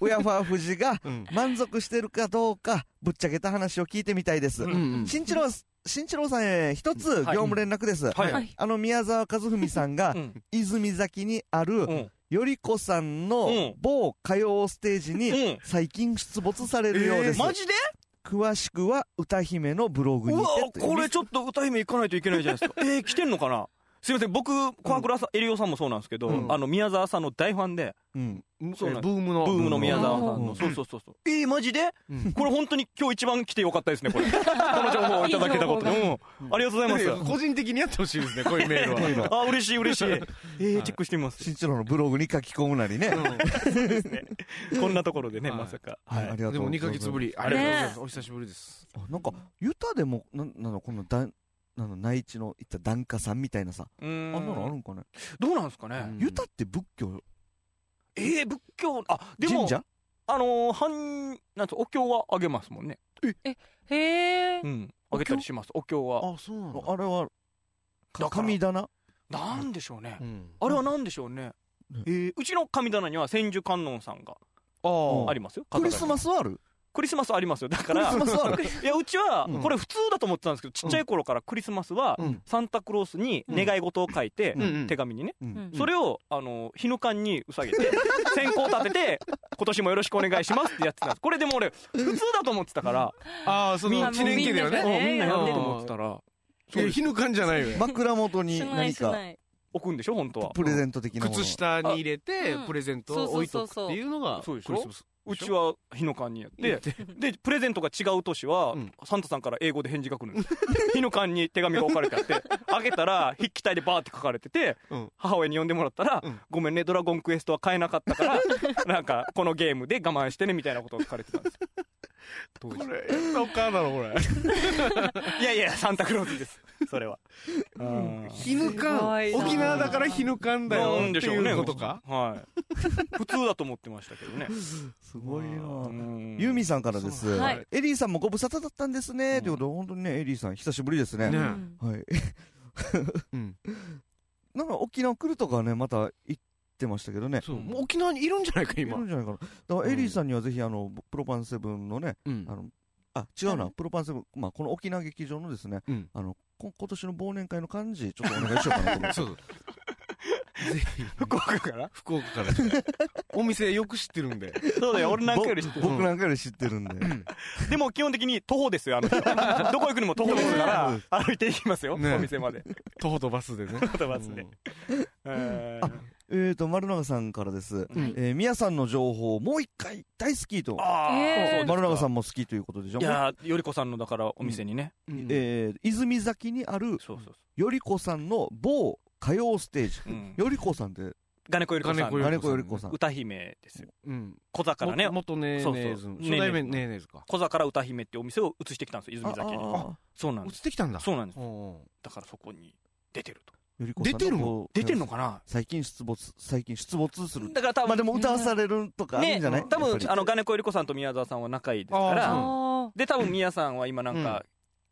[SPEAKER 2] ウヤファ夫人が
[SPEAKER 1] うん
[SPEAKER 2] 満足してるかどうかぶっちゃけた話を聞いてみたいです、
[SPEAKER 1] うんうん
[SPEAKER 2] 新一郎新一郎さんへ一つ業務連絡です、
[SPEAKER 4] はい
[SPEAKER 3] はい
[SPEAKER 2] あの宮沢和文さんが
[SPEAKER 4] うん
[SPEAKER 2] 泉崎にある、
[SPEAKER 4] うん
[SPEAKER 2] よりこさん
[SPEAKER 4] う
[SPEAKER 2] の
[SPEAKER 4] ん
[SPEAKER 2] 某歌謡ステージ
[SPEAKER 4] う
[SPEAKER 2] に
[SPEAKER 4] ん
[SPEAKER 2] 最近出没されるようです、
[SPEAKER 4] マジで
[SPEAKER 2] 詳しくは歌姫のブログ
[SPEAKER 4] う
[SPEAKER 2] に
[SPEAKER 4] わ
[SPEAKER 2] てという
[SPEAKER 4] これちょっと歌姫行かないといけないじゃない ですかえー、来てんのかなすいません僕小白らさエリオさんもそうなんですけど、
[SPEAKER 2] うん
[SPEAKER 4] あの宮沢さんの大ファンで
[SPEAKER 2] うん、
[SPEAKER 4] そうなんです
[SPEAKER 1] ブーム
[SPEAKER 4] ブ
[SPEAKER 1] の
[SPEAKER 4] ームの宮沢さん
[SPEAKER 2] うん
[SPEAKER 4] のそうそうそうそうえー、マジで、
[SPEAKER 1] うん
[SPEAKER 4] これ本当に今日一番来てよかったですね これこの情報をいただけたことで
[SPEAKER 3] いい
[SPEAKER 4] うんありがとうございます
[SPEAKER 1] いやいや個人的にやってほしいですねこういうメール は
[SPEAKER 4] あ嬉しい嬉しいえー、チェックしてみます
[SPEAKER 2] 新一郎のブログに書き込むなりね、
[SPEAKER 4] こんなところでね、
[SPEAKER 1] はい
[SPEAKER 4] まさか。
[SPEAKER 2] はい、ありが
[SPEAKER 1] で
[SPEAKER 2] とうございます
[SPEAKER 1] も2ヶ月ぶりありがとうございますお久しぶりです
[SPEAKER 2] あなんかユタでもなんなのこのだんなの内地のいった檀家さんみたいなさ
[SPEAKER 4] う
[SPEAKER 2] あ
[SPEAKER 4] ん
[SPEAKER 2] んなのあるんかね、
[SPEAKER 4] どうなんですかね。
[SPEAKER 1] うん
[SPEAKER 2] ユタって仏教
[SPEAKER 4] えー、仏教、あ、でも
[SPEAKER 2] 神、社
[SPEAKER 4] あのー、半、なんつうお経はあげますもんね。
[SPEAKER 3] へえ
[SPEAKER 4] うん。あげたりします、お経は。
[SPEAKER 1] あそうな
[SPEAKER 2] あれは
[SPEAKER 4] だから
[SPEAKER 2] 神棚
[SPEAKER 4] なんでしょうね。
[SPEAKER 1] うん
[SPEAKER 4] あれはなんでしょうね
[SPEAKER 2] ね。
[SPEAKER 4] えー、うちの神棚には千手観音さんが
[SPEAKER 2] あ
[SPEAKER 4] ありますよ。
[SPEAKER 2] クリスマスはある
[SPEAKER 4] クリスマスありますよ。だか
[SPEAKER 2] クリ
[SPEAKER 4] ら
[SPEAKER 2] ス、マスはある
[SPEAKER 4] いや、うちは
[SPEAKER 2] うん、
[SPEAKER 4] これ普通だと思ってたんですけど、ちっちゃい頃からクリスマスは、
[SPEAKER 2] うん
[SPEAKER 4] サンタクロースに願い事を書いて
[SPEAKER 1] うんうん、
[SPEAKER 4] 手紙にね、
[SPEAKER 2] うん
[SPEAKER 4] それを、あの、日の缶にうさげて、 線香立てて、今年もよろしくお願いしますってやってたんです。これでも俺、普通だと思ってたから、
[SPEAKER 1] あーそ
[SPEAKER 4] みん
[SPEAKER 1] の
[SPEAKER 4] な
[SPEAKER 1] 一年家では
[SPEAKER 3] え
[SPEAKER 4] う
[SPEAKER 1] ね
[SPEAKER 4] んみんなやると
[SPEAKER 1] うん
[SPEAKER 4] 思ってたら、
[SPEAKER 1] いや日ぬかんじゃないよ
[SPEAKER 2] 枕元に
[SPEAKER 3] しない
[SPEAKER 2] 何
[SPEAKER 3] し
[SPEAKER 2] か
[SPEAKER 3] ない
[SPEAKER 4] 置くんでしょ、本当は。
[SPEAKER 2] プレゼント的なもの
[SPEAKER 1] 靴下に入れて
[SPEAKER 3] あうん
[SPEAKER 1] プレゼントを置いとくっていうのが
[SPEAKER 4] そうそ
[SPEAKER 1] ク
[SPEAKER 4] うそう
[SPEAKER 1] リ
[SPEAKER 4] そ
[SPEAKER 1] ス
[SPEAKER 4] う
[SPEAKER 1] マス
[SPEAKER 4] うちは日の缶にやって、で、プレゼントが違う年は
[SPEAKER 1] うん、
[SPEAKER 4] サンタさんから英語で返事が来るんです。日の缶に手紙が置かれてあ って、開けたら、筆記体でバーって書かれてて
[SPEAKER 1] うん、
[SPEAKER 4] 母親に呼んでもらったら
[SPEAKER 1] うん、
[SPEAKER 4] ごめんね、ドラゴンクエストは買えなかったから、 なんか、このゲームで我慢してね、みたいなことを書かれてたんですよ。当時
[SPEAKER 1] これやったお母だろこれ
[SPEAKER 4] いやいや、サンタクロースです。それは。 うん
[SPEAKER 1] 日ぬ
[SPEAKER 3] す
[SPEAKER 1] か
[SPEAKER 3] ご
[SPEAKER 1] ん
[SPEAKER 3] いな
[SPEAKER 1] 沖縄だから日ぬかんだよ
[SPEAKER 4] なん
[SPEAKER 1] って
[SPEAKER 4] でしょう
[SPEAKER 1] い
[SPEAKER 4] ね
[SPEAKER 1] うことか
[SPEAKER 4] はい。普通だと思ってましたけどね。
[SPEAKER 2] すごいな
[SPEAKER 4] う
[SPEAKER 2] ぁ
[SPEAKER 4] ん
[SPEAKER 2] ユーミンさんからで
[SPEAKER 1] そ
[SPEAKER 2] す、
[SPEAKER 1] う
[SPEAKER 3] なんだはい
[SPEAKER 2] エリーさんもご無沙汰だったんですね、
[SPEAKER 4] うん
[SPEAKER 2] ということで本当にねエリーさん久しぶりですね
[SPEAKER 1] ね
[SPEAKER 3] うん
[SPEAKER 2] はい
[SPEAKER 1] うん
[SPEAKER 2] なんか沖縄来るとかはねまた行ってましたけどね
[SPEAKER 1] そうもう沖縄にいるんじゃないか
[SPEAKER 2] いる
[SPEAKER 1] 今
[SPEAKER 2] んじゃないかなだからエリーさんにはぜひあのプロパンセブンのね
[SPEAKER 1] うん
[SPEAKER 2] あのあ違うな
[SPEAKER 3] は
[SPEAKER 2] プロパンセブン、まあ、この沖縄劇場のですね、
[SPEAKER 1] うん
[SPEAKER 2] あのこ今年の忘年会の幹事ちょっとお願いしようかなと思って
[SPEAKER 1] そうそうぜひ
[SPEAKER 4] 福岡から
[SPEAKER 1] 福岡からですねお店よく知ってるんで
[SPEAKER 4] そうだよ、俺なんかより知ってる。
[SPEAKER 2] 僕なんかより知ってるんで、
[SPEAKER 4] でも基本的に徒歩ですよ、 あの人。どこ行くにも徒歩ですから、歩いていきますよ、
[SPEAKER 1] ね
[SPEAKER 4] お店まで。
[SPEAKER 1] 徒歩とバスでね
[SPEAKER 4] 徒歩とバスでえー
[SPEAKER 2] えーと丸永さんからです、
[SPEAKER 1] うん
[SPEAKER 2] えー、宮さんの情報をもう一回大好きと
[SPEAKER 4] あ
[SPEAKER 3] えー
[SPEAKER 4] ー、
[SPEAKER 2] 丸永さ
[SPEAKER 4] ん。
[SPEAKER 2] んも好きということでじゃ
[SPEAKER 4] い
[SPEAKER 2] あもう
[SPEAKER 4] やー、よりこさんのだからお店にね。
[SPEAKER 1] うんうん
[SPEAKER 2] えー、泉崎にある
[SPEAKER 4] そうそうそ
[SPEAKER 2] よりこさんの某歌謡ステージ、
[SPEAKER 4] ううん。
[SPEAKER 2] よりこさんって
[SPEAKER 4] 金子よりこさ
[SPEAKER 1] 金子よ
[SPEAKER 4] ん。
[SPEAKER 2] 金子よりこさん
[SPEAKER 4] 歌姫ですよ。
[SPEAKER 1] うん
[SPEAKER 4] 小座からね
[SPEAKER 1] も、元ネーネーズ
[SPEAKER 4] そうそう
[SPEAKER 1] 初代目
[SPEAKER 4] ネ
[SPEAKER 1] ネーネーズか
[SPEAKER 4] 小座から歌姫ってお店を移してきたんですよ、
[SPEAKER 2] あ
[SPEAKER 4] 泉崎に。
[SPEAKER 2] あ
[SPEAKER 4] そうなん
[SPEAKER 1] 移
[SPEAKER 4] で
[SPEAKER 1] っ
[SPEAKER 4] す。
[SPEAKER 1] てきたんだ
[SPEAKER 4] そうなんです。
[SPEAKER 1] お
[SPEAKER 4] だからそこに出てると。
[SPEAKER 2] よりこさん
[SPEAKER 1] 出てるの
[SPEAKER 2] 某
[SPEAKER 4] 出てんのかな
[SPEAKER 2] 最近出没最近出没する
[SPEAKER 4] だから多分。
[SPEAKER 2] まあでも歌わされるとかあるんじゃない、
[SPEAKER 4] ね、多
[SPEAKER 2] やっぱ
[SPEAKER 4] 分
[SPEAKER 2] り
[SPEAKER 4] あの金子より子さんと宮沢さんは仲いいですか
[SPEAKER 1] あ
[SPEAKER 4] ら
[SPEAKER 3] あ
[SPEAKER 4] で多分宮さんは今なんか、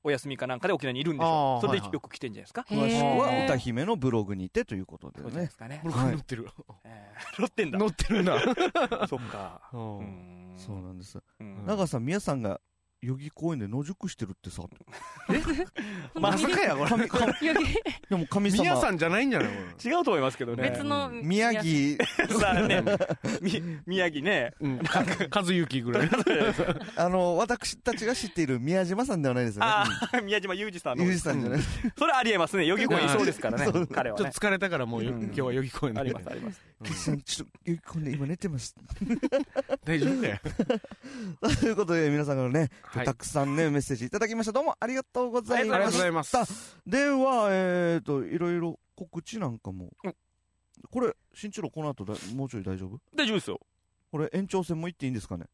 [SPEAKER 4] お休みかなんかで沖縄にいるんでし
[SPEAKER 1] あ
[SPEAKER 4] ょ
[SPEAKER 1] ー
[SPEAKER 4] それで
[SPEAKER 1] はいはい
[SPEAKER 4] よく来てんじゃないですか、
[SPEAKER 3] ー
[SPEAKER 2] 詳しくは
[SPEAKER 3] へ
[SPEAKER 2] 歌
[SPEAKER 3] ー
[SPEAKER 2] 姫のブログにてということで
[SPEAKER 4] そうじゃない
[SPEAKER 2] ね
[SPEAKER 4] ですかね
[SPEAKER 1] ブログに載ってる
[SPEAKER 4] え ー乗ってんだ
[SPEAKER 1] 載ってるな
[SPEAKER 4] そっか
[SPEAKER 1] う
[SPEAKER 4] うんん
[SPEAKER 2] そうなんです、
[SPEAKER 4] うん
[SPEAKER 1] な
[SPEAKER 2] 長瀬さん宮さんが代々木公園で野宿してるってさ
[SPEAKER 3] ー
[SPEAKER 4] ま
[SPEAKER 1] さか やこ れ
[SPEAKER 2] 神神
[SPEAKER 3] より
[SPEAKER 2] でも神様
[SPEAKER 1] 宮さんじゃないんじゃないこ
[SPEAKER 4] 違うと思いますけどね
[SPEAKER 3] 別の
[SPEAKER 2] 宮城
[SPEAKER 4] さあねみ宮城ね
[SPEAKER 1] れうんか和幸ぐらい
[SPEAKER 2] あの私たちが知っている宮島さんではないですよね
[SPEAKER 4] ああ宮島裕二さんの
[SPEAKER 2] ゆうじさんじゃない
[SPEAKER 4] それありえますね余木公園いそうですからね彼は
[SPEAKER 1] ちょっ
[SPEAKER 4] ね
[SPEAKER 1] と疲れたからもうよ
[SPEAKER 4] うん
[SPEAKER 1] 今日はよぎ公園
[SPEAKER 4] あ
[SPEAKER 1] で
[SPEAKER 4] りますあります
[SPEAKER 2] 岸さんちょっと代々木公園で今寝てます
[SPEAKER 1] 大丈夫だよ
[SPEAKER 2] ということで皆さんからね
[SPEAKER 1] はい
[SPEAKER 2] たくさんねメッセージいただきましたどうもありがとうござ
[SPEAKER 1] あ
[SPEAKER 2] い
[SPEAKER 1] りがとう
[SPEAKER 2] ま
[SPEAKER 1] ご
[SPEAKER 2] し
[SPEAKER 1] ざ
[SPEAKER 2] た
[SPEAKER 1] います
[SPEAKER 2] ではえっといろいろ告知なんかも
[SPEAKER 4] うん
[SPEAKER 2] これ新一郎この後だもうちょい大丈夫
[SPEAKER 4] 大丈夫ですよ
[SPEAKER 2] これ延長戦も行っていいんですかね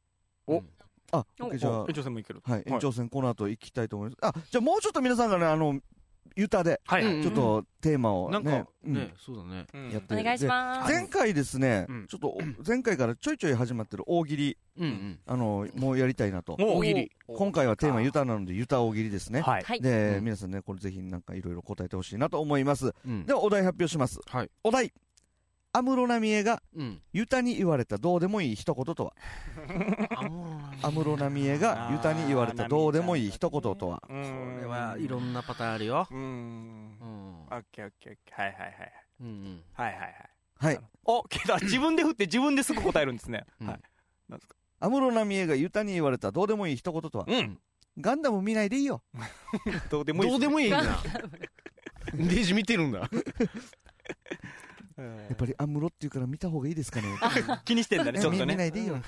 [SPEAKER 1] お
[SPEAKER 2] うんあ、
[SPEAKER 3] お
[SPEAKER 2] OK じゃあ
[SPEAKER 4] 園長さんもいける
[SPEAKER 2] はい、延長戦この後行きたいと思います。あ、じゃあもうちょっと皆さんがね、あの、ユタで、
[SPEAKER 4] はいはい
[SPEAKER 1] うん
[SPEAKER 2] ちょっとテーマを
[SPEAKER 1] なんか
[SPEAKER 2] ね
[SPEAKER 1] ね,、
[SPEAKER 2] うん
[SPEAKER 1] そうだね
[SPEAKER 4] うん
[SPEAKER 2] やって
[SPEAKER 3] お願いします。
[SPEAKER 2] 前回ですね
[SPEAKER 1] うん、
[SPEAKER 2] ちょっとお前回からちょいちょい始まってる大喜利、
[SPEAKER 1] うん
[SPEAKER 2] あの、もうやりたいなと。
[SPEAKER 1] うん大喜利
[SPEAKER 2] 今回はテーマユタなのでユタ大喜利ですね。
[SPEAKER 4] はい
[SPEAKER 3] はい。
[SPEAKER 2] で、
[SPEAKER 1] うん
[SPEAKER 2] 皆さんね、これぜひなんかいろいろ答えてほしいなと思います。
[SPEAKER 1] うん
[SPEAKER 2] ではお題発表します。
[SPEAKER 1] はい
[SPEAKER 2] お題。安室奈美恵が
[SPEAKER 1] うん
[SPEAKER 2] ユタに言われたどうでもいい一言とは安室奈美恵がユタに言われたどうでもいい一言とは
[SPEAKER 4] こ
[SPEAKER 1] これはいろんなパターンあるよ
[SPEAKER 4] うーん
[SPEAKER 1] うん
[SPEAKER 4] オッケーオッケーオッケーはいはいはいはい
[SPEAKER 1] うんうん
[SPEAKER 4] はいはいはい
[SPEAKER 2] はい
[SPEAKER 4] おけど自分で振って自分ですぐ答えるんですね
[SPEAKER 1] うん
[SPEAKER 4] はい
[SPEAKER 2] 安室奈美恵がユタに言われたどうでもいい一言とは
[SPEAKER 4] うん
[SPEAKER 2] ガンダム見ないでいいよ
[SPEAKER 4] どうでもいい
[SPEAKER 1] どうでもいいなデイジ見てるんだ
[SPEAKER 2] やっぱり安室っていうから見た方がいいですかね
[SPEAKER 4] 気にしてんだね ちょっ
[SPEAKER 2] み
[SPEAKER 4] と
[SPEAKER 2] 見な
[SPEAKER 4] ね
[SPEAKER 2] いでいいよ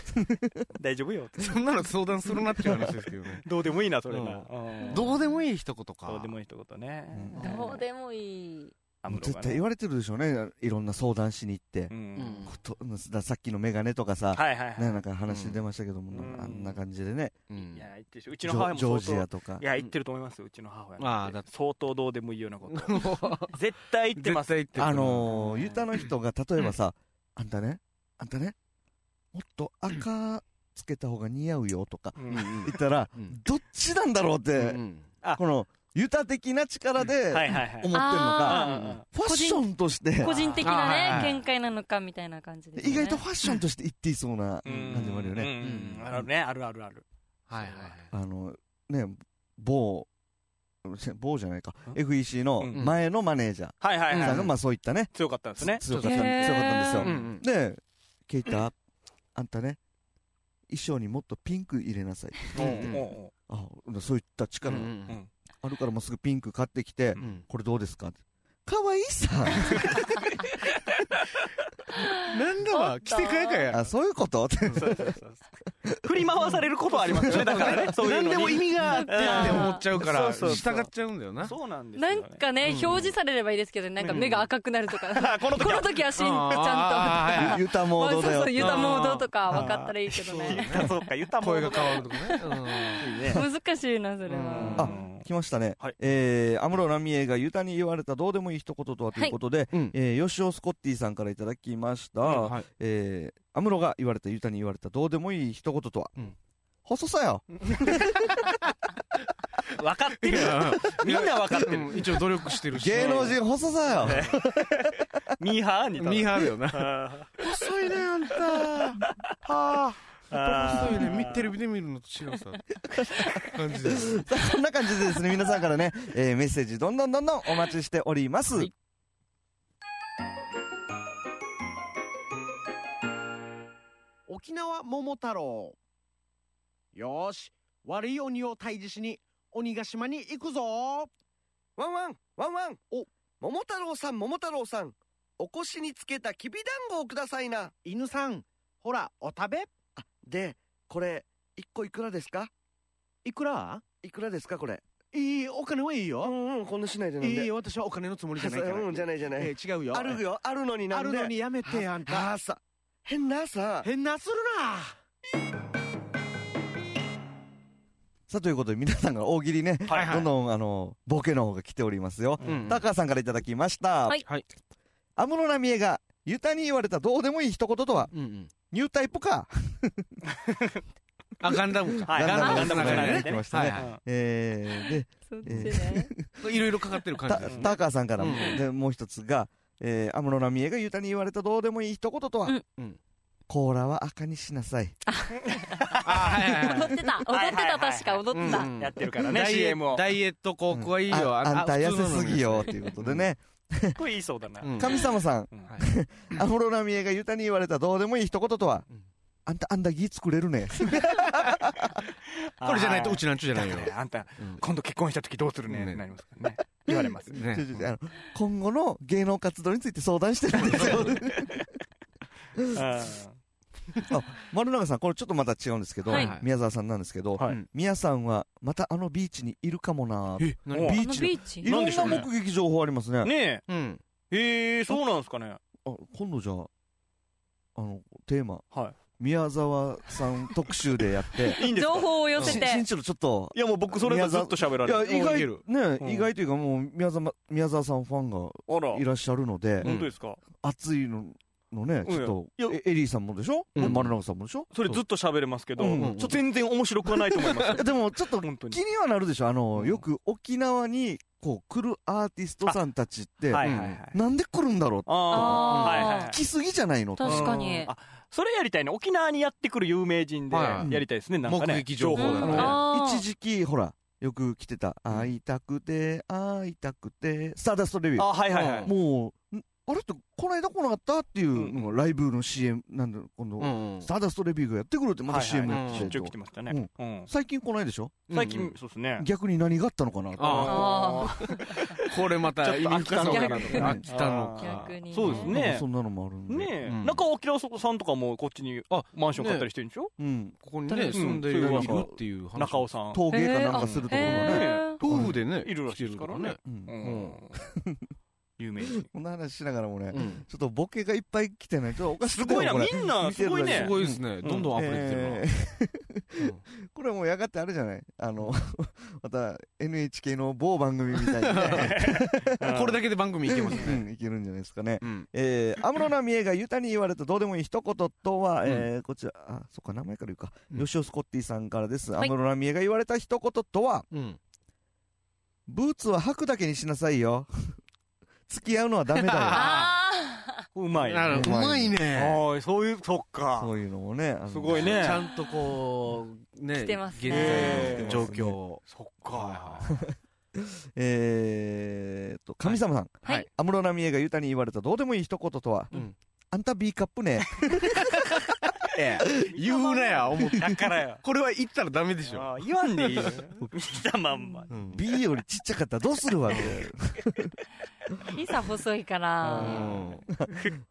[SPEAKER 4] 大丈夫よ
[SPEAKER 1] そんなの相談するなっていう話ですけどね
[SPEAKER 4] どうでもいいなそれ
[SPEAKER 1] うん
[SPEAKER 4] なうん
[SPEAKER 1] どうでもいい一言か
[SPEAKER 4] どうでもいい一言ね
[SPEAKER 2] うん
[SPEAKER 3] どうでもいい。
[SPEAKER 4] 安
[SPEAKER 2] もう
[SPEAKER 4] 室
[SPEAKER 2] 絶
[SPEAKER 4] がね
[SPEAKER 2] 対言われてるでしょうねいろんな相談しに行って
[SPEAKER 4] う、ん
[SPEAKER 1] うん
[SPEAKER 2] ことださっきのメガネとかさ、
[SPEAKER 4] はいはいは
[SPEAKER 2] ね、なんか話出ましたけども、
[SPEAKER 4] うん
[SPEAKER 2] なんかあんな感じでね、
[SPEAKER 1] う
[SPEAKER 4] い
[SPEAKER 1] ん
[SPEAKER 4] いや言ってるしう
[SPEAKER 2] ジ
[SPEAKER 4] ちの母
[SPEAKER 2] ョ
[SPEAKER 4] 親
[SPEAKER 2] ジョ
[SPEAKER 4] も
[SPEAKER 2] ージア
[SPEAKER 4] 相
[SPEAKER 2] とか
[SPEAKER 4] 当いや言ってると思いますようちの母親
[SPEAKER 1] ああ だって
[SPEAKER 4] 相当どうでもいいようなこと 絶対言ってます
[SPEAKER 1] 絶対言ってる
[SPEAKER 2] あの
[SPEAKER 4] う
[SPEAKER 2] ー、
[SPEAKER 4] ん
[SPEAKER 2] ユタの人が例えばさ、あんたね、あんたね、もっと赤つけた方が似合うよとか
[SPEAKER 4] うん
[SPEAKER 2] 言ったら、
[SPEAKER 1] うん
[SPEAKER 2] どっちなんだろうって
[SPEAKER 1] う、ん
[SPEAKER 4] あ
[SPEAKER 2] このユタ的な力で
[SPEAKER 4] はい
[SPEAKER 2] 思
[SPEAKER 4] はい
[SPEAKER 2] って
[SPEAKER 4] はい
[SPEAKER 2] るのか、
[SPEAKER 3] あ
[SPEAKER 1] ー
[SPEAKER 4] うん
[SPEAKER 2] ファッションとして、
[SPEAKER 3] 個人的な
[SPEAKER 1] あーはい
[SPEAKER 3] ね
[SPEAKER 1] は、い
[SPEAKER 3] 見解なのかみたいな感じですね。
[SPEAKER 2] 意外とファッションとして言っていそうな
[SPEAKER 4] うん
[SPEAKER 2] 感じもあるよね。
[SPEAKER 4] うん
[SPEAKER 1] うん
[SPEAKER 4] あるねあるあるある
[SPEAKER 1] はいはい
[SPEAKER 2] あの、ね、某、某じゃないか、
[SPEAKER 4] ん
[SPEAKER 2] FEC の
[SPEAKER 4] うん
[SPEAKER 2] 前のマネージャ
[SPEAKER 4] はいは
[SPEAKER 2] ー
[SPEAKER 4] い
[SPEAKER 2] さん
[SPEAKER 4] は
[SPEAKER 2] が、
[SPEAKER 4] い
[SPEAKER 2] まあそういったね、
[SPEAKER 4] 強かったんですね
[SPEAKER 2] 強かった、強
[SPEAKER 3] へー
[SPEAKER 2] かったんですよ。
[SPEAKER 1] はいうん
[SPEAKER 2] で、ケイタ、あんたね、衣装にもっとピンク入れなさい。
[SPEAKER 4] うん
[SPEAKER 1] うん
[SPEAKER 4] うんうん
[SPEAKER 2] あそういった
[SPEAKER 1] う
[SPEAKER 2] 力
[SPEAKER 1] ん
[SPEAKER 2] あるからもうすぐピンク買ってきて、
[SPEAKER 1] うんうん
[SPEAKER 2] これどうですかって。かわいいさ
[SPEAKER 1] なんだわ着せ替えかや
[SPEAKER 2] あ、そういうことって。
[SPEAKER 4] そうそうそうそう振り回されることはありますよ ねだからねそういう
[SPEAKER 1] 何
[SPEAKER 4] の
[SPEAKER 1] でも
[SPEAKER 4] に
[SPEAKER 1] 意味が あってって思っちゃうから
[SPEAKER 4] そう
[SPEAKER 1] 従
[SPEAKER 4] そうそう
[SPEAKER 1] っちゃうんだよな
[SPEAKER 4] そうなんですよ
[SPEAKER 3] な
[SPEAKER 4] ね
[SPEAKER 3] んかね、表示されればいいですけど、なんか目が赤くなるとか。
[SPEAKER 4] あこの時
[SPEAKER 3] こ
[SPEAKER 4] は
[SPEAKER 3] の時はしんち
[SPEAKER 1] あーはい
[SPEAKER 3] ゃんと。
[SPEAKER 1] はい
[SPEAKER 2] ユタ
[SPEAKER 3] そ
[SPEAKER 2] モード
[SPEAKER 3] う
[SPEAKER 2] だよ
[SPEAKER 3] そ
[SPEAKER 2] っ
[SPEAKER 3] う、
[SPEAKER 2] て。
[SPEAKER 3] ユタモードとか
[SPEAKER 4] あー
[SPEAKER 3] 分かったらいいけどね。
[SPEAKER 4] 言ったそうか言ったもん
[SPEAKER 1] 声が変わるとかね
[SPEAKER 3] 難しいな、それ
[SPEAKER 4] うん
[SPEAKER 3] は。
[SPEAKER 2] 来ましたね。
[SPEAKER 4] はい
[SPEAKER 2] えー、安室奈美恵がユタに言われたどうでもいい一言とはということで、
[SPEAKER 1] うん
[SPEAKER 2] えー、吉尾スコッティさんからいただきました。
[SPEAKER 1] うんはい
[SPEAKER 2] えー、安室が言われたユタに言われたどうでもいい一言とは、
[SPEAKER 1] うん
[SPEAKER 2] 細さよ。
[SPEAKER 4] 分かって
[SPEAKER 1] い
[SPEAKER 4] る
[SPEAKER 1] や
[SPEAKER 4] みんな分かってる
[SPEAKER 1] うん一応努力してるし
[SPEAKER 2] 芸能人細さよ。
[SPEAKER 4] ミーハーに
[SPEAKER 1] ミーハーだよな
[SPEAKER 4] ハ
[SPEAKER 1] 細いねあんたああ細いねみテレビで見るのと違うさ感じだよね
[SPEAKER 2] さあそんな感じでですね、皆さ んからね、えーメッセージどんどんどんどんお待ちしております。
[SPEAKER 5] 沖縄桃太郎よーし悪い鬼を退治しに鬼ヶ島に行くぞ
[SPEAKER 6] ワンワンワンワンお桃太郎さん桃太郎さんお腰につけたきびだんごをくださいな
[SPEAKER 5] 犬さんほらお食べ
[SPEAKER 6] でこれ一個いくらですか
[SPEAKER 5] いくら
[SPEAKER 6] いくらですかこれ
[SPEAKER 5] いいお金はいいよ、
[SPEAKER 6] んうんこんなしないで
[SPEAKER 5] いい私はお金のつもりじゃない から、
[SPEAKER 6] うんじゃないじゃない、
[SPEAKER 5] えー違うよ
[SPEAKER 6] あるよあるのにな
[SPEAKER 5] あ
[SPEAKER 6] ん
[SPEAKER 5] る
[SPEAKER 6] で
[SPEAKER 5] のにやめてあんた
[SPEAKER 6] ああさ変なさ
[SPEAKER 5] 変なするな
[SPEAKER 2] さあ、ということで皆さんが大喜利ね、
[SPEAKER 1] はいはい
[SPEAKER 2] どんどん、あの、ボケの方が来ておりますよ。
[SPEAKER 1] うん
[SPEAKER 2] タカさんからいただきました。
[SPEAKER 3] はい
[SPEAKER 1] はい。
[SPEAKER 2] 安室奈美恵が、ユタに言われたどうでもいい一言とは、
[SPEAKER 1] うんうん
[SPEAKER 2] ニュータイプか。
[SPEAKER 1] あガンダムか
[SPEAKER 4] はいガン
[SPEAKER 1] ガンダム
[SPEAKER 4] ダムガンダ
[SPEAKER 1] ね
[SPEAKER 4] ムガンダム
[SPEAKER 2] 来ましたね
[SPEAKER 1] はいは
[SPEAKER 2] えー、で、
[SPEAKER 3] そっちね。
[SPEAKER 1] いいろいろかかってる
[SPEAKER 2] た
[SPEAKER 1] 感じですね
[SPEAKER 2] タカさんからも、
[SPEAKER 1] うん
[SPEAKER 2] で、もう一つが、えー、安室奈美恵がユタに言われたどうでもいい一言とは、
[SPEAKER 3] うん
[SPEAKER 1] うん
[SPEAKER 2] コーラは赤にしなさい。
[SPEAKER 1] あはいはいはい
[SPEAKER 3] 踊ってた、踊ってた、確か、踊ってた。
[SPEAKER 4] やってるからね
[SPEAKER 1] ダイエ
[SPEAKER 4] CM を
[SPEAKER 1] ダイエット効果はいい
[SPEAKER 2] うん
[SPEAKER 1] よ
[SPEAKER 2] ああんた痩せすぎよ、
[SPEAKER 1] 普
[SPEAKER 2] と
[SPEAKER 1] 通
[SPEAKER 2] い
[SPEAKER 1] の
[SPEAKER 2] う
[SPEAKER 1] のに
[SPEAKER 2] ことでね。
[SPEAKER 4] これ言いそうだな
[SPEAKER 1] うん
[SPEAKER 2] 神様さん、
[SPEAKER 4] うん
[SPEAKER 1] はい
[SPEAKER 2] 安室奈美恵がユタに言われたどうでもいい一言とは、
[SPEAKER 1] うん
[SPEAKER 2] あんたあんだぎ作れるね。
[SPEAKER 1] これじゃないとうちなんちゅうじゃな
[SPEAKER 4] だ
[SPEAKER 1] いよ
[SPEAKER 4] からねあんた
[SPEAKER 1] うん
[SPEAKER 4] 今度結婚した時どうする
[SPEAKER 1] ね
[SPEAKER 4] ねってなりますからね言われます
[SPEAKER 2] ちょ
[SPEAKER 1] ね
[SPEAKER 2] ちょちょあの今後の芸能活動について相談してるんですよ。 丸永さん、これちょっとまた違うんですけど、
[SPEAKER 3] はい
[SPEAKER 2] 宮沢さんなんですけど、
[SPEAKER 4] はい
[SPEAKER 2] 宮さんはまたあのビーチにいるかもな。
[SPEAKER 1] え何
[SPEAKER 4] お
[SPEAKER 2] ビ
[SPEAKER 3] あ
[SPEAKER 2] ー
[SPEAKER 3] の
[SPEAKER 2] チの
[SPEAKER 3] ビーチ
[SPEAKER 2] いろ
[SPEAKER 4] なんでしょ
[SPEAKER 2] ん
[SPEAKER 4] うね
[SPEAKER 2] な目撃情報ありますね。
[SPEAKER 4] ね
[SPEAKER 1] うん
[SPEAKER 4] えへえそうなんですかね
[SPEAKER 2] あ今度じゃあ、あの、テーマ、
[SPEAKER 4] はい
[SPEAKER 2] 宮沢さん特集でや って、
[SPEAKER 4] いいんです
[SPEAKER 3] 情
[SPEAKER 4] か
[SPEAKER 3] 報を寄せ
[SPEAKER 2] し
[SPEAKER 3] て
[SPEAKER 2] ん。ちろちょっと、
[SPEAKER 4] いやもう僕それがずっと喋ら
[SPEAKER 2] いや、
[SPEAKER 4] れる
[SPEAKER 2] 意
[SPEAKER 4] い
[SPEAKER 2] 外
[SPEAKER 4] ける、
[SPEAKER 2] ね、
[SPEAKER 4] うん
[SPEAKER 2] 意外というかもう宮沢、宮沢さんファンが
[SPEAKER 4] あら
[SPEAKER 2] いらっしゃるので、
[SPEAKER 4] 本当ですか
[SPEAKER 2] 熱いの、のね、ちょっと
[SPEAKER 4] いやい、や
[SPEAKER 2] えエリーさんもでしょ
[SPEAKER 1] うん
[SPEAKER 2] 丸永さんもでしょ
[SPEAKER 4] それずっと喋れますけど、
[SPEAKER 2] うん
[SPEAKER 4] ちょっと全然面白くはないと思います よ
[SPEAKER 2] いやでも、ちょっと
[SPEAKER 4] 本当に
[SPEAKER 2] 気にはなるでしょあの、
[SPEAKER 4] うん
[SPEAKER 2] よく沖縄に、こう、来るアーティストさんたちって、
[SPEAKER 4] はいはいはい
[SPEAKER 2] なんで来るんだろう
[SPEAKER 4] あ
[SPEAKER 3] あー
[SPEAKER 4] ーはいはいはい
[SPEAKER 2] 来すぎじゃないの
[SPEAKER 3] 確かに
[SPEAKER 4] うんあそれやりたいね沖縄にやってくる有名人で
[SPEAKER 1] は
[SPEAKER 4] や
[SPEAKER 2] い
[SPEAKER 4] りたいですね、なんかね
[SPEAKER 1] 目撃情報
[SPEAKER 4] 情報
[SPEAKER 1] だ
[SPEAKER 4] だ
[SPEAKER 1] か
[SPEAKER 4] からら
[SPEAKER 1] ね
[SPEAKER 4] ね、
[SPEAKER 3] あー
[SPEAKER 2] 一時期、ほら、よく来てた、会いたくて、会いたくて、スターダストレビュー。
[SPEAKER 4] あはいはいはい、
[SPEAKER 2] もう、んあれって、この間来なかったっていうのがライブの CM、なんだ、今度、
[SPEAKER 1] うん
[SPEAKER 2] スターダストレビューがやってくるって、また
[SPEAKER 4] はいはい
[SPEAKER 2] CM
[SPEAKER 1] うん
[SPEAKER 2] やって
[SPEAKER 4] 出
[SPEAKER 2] て
[SPEAKER 4] 張来てましたね、うん
[SPEAKER 2] 最近来ないでしょ
[SPEAKER 4] 最近、そうですね
[SPEAKER 2] 逆に何があったのかなって
[SPEAKER 1] あ
[SPEAKER 3] あ
[SPEAKER 1] これまた意味深さかなと
[SPEAKER 2] ちょっと
[SPEAKER 1] 飽
[SPEAKER 2] 飽
[SPEAKER 1] き
[SPEAKER 2] き
[SPEAKER 1] たの
[SPEAKER 3] ー
[SPEAKER 1] か
[SPEAKER 3] 逆に。
[SPEAKER 4] そうですね
[SPEAKER 2] なんかそんなのもあるんで。
[SPEAKER 4] ねえ、
[SPEAKER 1] うん
[SPEAKER 4] 中尾明さんとかもこっちに
[SPEAKER 1] あ
[SPEAKER 4] マンション買ったりしてるんでしょ、
[SPEAKER 2] うん。
[SPEAKER 1] ここに
[SPEAKER 3] 誰
[SPEAKER 1] ね住んでいるっていう話
[SPEAKER 4] 中尾さん、
[SPEAKER 2] 陶芸かなんかするところがね。
[SPEAKER 4] ね
[SPEAKER 3] へー
[SPEAKER 1] 夫婦でね
[SPEAKER 4] いるらしいですからね
[SPEAKER 2] う
[SPEAKER 4] うんん、有名人
[SPEAKER 2] こんな話しながらもね、
[SPEAKER 1] 来てるからねうん
[SPEAKER 2] ちょっとボケがいっぱい来てない。ちょっとおかし
[SPEAKER 4] す
[SPEAKER 2] くて
[SPEAKER 4] ごいな
[SPEAKER 2] これ
[SPEAKER 4] みんなすごい
[SPEAKER 2] 見て
[SPEAKER 4] ね
[SPEAKER 1] すごいですね
[SPEAKER 4] うん
[SPEAKER 1] どんどん溢れ
[SPEAKER 2] え
[SPEAKER 1] て
[SPEAKER 2] ー
[SPEAKER 1] るな
[SPEAKER 2] これもうやがてあれじゃないあの、 また NHK の某番組みたいにね、
[SPEAKER 1] うんこれだけで番組いけます
[SPEAKER 2] う
[SPEAKER 1] ね
[SPEAKER 2] ん、いけるんじゃないですかね。
[SPEAKER 1] うん
[SPEAKER 2] えー、安室奈美恵がユタに言われたどうでもいい一言とは、
[SPEAKER 1] うん
[SPEAKER 2] えー、こちら、あ、そっか、名前から言うか。
[SPEAKER 1] うん
[SPEAKER 2] 吉尾スコッティさんからです。安
[SPEAKER 3] はい
[SPEAKER 2] 室奈美恵が言われた一言とは、
[SPEAKER 1] うん
[SPEAKER 2] ブーツは履くだけにしなさいよ。 付き合うのはダメだ
[SPEAKER 3] あ
[SPEAKER 4] うまい
[SPEAKER 1] なるほどう
[SPEAKER 2] う
[SPEAKER 1] ま
[SPEAKER 2] ま
[SPEAKER 1] い
[SPEAKER 2] い
[SPEAKER 1] ね
[SPEAKER 4] ああそういうそっ
[SPEAKER 2] よ。
[SPEAKER 4] か
[SPEAKER 2] そういうのもね。あの
[SPEAKER 4] すごい
[SPEAKER 1] ち
[SPEAKER 4] ね
[SPEAKER 1] ゃんとこうね
[SPEAKER 3] 来てますね
[SPEAKER 1] 現在の状
[SPEAKER 2] 来て
[SPEAKER 1] 況
[SPEAKER 2] ます
[SPEAKER 1] を
[SPEAKER 4] そっ
[SPEAKER 1] は
[SPEAKER 4] か
[SPEAKER 2] えーと、神様さん。
[SPEAKER 3] はいはい
[SPEAKER 2] 安室奈美恵がユタに言われたどうでもいい一言とは、
[SPEAKER 1] うん
[SPEAKER 2] あんた B カップね。
[SPEAKER 1] ええ言うなや思って
[SPEAKER 4] だからよ
[SPEAKER 1] これは言ったらダメでしょ
[SPEAKER 4] あー言わんでいいよ見たまんま
[SPEAKER 1] うん
[SPEAKER 2] B よりちっちゃかったらどうするわけ。
[SPEAKER 3] ーリサ細いから。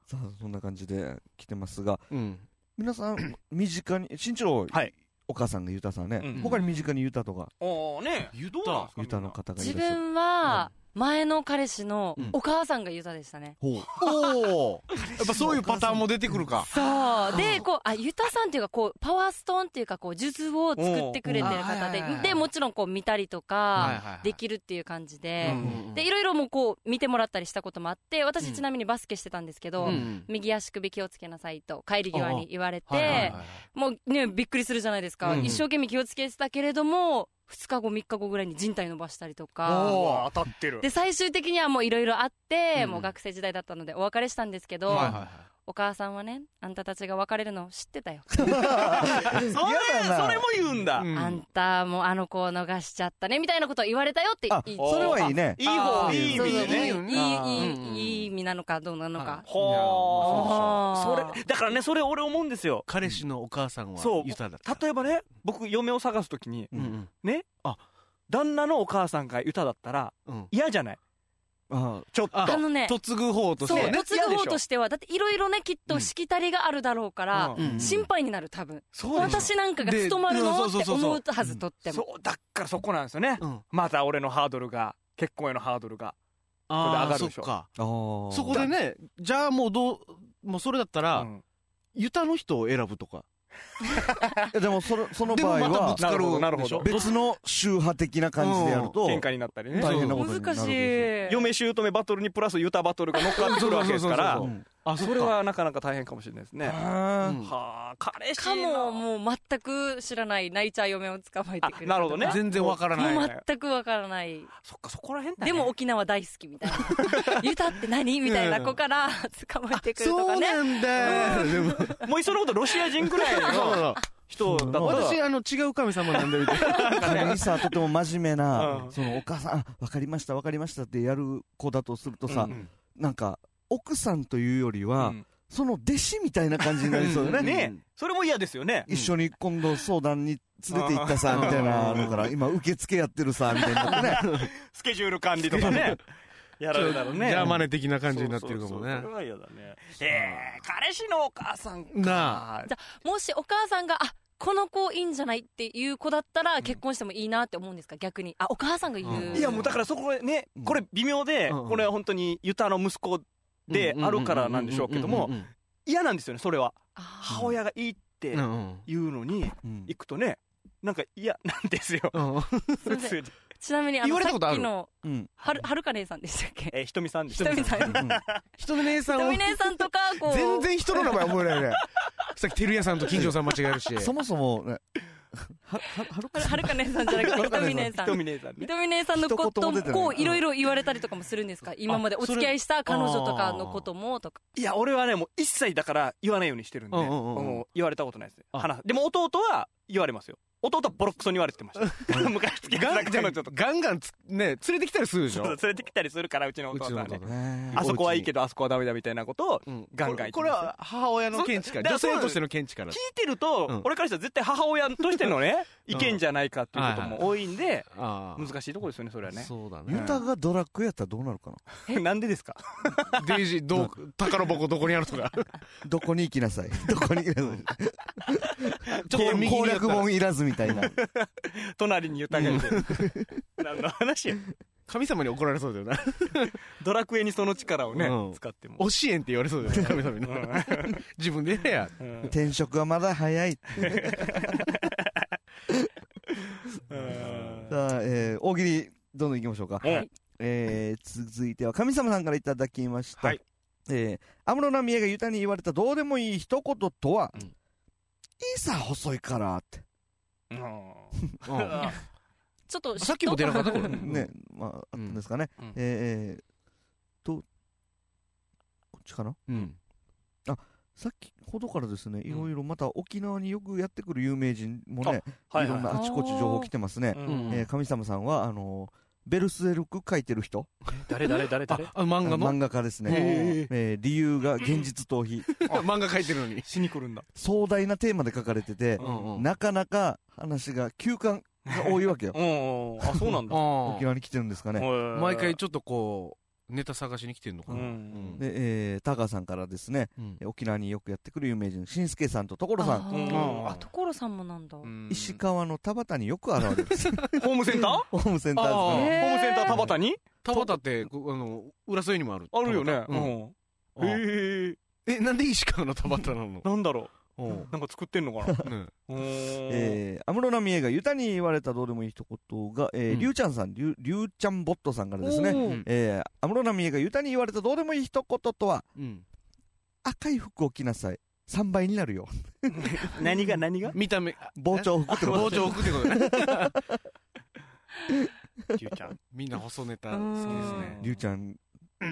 [SPEAKER 2] さあ、そんな感じで来てますが、
[SPEAKER 1] うん
[SPEAKER 2] 皆さ ん、身近に、身長、
[SPEAKER 4] はい
[SPEAKER 2] お母さんがユタさんね、
[SPEAKER 4] うん
[SPEAKER 2] 他に身近にユタとか、
[SPEAKER 4] おーね
[SPEAKER 1] 言っ
[SPEAKER 4] どうなん
[SPEAKER 1] た
[SPEAKER 4] すか
[SPEAKER 2] ユタの方がいら
[SPEAKER 3] 自
[SPEAKER 2] っしゃる。
[SPEAKER 3] 分は、前の彼氏の
[SPEAKER 1] うん
[SPEAKER 3] お母さんがユタでしたね。
[SPEAKER 2] ほう。
[SPEAKER 1] おおやっぱそういうパターンも出てくるか
[SPEAKER 3] そう。で、こう、あ、ユタさんっていうか、こう、パワーストーンっていうか、こう、数珠を作ってくれてる
[SPEAKER 1] おうおうあ
[SPEAKER 3] 方
[SPEAKER 1] はいはいはい
[SPEAKER 3] で、で、もちろんこう、見たりと
[SPEAKER 1] はいはいは
[SPEAKER 3] か、
[SPEAKER 1] い
[SPEAKER 3] できるっていう感じ
[SPEAKER 1] う
[SPEAKER 3] で、
[SPEAKER 1] ん
[SPEAKER 3] で、いろいろもうこう、見てもらったりしたこともあって、
[SPEAKER 1] う
[SPEAKER 3] 私
[SPEAKER 1] ん
[SPEAKER 3] ちなみにバスケしてたんですけ
[SPEAKER 1] う
[SPEAKER 3] ど、
[SPEAKER 1] ん
[SPEAKER 3] 右足首気をつけなさいと、帰り際に言われて、
[SPEAKER 1] はいはいはいはい
[SPEAKER 3] もうね、びっくりするじゃないですか。
[SPEAKER 1] うん
[SPEAKER 3] 一生懸命気をつけてたけれども、2日後、3日後ぐらいに人体伸ばしたりとか、
[SPEAKER 4] うわ当たってる
[SPEAKER 3] で、最終的にはもういろいろあって、
[SPEAKER 1] うん
[SPEAKER 3] もう学生時代だったのでお別れしたんですけど、
[SPEAKER 1] はいはいはい
[SPEAKER 3] お母さんはね、あんたたちが別れるの知ってたよ。
[SPEAKER 4] それそ
[SPEAKER 2] 嫌だな
[SPEAKER 4] れも言うんだ
[SPEAKER 1] うん
[SPEAKER 3] あんたもあの子を逃しちゃったね、みたいなことを言われたよって言
[SPEAKER 2] あ
[SPEAKER 3] って。
[SPEAKER 2] それはいいね。
[SPEAKER 4] いい方
[SPEAKER 3] あー
[SPEAKER 4] いい意
[SPEAKER 3] そうそう
[SPEAKER 4] 味で
[SPEAKER 3] いい
[SPEAKER 4] ね
[SPEAKER 1] うんうん
[SPEAKER 3] いい、いい、いい意味なのかどうなの
[SPEAKER 1] は
[SPEAKER 3] か
[SPEAKER 1] い。
[SPEAKER 4] はあそ
[SPEAKER 3] あー
[SPEAKER 4] れだからねそれ俺思うんですよ
[SPEAKER 1] 彼氏のお母さんは
[SPEAKER 4] そう
[SPEAKER 1] ユタだった
[SPEAKER 4] 例えばね僕嫁を探すときに
[SPEAKER 1] うんうん
[SPEAKER 4] 旦那のお母さんが歌だったら
[SPEAKER 1] うん
[SPEAKER 4] 嫌じゃない
[SPEAKER 2] あ
[SPEAKER 4] ちょっ
[SPEAKER 1] あ
[SPEAKER 4] と
[SPEAKER 3] あのね、
[SPEAKER 1] 嫁ぐ方とし
[SPEAKER 3] そう、
[SPEAKER 1] てね
[SPEAKER 3] 嫁ぐ方としては、だっていろいろね、きっとしきたりがあるだろうから、
[SPEAKER 4] うん
[SPEAKER 1] うん
[SPEAKER 3] 心配になる、多分。
[SPEAKER 4] そうでしょ
[SPEAKER 3] 私なんかが務まる
[SPEAKER 1] で
[SPEAKER 3] の
[SPEAKER 1] うんそう
[SPEAKER 3] って
[SPEAKER 1] そうそうそう
[SPEAKER 3] 思うはずとっても。
[SPEAKER 4] そうだからそこなんですよね
[SPEAKER 1] うん
[SPEAKER 4] また俺のハードルが結婚へのハードルが
[SPEAKER 1] ああ
[SPEAKER 4] これ上がる
[SPEAKER 1] そっ
[SPEAKER 4] でしょ
[SPEAKER 1] か
[SPEAKER 2] あー。
[SPEAKER 1] そこでねじゃあもうどうもうそれだった
[SPEAKER 4] う
[SPEAKER 1] ら
[SPEAKER 4] ん
[SPEAKER 1] ユタの人を選ぶとか
[SPEAKER 2] いやでもその、その
[SPEAKER 1] でも
[SPEAKER 2] 場合
[SPEAKER 1] またぶ
[SPEAKER 2] は
[SPEAKER 1] つ、かる
[SPEAKER 4] なるほどなるほど
[SPEAKER 1] でしょ
[SPEAKER 2] 別の宗派的な感じでやると、
[SPEAKER 4] 喧嘩になったりね
[SPEAKER 2] 大変なことにな
[SPEAKER 3] 難
[SPEAKER 2] る
[SPEAKER 3] し
[SPEAKER 2] わ
[SPEAKER 3] い
[SPEAKER 2] けで。
[SPEAKER 4] 嫁姑バトルにプラスユタバトルが乗っかってくるわけですか
[SPEAKER 1] そ
[SPEAKER 4] ら
[SPEAKER 1] う
[SPEAKER 2] すよ。
[SPEAKER 1] そ
[SPEAKER 2] うん
[SPEAKER 1] あ
[SPEAKER 4] それはなかなか大変かもしれないですね
[SPEAKER 2] あー
[SPEAKER 1] うん
[SPEAKER 4] はあ彼氏
[SPEAKER 3] かも、
[SPEAKER 4] の
[SPEAKER 3] もう全く知らない、泣いちゃう嫁を捕まえて
[SPEAKER 4] あ
[SPEAKER 3] くれ
[SPEAKER 4] なるほどね
[SPEAKER 1] 全然わからない
[SPEAKER 3] もう全くわからない。
[SPEAKER 4] そっかそこら辺だね
[SPEAKER 3] でも沖縄大好きみ たいな。ユタって何みたいな子から捕まえてくると
[SPEAKER 1] そ
[SPEAKER 3] か
[SPEAKER 1] う
[SPEAKER 3] ね。
[SPEAKER 1] なんだでも
[SPEAKER 4] もういっそのことロシア人ぐらいの人だったら
[SPEAKER 1] 私あの違う神様なんだみたいな
[SPEAKER 2] 彼にさ、とても真面目な
[SPEAKER 4] う、ん
[SPEAKER 2] そのお母さん、あわかりました、わかりましたってやる子だとするとさ
[SPEAKER 4] うんう、ん
[SPEAKER 2] なんか、奥さんというよりは、その弟子みたいな感じになりそうよね。
[SPEAKER 4] ねそれも嫌ですよね
[SPEAKER 2] 一緒に今度相談に連れて行ったさ、みたいなのから、今受付やってるさ、みたいになってね。
[SPEAKER 4] スケジュール管理とかねやられたらね
[SPEAKER 1] ジャーマネ的な感じになってるか
[SPEAKER 4] そ
[SPEAKER 1] も
[SPEAKER 4] うそうそう
[SPEAKER 1] ね
[SPEAKER 4] それは嫌だねえー彼氏のお母さんか
[SPEAKER 1] な
[SPEAKER 4] あ
[SPEAKER 3] もしお母さんが、あ、この子いいんじゃないっていう子だったら結婚してもいいなって思うんですか逆に。あ、お母さんが言
[SPEAKER 1] うん
[SPEAKER 3] う。
[SPEAKER 4] いやもうだからそこね
[SPEAKER 2] うん
[SPEAKER 4] これ微妙で
[SPEAKER 1] うんうん
[SPEAKER 4] これは本当にユタの息子であるからなんでしょうけども
[SPEAKER 1] うんうんうんうんうん
[SPEAKER 4] 嫌なんですよねそれは
[SPEAKER 3] あー
[SPEAKER 4] 母親がいいって
[SPEAKER 1] うんうん
[SPEAKER 4] いうのに
[SPEAKER 2] うん
[SPEAKER 4] 行くとねなんか嫌なんですよ
[SPEAKER 1] うん
[SPEAKER 3] すい
[SPEAKER 4] 普
[SPEAKER 3] ません
[SPEAKER 4] 通に
[SPEAKER 3] ちなみにあ
[SPEAKER 1] 言
[SPEAKER 3] の
[SPEAKER 1] われた
[SPEAKER 3] さ
[SPEAKER 1] ことあ
[SPEAKER 3] っ
[SPEAKER 1] る
[SPEAKER 3] きの
[SPEAKER 2] うん
[SPEAKER 3] はるはるか姉さんでしたっけ
[SPEAKER 4] えーひとみさんで
[SPEAKER 3] ひと みさんひ
[SPEAKER 1] 人の姉さん
[SPEAKER 3] と
[SPEAKER 1] を
[SPEAKER 3] み姉さんとかこう
[SPEAKER 1] 全然人の名前覚えられないさっき照屋さんと金城さん間違えるし
[SPEAKER 2] そもそもねはははるか
[SPEAKER 3] はる
[SPEAKER 2] さん
[SPEAKER 3] はるか姉さんじゃなくて
[SPEAKER 2] は
[SPEAKER 3] ひ
[SPEAKER 2] るか
[SPEAKER 3] と
[SPEAKER 2] 姉さん
[SPEAKER 3] み姉さ
[SPEAKER 4] ひと
[SPEAKER 3] ん
[SPEAKER 4] みねえさん
[SPEAKER 3] ひ
[SPEAKER 4] ね
[SPEAKER 3] とみ姉さんのこ
[SPEAKER 2] 一言
[SPEAKER 3] と
[SPEAKER 2] も出
[SPEAKER 3] も
[SPEAKER 2] てない
[SPEAKER 3] こういろいろ言われたりとかもするんですか今までお付き合いした彼女とかのこともとか
[SPEAKER 4] いや俺はねもう一切だから言わないようにしてるんで
[SPEAKER 1] うんうんうん
[SPEAKER 4] もう言われたことないですね
[SPEAKER 1] あ
[SPEAKER 4] 話でも弟は言われますよ弟はボロクソに言われてました昔付き合
[SPEAKER 1] ガ
[SPEAKER 4] って
[SPEAKER 1] ンガ
[SPEAKER 4] た彼
[SPEAKER 1] ン
[SPEAKER 4] 女とか
[SPEAKER 1] ガンガンつね連れてきたりするでし
[SPEAKER 4] そう
[SPEAKER 1] ょ
[SPEAKER 4] 連れてきたりするからうちの
[SPEAKER 1] うち
[SPEAKER 4] 弟
[SPEAKER 1] の
[SPEAKER 4] は
[SPEAKER 1] 弟
[SPEAKER 4] ね
[SPEAKER 1] が
[SPEAKER 2] ね
[SPEAKER 4] あそこはい いけどあそこはダメだみたいなことを
[SPEAKER 1] うん
[SPEAKER 4] ガンガン言ってますよ
[SPEAKER 1] これは母親の見地から
[SPEAKER 4] そ
[SPEAKER 1] 女性としての見地から
[SPEAKER 4] 聞いてると、
[SPEAKER 1] うん
[SPEAKER 4] 俺からしたら絶対母親としてのね
[SPEAKER 1] うん
[SPEAKER 4] 意見じゃないかっていうことも多いんで、
[SPEAKER 1] あ
[SPEAKER 4] 難しいとこですよねそれはね
[SPEAKER 1] そうだ
[SPEAKER 2] ユ
[SPEAKER 1] ね
[SPEAKER 2] タがドラッグやったらどうなるかな
[SPEAKER 4] なんでですか
[SPEAKER 1] デイジーどう宝箱どこにあるとか
[SPEAKER 2] どこに行きなさいどこに行きなさい
[SPEAKER 1] ちょっと右
[SPEAKER 2] 攻
[SPEAKER 1] に寄っ
[SPEAKER 2] 略
[SPEAKER 1] たら
[SPEAKER 2] 本いらずみたいな
[SPEAKER 4] 隣に豊かに、 何の話や
[SPEAKER 1] 神様に怒られそうだよな
[SPEAKER 4] ドラクエにその力をね、
[SPEAKER 1] うん
[SPEAKER 4] 使っても、
[SPEAKER 1] お支援って言われそうだよね神様に
[SPEAKER 4] う
[SPEAKER 1] なん 自分でやれや
[SPEAKER 4] うん
[SPEAKER 2] 転職はまだ早い
[SPEAKER 4] うん
[SPEAKER 2] さあ、えー大喜利どんどんいきましょうか、
[SPEAKER 4] はい
[SPEAKER 2] えー続いては神様さんからいただきました、
[SPEAKER 4] はい
[SPEAKER 2] えー安室奈美恵がユタに言われたどうでもいい一言とは、
[SPEAKER 1] うん
[SPEAKER 2] いいさ細いからって
[SPEAKER 1] うん
[SPEAKER 3] ちょっと
[SPEAKER 1] さっきも出なかったこれ
[SPEAKER 2] ね、まああったんですかね、
[SPEAKER 4] うんうん
[SPEAKER 2] えーえーとこっちかな
[SPEAKER 1] うん
[SPEAKER 2] さっきほどからですねいろいろまた沖縄によくやってくる有名人もね、
[SPEAKER 4] はい
[SPEAKER 2] いろんなあちこち情報来てますね、
[SPEAKER 4] う
[SPEAKER 1] うん
[SPEAKER 4] ん
[SPEAKER 2] えー神様さんはあのベルスエルク書いてる人
[SPEAKER 4] 誰誰誰
[SPEAKER 1] あ
[SPEAKER 4] 誰
[SPEAKER 1] あ漫画の
[SPEAKER 2] 漫画家ですね、
[SPEAKER 1] へ
[SPEAKER 2] えー理由が現実逃避
[SPEAKER 1] あ 漫画描いてるのに
[SPEAKER 4] 死に来るんだ
[SPEAKER 2] 壮大なテーマで書かれてて、
[SPEAKER 1] うんうん
[SPEAKER 2] なかなか話が休館が多いわけ よ
[SPEAKER 4] うんあそうなんだ
[SPEAKER 1] あ
[SPEAKER 2] 沖縄に来てるんですかね
[SPEAKER 1] あ
[SPEAKER 4] へえ
[SPEAKER 1] 毎回ちょっとこうネタ探しに来てんのかな
[SPEAKER 4] うん
[SPEAKER 1] うん
[SPEAKER 2] で、えー、タカさんからですね
[SPEAKER 1] うん
[SPEAKER 2] えー沖縄によくやってくる有名人しんすけさんと所さん
[SPEAKER 4] うん
[SPEAKER 3] あーあ所さんもなんだ
[SPEAKER 4] うん
[SPEAKER 2] 石川の田端によく現れ る
[SPEAKER 4] ホームセンターあ
[SPEAKER 2] ホームセンタ
[SPEAKER 4] あ
[SPEAKER 2] ーで
[SPEAKER 4] ホ
[SPEAKER 2] すね
[SPEAKER 4] ームセンター田端に
[SPEAKER 1] 田畑ってこあの浦添にもある
[SPEAKER 4] あるよね
[SPEAKER 1] 田畑
[SPEAKER 4] うん
[SPEAKER 1] うんあ
[SPEAKER 4] へえ
[SPEAKER 1] えなんで石川の田畑なの
[SPEAKER 4] なんだろ
[SPEAKER 1] うん
[SPEAKER 4] うなんか作ってんの かな
[SPEAKER 1] ね
[SPEAKER 4] うーん
[SPEAKER 2] えー安室奈美恵がユタに言われたどうでもいい一言が、えー
[SPEAKER 1] うん
[SPEAKER 2] りゅうちゃんさんりゅうりゅうちゃんボットさんからです
[SPEAKER 1] う
[SPEAKER 2] ね
[SPEAKER 1] ん
[SPEAKER 2] えー安室奈美恵がユタに言われたどうでもいい一言とは
[SPEAKER 1] うん
[SPEAKER 2] 赤い服を着なさい3倍になるよ
[SPEAKER 4] 何が何が
[SPEAKER 1] 見た目
[SPEAKER 2] 膨張服ってこと
[SPEAKER 1] 膨張服ってことね
[SPEAKER 4] ゆうちゃん
[SPEAKER 1] みんな細ネタ
[SPEAKER 3] う
[SPEAKER 1] 好
[SPEAKER 3] ん
[SPEAKER 1] きですね
[SPEAKER 2] りゅうちゃん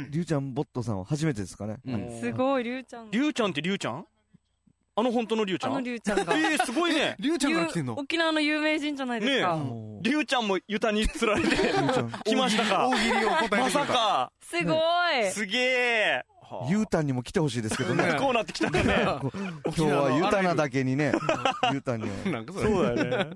[SPEAKER 2] りゅうちゃんボットさんは初めてですかね、
[SPEAKER 1] うん
[SPEAKER 3] すごいりゅうちゃん
[SPEAKER 4] りゅうちゃんってりゅうちゃんあの本当のりゅうち
[SPEAKER 3] あ
[SPEAKER 4] ゃん
[SPEAKER 3] の
[SPEAKER 4] え
[SPEAKER 3] りゅうちゃんが
[SPEAKER 4] ーすごいね
[SPEAKER 1] りゅうちゃんから来て
[SPEAKER 3] ゆ
[SPEAKER 1] んの
[SPEAKER 3] う沖縄の有名人じゃないですか、
[SPEAKER 2] あのー
[SPEAKER 4] りゅうちゃんもユタに釣ら れ
[SPEAKER 2] り
[SPEAKER 4] て
[SPEAKER 2] ゅうちゃん
[SPEAKER 4] 来ましたか
[SPEAKER 1] 大喜利を答えてくれた
[SPEAKER 4] まさか
[SPEAKER 3] すごい、
[SPEAKER 4] すげえ
[SPEAKER 2] ゆうたんにも来てほしいですけどね
[SPEAKER 1] ね
[SPEAKER 4] こうなってきたん だね
[SPEAKER 2] 今日はゆたなだけにねゆたには
[SPEAKER 1] なんかそれ
[SPEAKER 4] そう だね
[SPEAKER 1] はい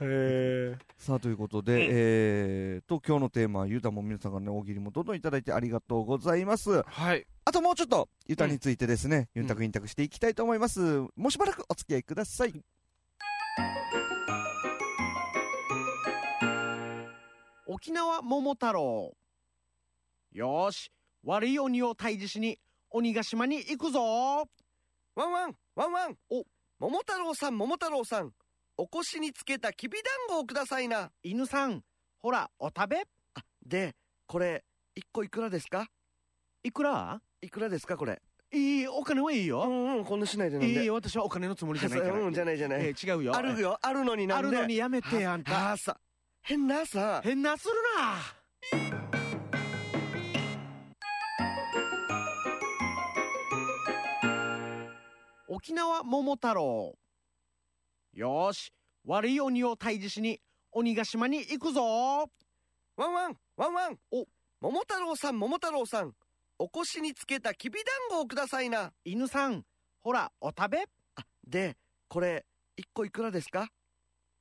[SPEAKER 4] へ
[SPEAKER 2] さあということで、えー、と今日のテーマはゆたも皆さんからね大喜利もどんどんいただいてありがとうございます
[SPEAKER 1] はい
[SPEAKER 2] あともうちょっとゆたについてですね、ゆんたくインタクしていきたいと思いますもうしばらくお付き合いください
[SPEAKER 5] 沖縄桃太郎よーし悪い鬼を退治しに鬼ヶ島に行くぞ
[SPEAKER 6] ワンワンワンワンお桃太郎さん桃太郎さんお腰につけたきびだんごをくださいな
[SPEAKER 5] 犬さんほらお食べ
[SPEAKER 6] でこれ一個いくらですか
[SPEAKER 5] いくら
[SPEAKER 6] いくらですかこれ
[SPEAKER 5] いいお金はいいうよ、
[SPEAKER 6] んうんこんなしないで
[SPEAKER 5] いいよ私はお金のつもりじゃないから、
[SPEAKER 6] うんじゃないじゃない、
[SPEAKER 5] えー違うよ
[SPEAKER 6] あるよあるのにな
[SPEAKER 5] あ
[SPEAKER 6] んで
[SPEAKER 5] るのにやめてあんた
[SPEAKER 6] あさ変なさ
[SPEAKER 5] 変なするな沖縄桃太郎よーし悪い鬼を退治しに鬼ヶ島に行くぞ
[SPEAKER 6] ワンワンワンワンお桃太郎さん桃太郎さんお腰につけたきびだんごをくださいな
[SPEAKER 5] 犬さんほらお食べ
[SPEAKER 6] でこれ一個いくらですか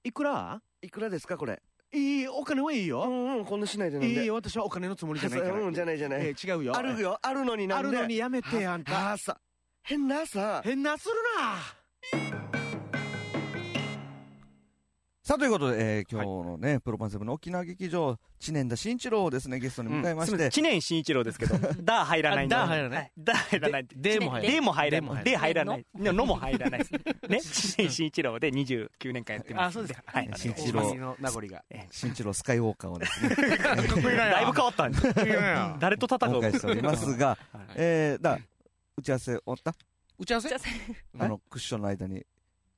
[SPEAKER 5] いくら
[SPEAKER 6] いくらですかこれ
[SPEAKER 5] いいお金はいいうよ、
[SPEAKER 6] んうんこんなしないでなん
[SPEAKER 5] いい
[SPEAKER 6] で
[SPEAKER 5] よ私はお金のつもりじゃな いから、
[SPEAKER 6] うんじゃないじゃない、
[SPEAKER 5] えー違うよ
[SPEAKER 6] あるよあるのにな
[SPEAKER 5] あ
[SPEAKER 6] んで
[SPEAKER 5] るのにやめてあんた
[SPEAKER 6] あさ変なさ
[SPEAKER 5] 変なするな
[SPEAKER 2] さあ、ということで、えー今日のね、プロパンセブンの沖縄劇場、知念田慎一郎をですね、ゲストに迎えま
[SPEAKER 4] す
[SPEAKER 2] し
[SPEAKER 4] みませ
[SPEAKER 2] て、
[SPEAKER 4] ん知念慎一郎ですけど「だ」入らないん
[SPEAKER 1] あだ入
[SPEAKER 4] ら
[SPEAKER 1] らない。
[SPEAKER 4] だ入らない
[SPEAKER 1] でも入らない。
[SPEAKER 4] でも入ら
[SPEAKER 1] でも
[SPEAKER 4] ない。
[SPEAKER 1] 入
[SPEAKER 4] で
[SPEAKER 1] ら
[SPEAKER 4] 入らない。ののも入らないです。ね。 知念慎一郎で29年間やって
[SPEAKER 1] ない。あ、
[SPEAKER 4] ます。
[SPEAKER 1] そうですか。
[SPEAKER 4] はい。
[SPEAKER 2] 慎一郎
[SPEAKER 1] お祭りの名残が。
[SPEAKER 2] 慎一郎スカイウォーカーをですね、
[SPEAKER 4] だいぶ変わったんです よ。誰と戦
[SPEAKER 2] お
[SPEAKER 4] う
[SPEAKER 2] 迎えしておりますが、
[SPEAKER 4] はい
[SPEAKER 2] えー、だ、打ち合わせ終わった
[SPEAKER 1] 打ち合わせ
[SPEAKER 3] じゃあせ
[SPEAKER 2] あの、クッションの間に、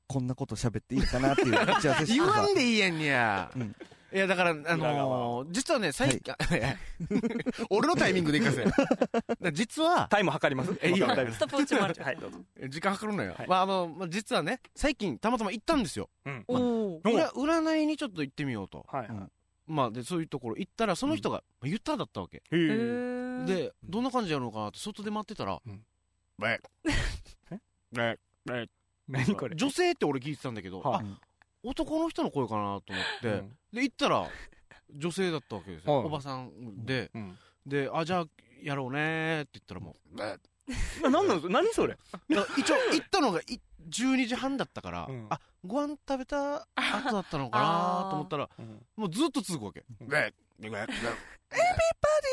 [SPEAKER 2] こんなこと喋っていいかなっていう打ち合わせして
[SPEAKER 1] 言
[SPEAKER 2] た
[SPEAKER 1] わんでいいやんにゃ
[SPEAKER 2] うん。
[SPEAKER 1] いや、だから、あのー、実はね、最近、 俺のタイミングでいかせ。だから実は、
[SPEAKER 4] タイム測ります
[SPEAKER 1] えいいよ
[SPEAKER 4] 大丈夫です
[SPEAKER 3] ストップウォッチもある
[SPEAKER 4] はい、どうぞ。
[SPEAKER 1] 時間計るのよ
[SPEAKER 4] は。い
[SPEAKER 1] まあ、あの、まあ実はね、最近たまたま行ったんですよ。
[SPEAKER 4] うん。
[SPEAKER 3] おお
[SPEAKER 4] お
[SPEAKER 1] 占占いにちょっと行ってみようと。
[SPEAKER 4] はい。
[SPEAKER 1] まあ、で、そういうところ行ったら、その人が、まあ言っただったわけ。
[SPEAKER 4] へ
[SPEAKER 3] ー
[SPEAKER 4] ー
[SPEAKER 1] で、どんな感じやるのかなって、外で待ってたら
[SPEAKER 4] うん、
[SPEAKER 1] べ
[SPEAKER 4] え
[SPEAKER 1] べべ
[SPEAKER 4] 何 これ
[SPEAKER 1] 女性って俺聞いてたんだけど、
[SPEAKER 4] は
[SPEAKER 1] あ男の人の声かなと思って、
[SPEAKER 4] うん
[SPEAKER 1] で行ったら女性だったわけですよ、
[SPEAKER 4] はい
[SPEAKER 1] おばさんで
[SPEAKER 4] うん
[SPEAKER 1] であじゃあやろうねーって言ったらもうだ
[SPEAKER 4] ななんなの何それ
[SPEAKER 1] 一応行ったのがい12時半だったから、
[SPEAKER 4] うん
[SPEAKER 1] あご飯食べた後だったのかなと思ったらもうずっと続くわけ
[SPEAKER 4] うん
[SPEAKER 1] ででででででで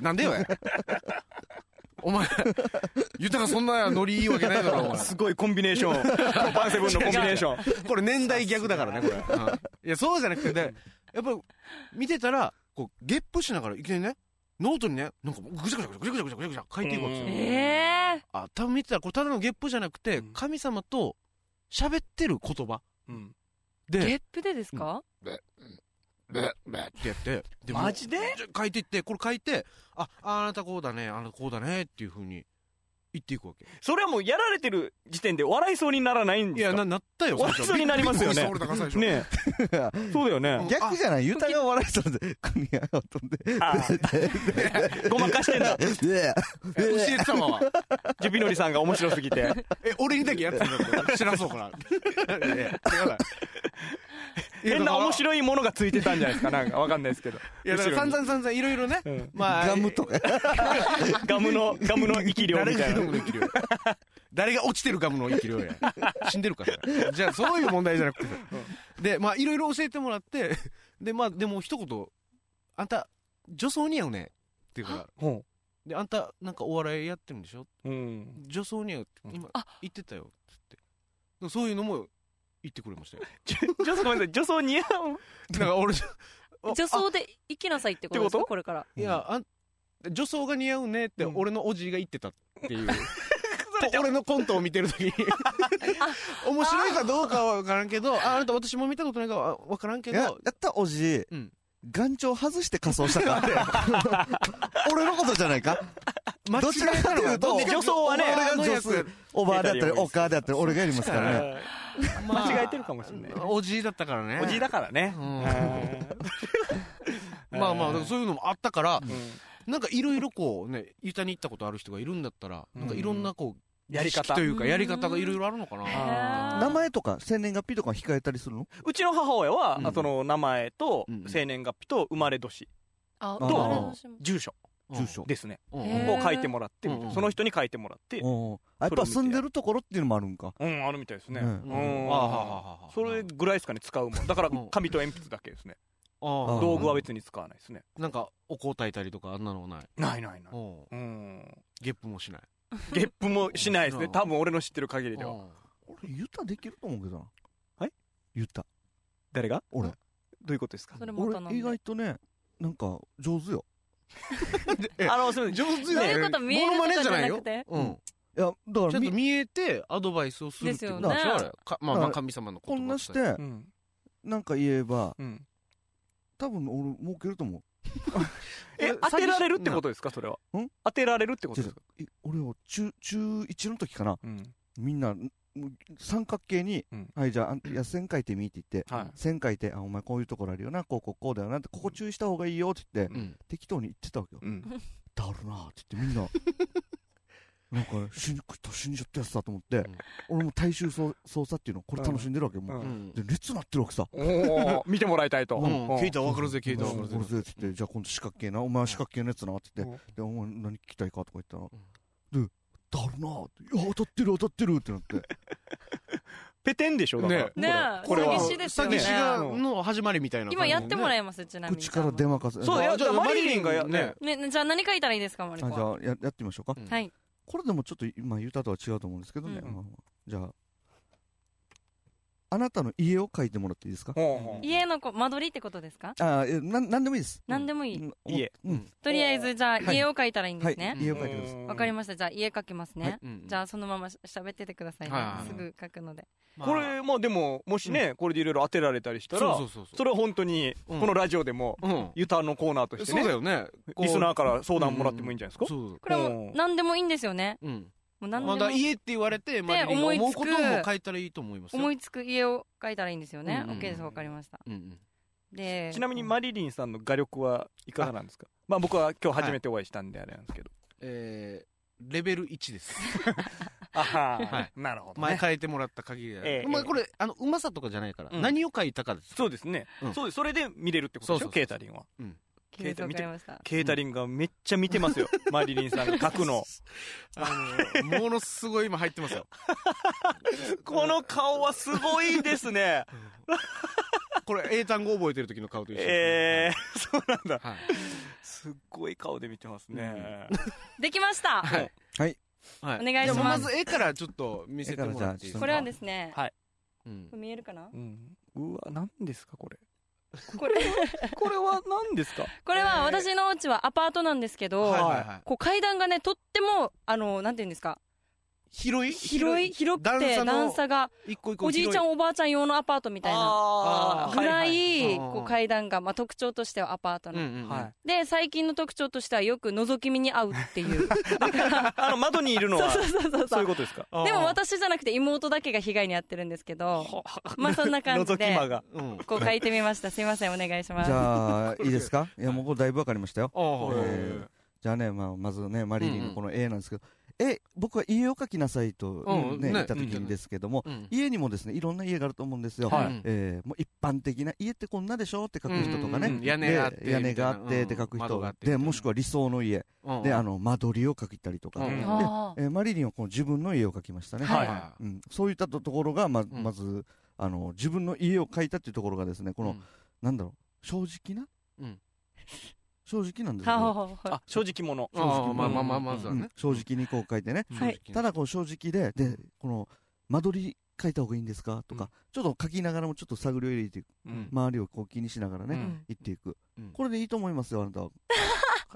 [SPEAKER 1] なんでよやお前豊かそんなノリいいわけないだろお前
[SPEAKER 4] すごいコンビネーション。プロ パンセブンのコンビネーション。
[SPEAKER 1] これ年代逆だからねこれ、うんいやそうじゃなくてでやっぱり見てたらこうゲップしながらいきなりねノートにねなんかぐちゃぐちゃぐちゃぐちゃぐちゃぐちゃぐちゃ書いていくわけですよ、
[SPEAKER 4] うん
[SPEAKER 3] ええ
[SPEAKER 1] あ多分見てたらこれただのゲップじゃなくて、
[SPEAKER 4] うん
[SPEAKER 1] 神様と喋ってる言葉
[SPEAKER 4] うん
[SPEAKER 3] ゲ
[SPEAKER 1] で
[SPEAKER 3] ップでですか
[SPEAKER 1] ブッブッってやってで
[SPEAKER 4] マジで
[SPEAKER 1] もうじゃ書いていってこれ書いてああなたこうだねあなたこうだねっていうふうに言っていくわけ
[SPEAKER 4] それはもうやられてる時点で笑いそうにならないん
[SPEAKER 1] い
[SPEAKER 4] です
[SPEAKER 1] や
[SPEAKER 4] か
[SPEAKER 1] ななったよ最初
[SPEAKER 4] 笑いそうになりますよね
[SPEAKER 1] びっくりした俺だから最初
[SPEAKER 4] ねえ そうだよね。
[SPEAKER 2] 逆じゃない、歌が笑いそうで、組み合うとんで、
[SPEAKER 4] あごまかしてんだ。
[SPEAKER 2] で、
[SPEAKER 1] 教えてたわ
[SPEAKER 4] ジュビノリさんが面白すぎて。
[SPEAKER 1] え、俺にだけやって たんだって知らそうかな。いやいや違うな
[SPEAKER 4] 変な面
[SPEAKER 1] い
[SPEAKER 4] 白いものがついてたんじゃないですか。なんかわかんないです けど。
[SPEAKER 1] や。だから
[SPEAKER 4] 後
[SPEAKER 1] 散
[SPEAKER 4] ろ
[SPEAKER 1] 々散々いろいろね。
[SPEAKER 4] にうん
[SPEAKER 1] まあ、
[SPEAKER 2] ガムとか、
[SPEAKER 4] ガムの、ガムの息量
[SPEAKER 1] 誰
[SPEAKER 4] み
[SPEAKER 1] が
[SPEAKER 4] たい
[SPEAKER 1] ガ
[SPEAKER 4] な。
[SPEAKER 1] ムの生き量や。誰が落ちてるガムの生き量や。死んでるから。じゃあ、そういう問題じゃなくてさ。で、まあ、いろいろ教えてもらって、で、まあ、でも一言、あんた、女装似合うね。っていうから。
[SPEAKER 4] ほ
[SPEAKER 1] で、あんた、なんかお笑いやってるんでしょ
[SPEAKER 4] ううん
[SPEAKER 1] 女装似合うって今
[SPEAKER 3] あ、
[SPEAKER 1] 言ってたよ。つって。そういうのも言ってくれま したよ。
[SPEAKER 4] ちょちょっとごめんなさい。女装似合う
[SPEAKER 1] だから俺、あ
[SPEAKER 3] 女装で生きなさいってことです
[SPEAKER 4] ってこ
[SPEAKER 3] か
[SPEAKER 4] と
[SPEAKER 3] これから。
[SPEAKER 1] いや、あん女装が似合うねって、
[SPEAKER 4] うん
[SPEAKER 1] 俺のおじいが言ってたって いう。と俺のコントを見てるときに 面白いかどうかは分からんけどああなた私も見たことないからわ分からんけ
[SPEAKER 2] やや
[SPEAKER 1] ど
[SPEAKER 2] った、おじい
[SPEAKER 1] うん。
[SPEAKER 2] 眼鏡外して仮装したか。俺のことじゃないか
[SPEAKER 1] 間違
[SPEAKER 2] どちらか
[SPEAKER 1] えた
[SPEAKER 2] と
[SPEAKER 1] の
[SPEAKER 2] い
[SPEAKER 1] が
[SPEAKER 2] うと、
[SPEAKER 4] で女装はね
[SPEAKER 2] 俺が
[SPEAKER 1] あの
[SPEAKER 2] 女
[SPEAKER 1] やつ
[SPEAKER 2] 装、おばあであったり、お母であったり、俺がやりますからね。
[SPEAKER 1] まあ
[SPEAKER 4] 間違えてるかもしれないね
[SPEAKER 1] おじいだったからね
[SPEAKER 4] おじいだからね。
[SPEAKER 1] うん
[SPEAKER 4] うん
[SPEAKER 1] まあまあだからそういうのもあったから
[SPEAKER 4] うん
[SPEAKER 1] なんかいろいろこうねユタに行ったことある人がいるんだったら
[SPEAKER 4] うん
[SPEAKER 1] なんかいろんなこう
[SPEAKER 4] やり
[SPEAKER 1] 儀式
[SPEAKER 4] 方
[SPEAKER 1] と。いうかやり方がいろいろあるのかな
[SPEAKER 3] へ
[SPEAKER 4] あ
[SPEAKER 3] ー
[SPEAKER 2] 名前とか、生年月日とか控えたりするの
[SPEAKER 4] うちの母親は、
[SPEAKER 1] うん
[SPEAKER 4] その名前と
[SPEAKER 1] うんうん
[SPEAKER 4] 生年月日と生まれ年、
[SPEAKER 3] あ、
[SPEAKER 2] ど
[SPEAKER 4] う
[SPEAKER 3] 誰の話も
[SPEAKER 4] 住所
[SPEAKER 2] 住所。
[SPEAKER 4] ですね、
[SPEAKER 1] うん
[SPEAKER 3] へー
[SPEAKER 4] を書いてもらって、
[SPEAKER 1] うんうん
[SPEAKER 4] その人に書いてもらって、
[SPEAKER 2] うんあやっぱ住んでるところっていうのもあるんか。
[SPEAKER 4] うん、あるみたいですね。
[SPEAKER 2] う
[SPEAKER 4] うんん。
[SPEAKER 1] うんあはははは
[SPEAKER 4] それぐらいですかね、使うもん。だから
[SPEAKER 1] うん、
[SPEAKER 4] 紙と鉛筆だけですね。
[SPEAKER 1] ああ
[SPEAKER 2] ど
[SPEAKER 4] 道具は別に使わないですね。
[SPEAKER 1] なんかお香炊いたりとかあんなのはない
[SPEAKER 4] ないないない。
[SPEAKER 1] うん
[SPEAKER 4] うん。
[SPEAKER 1] ゲップもしない
[SPEAKER 4] ゲップもしないです
[SPEAKER 1] う
[SPEAKER 4] ね。
[SPEAKER 1] ん
[SPEAKER 4] 多分俺の知ってる限りでは。
[SPEAKER 2] 俺、ユタできると思うけどな。
[SPEAKER 4] はい
[SPEAKER 2] ユタ。
[SPEAKER 4] 誰が
[SPEAKER 2] 俺
[SPEAKER 4] どういうことですか
[SPEAKER 3] それも
[SPEAKER 2] 俺
[SPEAKER 3] 頼ん、で
[SPEAKER 2] 意外とね、なんか、上手よ。
[SPEAKER 1] え
[SPEAKER 4] あの、すみません。
[SPEAKER 1] 上手
[SPEAKER 3] そういうこと見えるとかじゃなくて。
[SPEAKER 1] うん
[SPEAKER 2] いや、だか
[SPEAKER 1] ち
[SPEAKER 2] ら
[SPEAKER 1] ょっと
[SPEAKER 2] み、
[SPEAKER 1] 見えてアドバイスをするってことで
[SPEAKER 3] です
[SPEAKER 1] し
[SPEAKER 3] よ
[SPEAKER 1] ょ
[SPEAKER 3] ね
[SPEAKER 1] あれかまあ
[SPEAKER 2] だか
[SPEAKER 1] まあ
[SPEAKER 2] ら
[SPEAKER 1] 神様の
[SPEAKER 2] こ
[SPEAKER 1] 言葉
[SPEAKER 2] んなし
[SPEAKER 1] 伝え
[SPEAKER 2] て
[SPEAKER 4] う、ん。
[SPEAKER 2] なんか言えば、
[SPEAKER 4] うん。
[SPEAKER 2] 多分俺、儲けると思う。
[SPEAKER 4] え、当てられるってことですかそれは
[SPEAKER 2] ん。
[SPEAKER 4] 当てられるってことですか
[SPEAKER 2] え俺を中、中1の時かな。
[SPEAKER 4] うん。
[SPEAKER 2] みんな、ん三角形に、
[SPEAKER 4] うん
[SPEAKER 2] はい、じゃああん、いや、線書いてみって言って、
[SPEAKER 4] はい
[SPEAKER 2] 線書いて、あ、お前こういうところあるよな、こう、こう、こうだよなって、ここ注意した方がいいよって言って、
[SPEAKER 4] うん
[SPEAKER 2] 適当に言ってたわけよ。
[SPEAKER 4] うん。
[SPEAKER 2] だるなって言ってみんな、なんか、死に、死んじゃったやつだと思って、
[SPEAKER 1] ん
[SPEAKER 2] 俺も大衆操操作っていうの、これ楽しんでるわけよ、もう。
[SPEAKER 4] うん
[SPEAKER 1] うん
[SPEAKER 2] で、列なってるわけさ。
[SPEAKER 4] おお見てもらいたいと。
[SPEAKER 1] うんうん聞いたら分かるぜ聞いたら
[SPEAKER 2] 俺
[SPEAKER 1] 分かるぜ
[SPEAKER 2] ぜって言って、じゃあ今度四角形な、お前は四角形のやつなって言って、で、お前何聞きたいかとか言ったら、で、だるなって、いや、当たってる当たってるってなって、
[SPEAKER 4] ペテンでしょだから
[SPEAKER 1] ね
[SPEAKER 4] これ
[SPEAKER 3] ねえ
[SPEAKER 4] これは
[SPEAKER 3] 詐欺師ですよね
[SPEAKER 4] 詐欺師
[SPEAKER 1] がの始まりみたいな感じ
[SPEAKER 3] 今やってもら
[SPEAKER 1] ね
[SPEAKER 3] えますちなみに
[SPEAKER 2] 口から電話かす。
[SPEAKER 4] そう
[SPEAKER 2] あ
[SPEAKER 4] いや
[SPEAKER 1] じゃあ
[SPEAKER 4] マリリンがや
[SPEAKER 1] マリリン
[SPEAKER 3] ね
[SPEAKER 4] ね
[SPEAKER 3] ねじゃあ何書いたらいいですかマリ
[SPEAKER 2] じ
[SPEAKER 3] コ
[SPEAKER 2] ゃあ
[SPEAKER 3] は
[SPEAKER 2] ややってみましょうか。
[SPEAKER 1] うん
[SPEAKER 3] はい
[SPEAKER 2] これでもちょっと今言ったとは違うと思うんですけどね。
[SPEAKER 3] う
[SPEAKER 2] まあまあじゃあ。あなたの家を書いてもらっていいですか
[SPEAKER 4] ほうほう
[SPEAKER 3] 家の子間取りってことですか
[SPEAKER 2] ああ、えなんなんでもいいです。
[SPEAKER 3] 何でもいい
[SPEAKER 2] うん
[SPEAKER 4] 家。
[SPEAKER 2] うん。
[SPEAKER 3] とりあえずじゃあ
[SPEAKER 2] はい
[SPEAKER 3] 家を書いたらいいんで
[SPEAKER 2] は
[SPEAKER 3] す
[SPEAKER 2] い
[SPEAKER 3] ね。
[SPEAKER 2] 家を書いてください。
[SPEAKER 3] わかり
[SPEAKER 4] ま
[SPEAKER 3] ましたじゃあ家書きます
[SPEAKER 2] は
[SPEAKER 3] ね
[SPEAKER 1] うん
[SPEAKER 3] じゃあそのまましゃべっててくださいね
[SPEAKER 1] はいはいはい
[SPEAKER 3] すぐ書くので
[SPEAKER 1] まあ
[SPEAKER 4] これまあでももしねこれでいろいろ当てられたりしたら
[SPEAKER 1] そうそうそう
[SPEAKER 4] それは本当に
[SPEAKER 1] うん
[SPEAKER 4] このラジオでも
[SPEAKER 1] うん
[SPEAKER 4] ユタのコーナーとして
[SPEAKER 1] そうだ
[SPEAKER 4] ね
[SPEAKER 1] よね
[SPEAKER 4] リスナーから相
[SPEAKER 1] 相
[SPEAKER 4] 談もらってもいいんじゃないですか
[SPEAKER 1] そう
[SPEAKER 3] これ
[SPEAKER 4] う
[SPEAKER 3] も
[SPEAKER 4] ん
[SPEAKER 3] 何でもいいんですよね
[SPEAKER 1] うん
[SPEAKER 3] もう何
[SPEAKER 1] ま
[SPEAKER 3] で
[SPEAKER 1] だ
[SPEAKER 3] も
[SPEAKER 1] 家って言われてマリリンが
[SPEAKER 3] 思いつく
[SPEAKER 1] 思うことも書いたらいいと思いますよ
[SPEAKER 3] 思いつく家を書いたらいいんですよね
[SPEAKER 1] うんうん
[SPEAKER 3] OK ですわかりました
[SPEAKER 1] うんうん
[SPEAKER 3] で
[SPEAKER 4] ちなみにマリリンさんの画力はいかがなんですかまあ僕は今日初めてお会いしたんであれなんですけど
[SPEAKER 1] えーレベル1です
[SPEAKER 4] あはー
[SPEAKER 1] はい
[SPEAKER 4] なるほど
[SPEAKER 1] 前
[SPEAKER 4] ね
[SPEAKER 1] 書いてもらった限りだ、
[SPEAKER 4] ええ
[SPEAKER 1] まあこれあのうまさとかじゃないから、
[SPEAKER 4] うん
[SPEAKER 1] 何を書いたかです
[SPEAKER 4] そうですね
[SPEAKER 1] うん
[SPEAKER 4] そうですそれで見れるってことでし
[SPEAKER 1] そうそう
[SPEAKER 4] ょ
[SPEAKER 1] そ
[SPEAKER 4] ケ
[SPEAKER 1] う
[SPEAKER 4] ータリンは
[SPEAKER 3] ケータわかりました
[SPEAKER 4] ケータリンがめっちゃ見てます よマリリンさんが書くの
[SPEAKER 1] あのものすごい今入ってますよ
[SPEAKER 4] この顔はすごいです ね
[SPEAKER 1] これ英単語覚えてる時の顔と一緒ですね
[SPEAKER 4] えー、そうなんだ
[SPEAKER 1] はい
[SPEAKER 4] すっごい顔で見てますね、
[SPEAKER 3] できました
[SPEAKER 1] はい
[SPEAKER 2] はい
[SPEAKER 1] は
[SPEAKER 3] お願いします
[SPEAKER 1] じゃあまず絵からちょっと見せてもらっていいですか
[SPEAKER 3] これはですね
[SPEAKER 4] はい
[SPEAKER 1] うん
[SPEAKER 3] 見えるかな
[SPEAKER 4] うん、うわ何ですかこれ
[SPEAKER 3] これ
[SPEAKER 4] これは何ですか
[SPEAKER 3] これは私のお家はアパートなんですけど
[SPEAKER 1] はいはいはい
[SPEAKER 3] こう階段がねとってもあのなんていうんですか
[SPEAKER 1] 広い
[SPEAKER 3] 広い広く
[SPEAKER 1] 段差
[SPEAKER 3] て
[SPEAKER 1] の
[SPEAKER 3] 段差が
[SPEAKER 1] 一個一個
[SPEAKER 3] おじいちゃんおばあちゃん用のアパートみたいな
[SPEAKER 4] あー
[SPEAKER 3] ぐら
[SPEAKER 4] はい
[SPEAKER 3] い
[SPEAKER 1] あー
[SPEAKER 3] こう階段が、まあ、特徴としてはアパート
[SPEAKER 1] うん
[SPEAKER 3] の、
[SPEAKER 1] うんうん
[SPEAKER 4] はいはい
[SPEAKER 3] で最近の特徴としてはよく覗き見に会うっていう
[SPEAKER 4] あの窓にいるの
[SPEAKER 3] そう
[SPEAKER 4] は
[SPEAKER 3] そうそうそう
[SPEAKER 4] そう
[SPEAKER 3] そ
[SPEAKER 4] いう
[SPEAKER 3] う
[SPEAKER 4] ことですか
[SPEAKER 1] あー
[SPEAKER 3] でも私じゃなくて妹だけが被害に遭ってるんですけどまあそんな感じ
[SPEAKER 4] 覗き
[SPEAKER 3] で
[SPEAKER 4] 間が
[SPEAKER 1] うん
[SPEAKER 3] こう書いてみましたすいませんお願いします
[SPEAKER 2] じゃあ、いいですかいや、もうこれだいぶわかりましたよ。
[SPEAKER 1] ああはいはいはい
[SPEAKER 2] えーじゃあね、まあ、まずね、マリリンのこの絵なんですけど、え、僕は家を描きなさいと
[SPEAKER 1] うん
[SPEAKER 2] ね、
[SPEAKER 1] ね
[SPEAKER 2] 言った時にですけども、
[SPEAKER 1] うん
[SPEAKER 2] 家にもですね、いろんな家があると思うんですよ。
[SPEAKER 1] はい
[SPEAKER 2] えーもう一般的な家ってこんなでしょって書く人とかね。
[SPEAKER 1] うんうんうん屋根があって
[SPEAKER 2] で屋根があってって書く
[SPEAKER 1] うん窓があ
[SPEAKER 2] 人
[SPEAKER 1] っ。て
[SPEAKER 2] で、もしくは理想の家。
[SPEAKER 1] うん
[SPEAKER 2] で、あの、間取りを書いたりとか。
[SPEAKER 1] うん
[SPEAKER 2] で
[SPEAKER 3] あー
[SPEAKER 2] えーマリリンはこの自分の家を描きましたね。
[SPEAKER 1] はい
[SPEAKER 2] うん、そういったところがま
[SPEAKER 1] ん
[SPEAKER 2] まず、あの自分の家を描いたっていうところがですねこの、
[SPEAKER 1] うん
[SPEAKER 2] なんだろう正直な、
[SPEAKER 1] うん
[SPEAKER 2] 正直なんです
[SPEAKER 3] は
[SPEAKER 2] よ、ね
[SPEAKER 3] ははは
[SPEAKER 4] あ正直者
[SPEAKER 1] あーまあまあまあまず
[SPEAKER 2] う
[SPEAKER 1] はね
[SPEAKER 2] ん、正直にこう書いてね、
[SPEAKER 3] はい
[SPEAKER 1] 正直
[SPEAKER 2] た
[SPEAKER 1] な
[SPEAKER 2] だこう正直ででこの間取り書いた方がいいんですかとか、ちょっと書きながらもちょっと探りを入れていく
[SPEAKER 4] うん
[SPEAKER 2] 周りをこう気にしながらね、
[SPEAKER 1] うん
[SPEAKER 2] 行っていく、
[SPEAKER 1] うん
[SPEAKER 2] これでいいと思いますよあなたは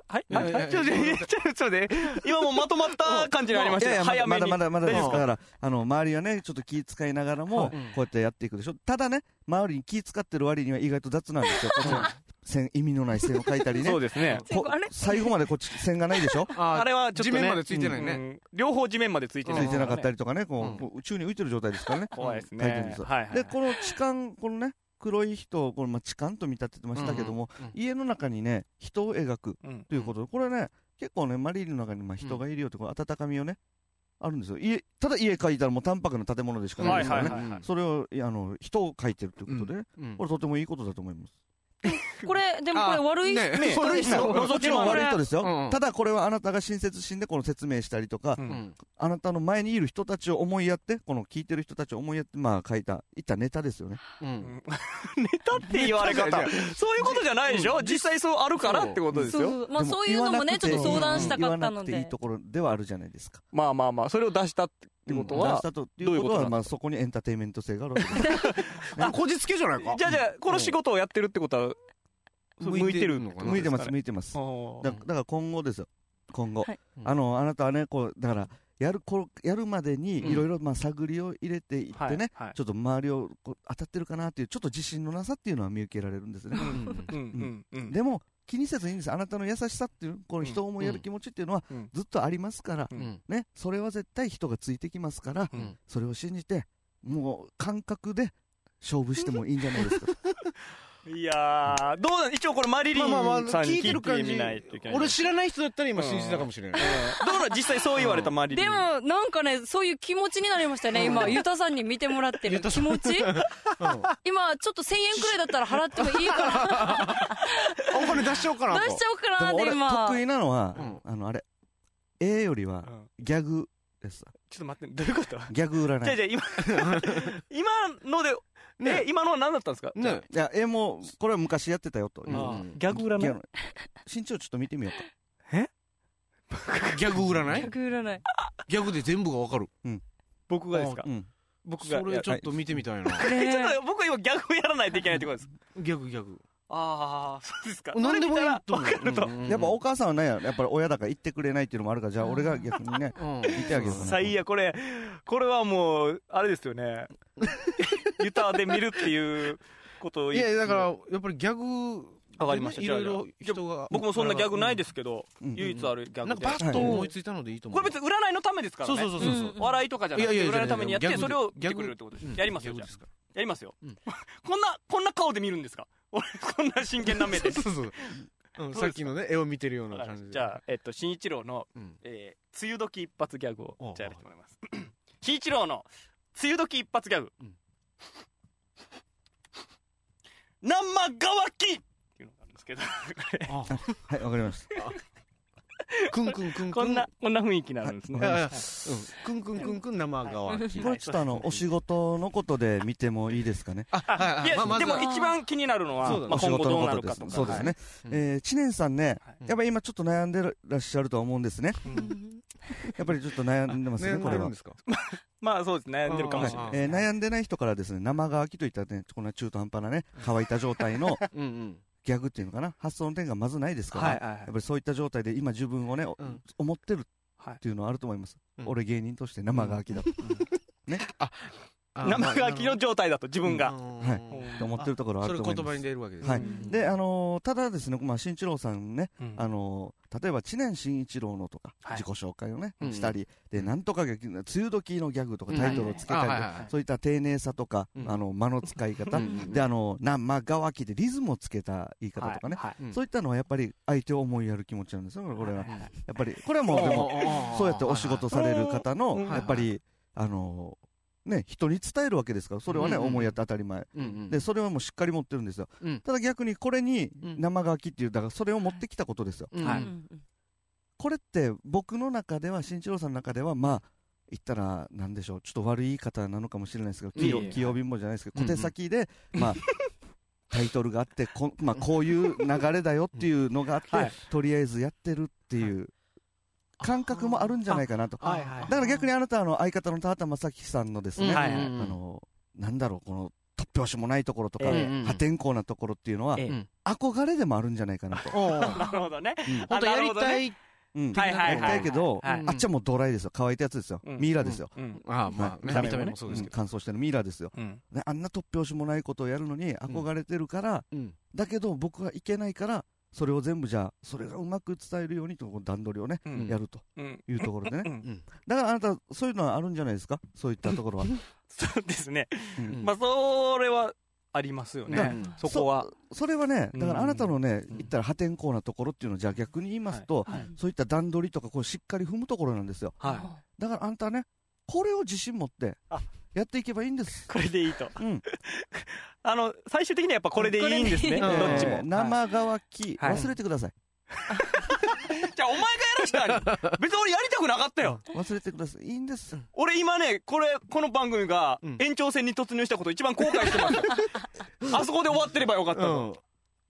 [SPEAKER 4] はい
[SPEAKER 1] いやいやいや
[SPEAKER 4] ちょっと待ってちょっと待って今もうまとまった感じになりました
[SPEAKER 2] い
[SPEAKER 4] ね
[SPEAKER 2] やいや
[SPEAKER 4] 早
[SPEAKER 2] ま
[SPEAKER 4] め
[SPEAKER 2] だ
[SPEAKER 4] に
[SPEAKER 2] まだまだまだ
[SPEAKER 4] 大
[SPEAKER 2] で
[SPEAKER 4] 丈
[SPEAKER 2] す
[SPEAKER 4] 夫
[SPEAKER 2] だ
[SPEAKER 4] で
[SPEAKER 2] からあの周りはねちょっと気遣いながらも
[SPEAKER 1] はい
[SPEAKER 2] こうやってやっていくでしょただね周りに気遣ってる割には意外と雑なん ですよこの線意味のない線を書いたりね
[SPEAKER 4] すかそうですね
[SPEAKER 2] こ
[SPEAKER 3] あれ
[SPEAKER 2] 最後までこっち線がないでしょ
[SPEAKER 1] あ
[SPEAKER 4] あれはちょっとね
[SPEAKER 1] 地面までついてないね
[SPEAKER 4] うん両方地面までつい
[SPEAKER 2] つ
[SPEAKER 4] てない
[SPEAKER 2] いてなかった
[SPEAKER 4] り
[SPEAKER 2] りとかねこ
[SPEAKER 1] うん
[SPEAKER 2] うこう宇宙に浮いてる状態ですからね
[SPEAKER 4] 怖いです
[SPEAKER 2] 書いてるんで
[SPEAKER 4] ね
[SPEAKER 2] すよ
[SPEAKER 4] はいはい
[SPEAKER 2] でこの痴漢このね黒い人をこのまあ痴漢と見立ててましたけども
[SPEAKER 1] うんうん
[SPEAKER 2] 家の中にね人を描く
[SPEAKER 4] うん
[SPEAKER 2] ということでこれね結構ねマリーの中にまあ人がいるよってこの温かみをねあるんですよ家ただ家描いたらもう淡白な建物でしかないで
[SPEAKER 4] はい
[SPEAKER 2] すか
[SPEAKER 4] は
[SPEAKER 2] ら
[SPEAKER 4] い
[SPEAKER 2] ね
[SPEAKER 4] はいはい
[SPEAKER 2] それをいやあの人を描いてるということで、
[SPEAKER 1] うん
[SPEAKER 2] これとてもいいことだと思います。
[SPEAKER 3] これでもこれ悪い
[SPEAKER 1] あね
[SPEAKER 4] ね
[SPEAKER 1] 悪い人
[SPEAKER 4] そう
[SPEAKER 2] もちろん悪い人ですよ、
[SPEAKER 1] うんうん
[SPEAKER 2] ただこれはあなたが親切心でこの説明したりとか、
[SPEAKER 4] う
[SPEAKER 1] うんん
[SPEAKER 2] あなたの前にいる人たちを思いやって、この聞いてる人たちを思いやって、まあ書いた、いったネタですよね。
[SPEAKER 1] うん
[SPEAKER 4] ネタって言われ
[SPEAKER 1] ネタじゃ
[SPEAKER 4] 方
[SPEAKER 1] ない
[SPEAKER 4] そういうことじゃないでしょ実際そうあるからってことです
[SPEAKER 3] そう
[SPEAKER 4] よ
[SPEAKER 3] そうまあそういうのもねち
[SPEAKER 2] で
[SPEAKER 3] ょっ
[SPEAKER 2] 言わなく
[SPEAKER 3] と
[SPEAKER 2] て
[SPEAKER 3] 相談したかったの
[SPEAKER 2] うん言わなくていい
[SPEAKER 3] で
[SPEAKER 2] ところではあるじゃないですか。
[SPEAKER 4] まあまあまあそれを出したってこと
[SPEAKER 2] うん出
[SPEAKER 4] は
[SPEAKER 2] したとっていうこと
[SPEAKER 4] どういうことな
[SPEAKER 2] は、
[SPEAKER 4] んだ
[SPEAKER 2] まあそこにエンターテインメント性があるわけです。
[SPEAKER 1] あこじつけじゃないか
[SPEAKER 4] じゃあじゃあこの仕事をやってるってことは向いてるのかな
[SPEAKER 2] 向いてま
[SPEAKER 4] で
[SPEAKER 2] す、
[SPEAKER 4] すかね
[SPEAKER 2] 向いてます。だ
[SPEAKER 4] だ
[SPEAKER 2] だから今後ですよ。今後。
[SPEAKER 3] はい
[SPEAKER 1] うん
[SPEAKER 2] あの、あなたはね、こう、だから、やる、こうやるまで
[SPEAKER 1] う
[SPEAKER 2] に、
[SPEAKER 1] ん
[SPEAKER 2] いろいろ、まあ探りを入れていっ
[SPEAKER 4] は
[SPEAKER 2] て
[SPEAKER 4] い
[SPEAKER 2] ね、
[SPEAKER 4] はい
[SPEAKER 2] ちょっと周りをこう当たってるかなっていう、ちょっと自信のなさっていうのは見受けられるんですね
[SPEAKER 1] う。ん
[SPEAKER 4] うんうんうん
[SPEAKER 2] でも、気にせずいいんです。あなたの優しさっていう、この人を思いやる気持ちっていうのは
[SPEAKER 4] うん、
[SPEAKER 2] ずっとありますから、
[SPEAKER 1] うんうん
[SPEAKER 2] ね、それは絶対人がついてきますから、
[SPEAKER 1] うん
[SPEAKER 2] それを信じて、もう感覚で勝負してもいいんじゃないですか。
[SPEAKER 4] いやーどうなん一応これマリリン
[SPEAKER 1] まあまあま
[SPEAKER 4] さ
[SPEAKER 1] あ
[SPEAKER 4] んに
[SPEAKER 1] 聞いて
[SPEAKER 4] 聞
[SPEAKER 1] る
[SPEAKER 4] い
[SPEAKER 1] 感
[SPEAKER 4] て
[SPEAKER 1] じ
[SPEAKER 4] みないといけない
[SPEAKER 1] 俺知らない人だったら今信じたかもしれない
[SPEAKER 4] どうなん実際そう言われたマリリン
[SPEAKER 3] でもなんかねそういう気持ちになりました ね今ユタさんに見てもらってる気持ち今ちょっと1000円くらいだったら払ってもいい か
[SPEAKER 1] あお金出しちゃおうかな
[SPEAKER 3] な
[SPEAKER 1] と
[SPEAKER 3] 出しちゃおうかなっ
[SPEAKER 2] で
[SPEAKER 3] て
[SPEAKER 2] も俺、
[SPEAKER 3] 今
[SPEAKER 2] 得意なのは
[SPEAKER 1] うん、
[SPEAKER 2] あの、あれ、絵よりは
[SPEAKER 4] うん
[SPEAKER 2] ギャグ、 S さ
[SPEAKER 4] ちょっと待って、どういうこと
[SPEAKER 2] んギャグ占
[SPEAKER 4] じゃ
[SPEAKER 2] い
[SPEAKER 4] じゃ今、 今ので、え、
[SPEAKER 1] ね
[SPEAKER 4] 今のは何だったんですか
[SPEAKER 1] ね
[SPEAKER 2] いやえもうこれは昔やってたよと、
[SPEAKER 1] うん
[SPEAKER 2] 今
[SPEAKER 4] あーギャグ占い
[SPEAKER 2] ギャグ身長ちょっと見てみようか
[SPEAKER 1] ギャグ占い
[SPEAKER 3] 逆占い。
[SPEAKER 1] ギャグで全部がわかる
[SPEAKER 4] 僕がですか
[SPEAKER 2] うん
[SPEAKER 4] 僕が。
[SPEAKER 1] それちょっと見てみたいな
[SPEAKER 4] えちょっ
[SPEAKER 3] ね
[SPEAKER 4] と僕は今ギャグをやらないといけないってことです。
[SPEAKER 1] ギャグギャグ
[SPEAKER 4] ああ、そうですか。
[SPEAKER 1] 何でもいいと思う
[SPEAKER 4] それ見たらわかる
[SPEAKER 1] うん
[SPEAKER 2] やっぱお母さんはねやっぱり親だから言ってくれないっていうのもあるからじゃあ俺が逆にね
[SPEAKER 1] うん
[SPEAKER 2] 見てあげよう
[SPEAKER 4] と。
[SPEAKER 2] かな
[SPEAKER 4] 最悪、これ、これはもう、あれです よね。ユタで見るっていうことを
[SPEAKER 1] い
[SPEAKER 4] 言っ
[SPEAKER 1] やだからやっぱりギャグ
[SPEAKER 4] わかりました
[SPEAKER 1] い
[SPEAKER 4] じゃ
[SPEAKER 1] ろ
[SPEAKER 4] あ
[SPEAKER 1] いろ人が
[SPEAKER 4] 僕もそんなギャグないですけど、
[SPEAKER 2] うん
[SPEAKER 4] 唯一あるギャ
[SPEAKER 1] な
[SPEAKER 4] グ
[SPEAKER 1] ん
[SPEAKER 4] で。
[SPEAKER 1] かパッと思いついたのでいいと思
[SPEAKER 4] こ
[SPEAKER 1] う
[SPEAKER 4] れ別に占いのためですから
[SPEAKER 1] そ
[SPEAKER 4] ね。
[SPEAKER 1] うそうそうそう
[SPEAKER 3] う
[SPEAKER 1] そ
[SPEAKER 3] ん
[SPEAKER 1] う
[SPEAKER 3] うん
[SPEAKER 4] 笑いとかじゃなくて、
[SPEAKER 1] いやいや
[SPEAKER 4] 占いのためにやっ
[SPEAKER 1] い
[SPEAKER 4] て、
[SPEAKER 1] やいや
[SPEAKER 4] それを言ってく
[SPEAKER 1] ギャグ
[SPEAKER 4] れるってことです
[SPEAKER 1] う。ん
[SPEAKER 4] やりますよ、
[SPEAKER 1] ギ
[SPEAKER 4] じ
[SPEAKER 1] ャグ
[SPEAKER 4] ゃあ
[SPEAKER 1] ですから
[SPEAKER 4] やりますよ
[SPEAKER 1] うん。
[SPEAKER 4] こんな、こんな顔で見るんですか 俺、こんな真剣な目 で。
[SPEAKER 1] そうそうそううんさっきのね絵を見てるような感じで
[SPEAKER 4] じゃあ、えっと、新一郎の、
[SPEAKER 1] うん
[SPEAKER 4] えー梅雨時一発ギャグ
[SPEAKER 1] おう
[SPEAKER 4] を、じゃあやらせてもらいます。 新一郎の、梅雨時一発ギャグ
[SPEAKER 1] うん。
[SPEAKER 4] 生乾きっていうのがあるんです けど、
[SPEAKER 1] あ
[SPEAKER 2] はいわかりました
[SPEAKER 1] くんくんくんく
[SPEAKER 4] こんな、こんな雰囲気になるんです
[SPEAKER 1] い
[SPEAKER 4] ね。
[SPEAKER 1] やいやうんくんくんくんくん生乾き
[SPEAKER 2] これちょっとあのお仕事のことで見てもいいですかね
[SPEAKER 1] あ
[SPEAKER 4] いや、
[SPEAKER 1] まあまず
[SPEAKER 4] で
[SPEAKER 1] は
[SPEAKER 4] も一番気になるのは、
[SPEAKER 1] そうだね
[SPEAKER 4] まあ、
[SPEAKER 2] お仕
[SPEAKER 4] 今後
[SPEAKER 2] 事
[SPEAKER 4] どう
[SPEAKER 2] のこ
[SPEAKER 4] なる
[SPEAKER 2] とで
[SPEAKER 4] か
[SPEAKER 2] す
[SPEAKER 4] とか。
[SPEAKER 2] そうですね、
[SPEAKER 1] うん
[SPEAKER 2] えー知念さんね、
[SPEAKER 4] はい
[SPEAKER 2] やっぱり今ちょっと悩んでらっしゃるとは思うんですね
[SPEAKER 3] うん
[SPEAKER 2] やっぱりちょっと悩んでますね
[SPEAKER 1] 悩ん
[SPEAKER 2] こ
[SPEAKER 1] で
[SPEAKER 2] れ
[SPEAKER 1] る
[SPEAKER 2] は
[SPEAKER 1] んですか
[SPEAKER 4] まあそうですね、悩んでるかもしれ
[SPEAKER 1] あ
[SPEAKER 4] な
[SPEAKER 1] ー
[SPEAKER 4] い。
[SPEAKER 2] えー悩んでない人からですね生乾きといったねこんな中途半端なね乾いた状態 の
[SPEAKER 1] うんうん
[SPEAKER 2] ギャグっていうのかな発想の転換まずないですから、
[SPEAKER 4] はい
[SPEAKER 2] や
[SPEAKER 4] はいはい
[SPEAKER 2] っぱりそういった状態で今自分をね、お
[SPEAKER 1] うん
[SPEAKER 2] 思ってる
[SPEAKER 4] はい
[SPEAKER 2] っていうのはあると思います、
[SPEAKER 1] うん
[SPEAKER 2] 俺芸人として生乾きだと、
[SPEAKER 1] あー
[SPEAKER 4] 生乾きの状態だと自分が。
[SPEAKER 1] うん
[SPEAKER 2] は
[SPEAKER 4] うん
[SPEAKER 2] と思ってるところはあ
[SPEAKER 1] そ
[SPEAKER 2] る
[SPEAKER 1] れ
[SPEAKER 2] と思います
[SPEAKER 1] 言葉に出るわけです
[SPEAKER 2] はい
[SPEAKER 4] うん
[SPEAKER 2] であのーただですね、まあ、新一郎さんね、
[SPEAKER 4] うん
[SPEAKER 2] あのー例えば知念新一郎のとか、
[SPEAKER 4] はい
[SPEAKER 2] 自己紹介をね、
[SPEAKER 1] うん
[SPEAKER 2] したりでなんとかが梅雨時のギャグとか
[SPEAKER 1] うん
[SPEAKER 2] タイトルをつけたりとか、
[SPEAKER 1] はいはいはいはい
[SPEAKER 2] そういった丁寧さとか、
[SPEAKER 1] うん
[SPEAKER 2] あの間の使い方、
[SPEAKER 1] うん
[SPEAKER 2] であの生乾きでリズムをつけた言い方とかね、
[SPEAKER 4] はいはい
[SPEAKER 1] うん
[SPEAKER 2] そういったのはやっぱり相手を思いやる気持ちなんですよこれこれは、
[SPEAKER 4] はい
[SPEAKER 2] やっぱりこれはもうでもそうやってお仕事される方の
[SPEAKER 4] うん
[SPEAKER 2] やっぱりあのね人に伝えるわけですからそれはね
[SPEAKER 1] うんうんうん
[SPEAKER 2] 思いやって当たり前で
[SPEAKER 1] で
[SPEAKER 2] それはもうしっかり持ってるんですよ
[SPEAKER 1] うん
[SPEAKER 2] ただ逆にこれに
[SPEAKER 1] うん
[SPEAKER 2] 生乾きっていうだからそれを持ってきたことですよ
[SPEAKER 1] うん
[SPEAKER 4] は
[SPEAKER 3] う
[SPEAKER 4] い
[SPEAKER 3] ん
[SPEAKER 2] これって僕の中では新一郎さんの中ではまあ言ったらなんでしょうちょっと悪い言い方なのかもしれないですけど器
[SPEAKER 4] いえい
[SPEAKER 2] 用
[SPEAKER 4] え
[SPEAKER 2] 器用貧乏じゃないですけど
[SPEAKER 1] う
[SPEAKER 2] 小
[SPEAKER 1] んうん
[SPEAKER 2] 手先で まあタイトルがあってこ,、まあ、こういう流れだよっていうのがあって、
[SPEAKER 4] はい
[SPEAKER 2] とりあえずやってるっていう感覚もあるんじゃないかなと
[SPEAKER 4] はいはい
[SPEAKER 2] だから逆にあなたあの相方の田畑正樹さんのですね、
[SPEAKER 1] うん
[SPEAKER 4] はい
[SPEAKER 2] あ
[SPEAKER 4] はい
[SPEAKER 2] のなんだろうこの突拍子もないところとか、
[SPEAKER 4] え
[SPEAKER 1] え
[SPEAKER 2] 破天荒なところっていうのは、
[SPEAKER 4] ええ
[SPEAKER 1] うん
[SPEAKER 2] 憧れでもあるんじゃないかなと、
[SPEAKER 1] おー
[SPEAKER 4] なるほどね。
[SPEAKER 2] うん
[SPEAKER 1] 本当やりたい
[SPEAKER 2] うん
[SPEAKER 4] はいはいはい
[SPEAKER 2] やりたいけど、
[SPEAKER 4] はい
[SPEAKER 1] うん
[SPEAKER 2] あっちはもうドライですよ乾いたやつですよ、
[SPEAKER 4] うん
[SPEAKER 2] ミイラですよ、
[SPEAKER 4] うん。
[SPEAKER 1] ああまあね
[SPEAKER 4] はい
[SPEAKER 1] 見た目もそう
[SPEAKER 2] うん
[SPEAKER 1] ですけど
[SPEAKER 2] 乾燥してるミイラですよ
[SPEAKER 4] うん。
[SPEAKER 2] ねあんな突拍子もないことをやるのに憧れてるから、
[SPEAKER 1] うん
[SPEAKER 2] だけど僕はいけないからそれを全部じゃあそれがうまく伝えるようにとこう段取りをね、
[SPEAKER 4] うん
[SPEAKER 2] やると
[SPEAKER 4] うん。
[SPEAKER 2] いうところでね、
[SPEAKER 4] うん
[SPEAKER 2] だからあなたそういうのはあるんじゃないですかそういったところは、
[SPEAKER 4] そうですね。
[SPEAKER 2] うん
[SPEAKER 1] うん
[SPEAKER 4] まあ、それはありますよ
[SPEAKER 1] う
[SPEAKER 4] ね。
[SPEAKER 1] ん
[SPEAKER 4] そこは。
[SPEAKER 2] それはね、だからあなたのね、
[SPEAKER 4] うん
[SPEAKER 2] 言ったら破天荒なところっていうのを、じゃあ逆に言いますと、
[SPEAKER 4] はい
[SPEAKER 3] うん
[SPEAKER 2] そういった段取りとか、こうしっかり踏むところなんですよ。
[SPEAKER 4] はい。
[SPEAKER 2] だからあんたね、これを自信持って
[SPEAKER 4] あ、
[SPEAKER 2] やっていけばいいんです。
[SPEAKER 4] これでいいと。
[SPEAKER 2] うん、
[SPEAKER 4] あの、最終的にはやっぱこれでいいんですね。
[SPEAKER 3] こ
[SPEAKER 4] ど
[SPEAKER 1] れでいい
[SPEAKER 4] っち
[SPEAKER 2] え
[SPEAKER 4] も
[SPEAKER 2] ー。生乾き、
[SPEAKER 4] はい
[SPEAKER 2] 忘れてください。
[SPEAKER 4] じゃあ、お前がやらしたの別に俺やりたくなかったよ。
[SPEAKER 2] 忘れてください。いいんです。
[SPEAKER 4] 俺今ね、これ、この番組が
[SPEAKER 1] うん
[SPEAKER 4] 延長戦に突入したこと一番後悔してますよ。あそこで終わってればよかったの。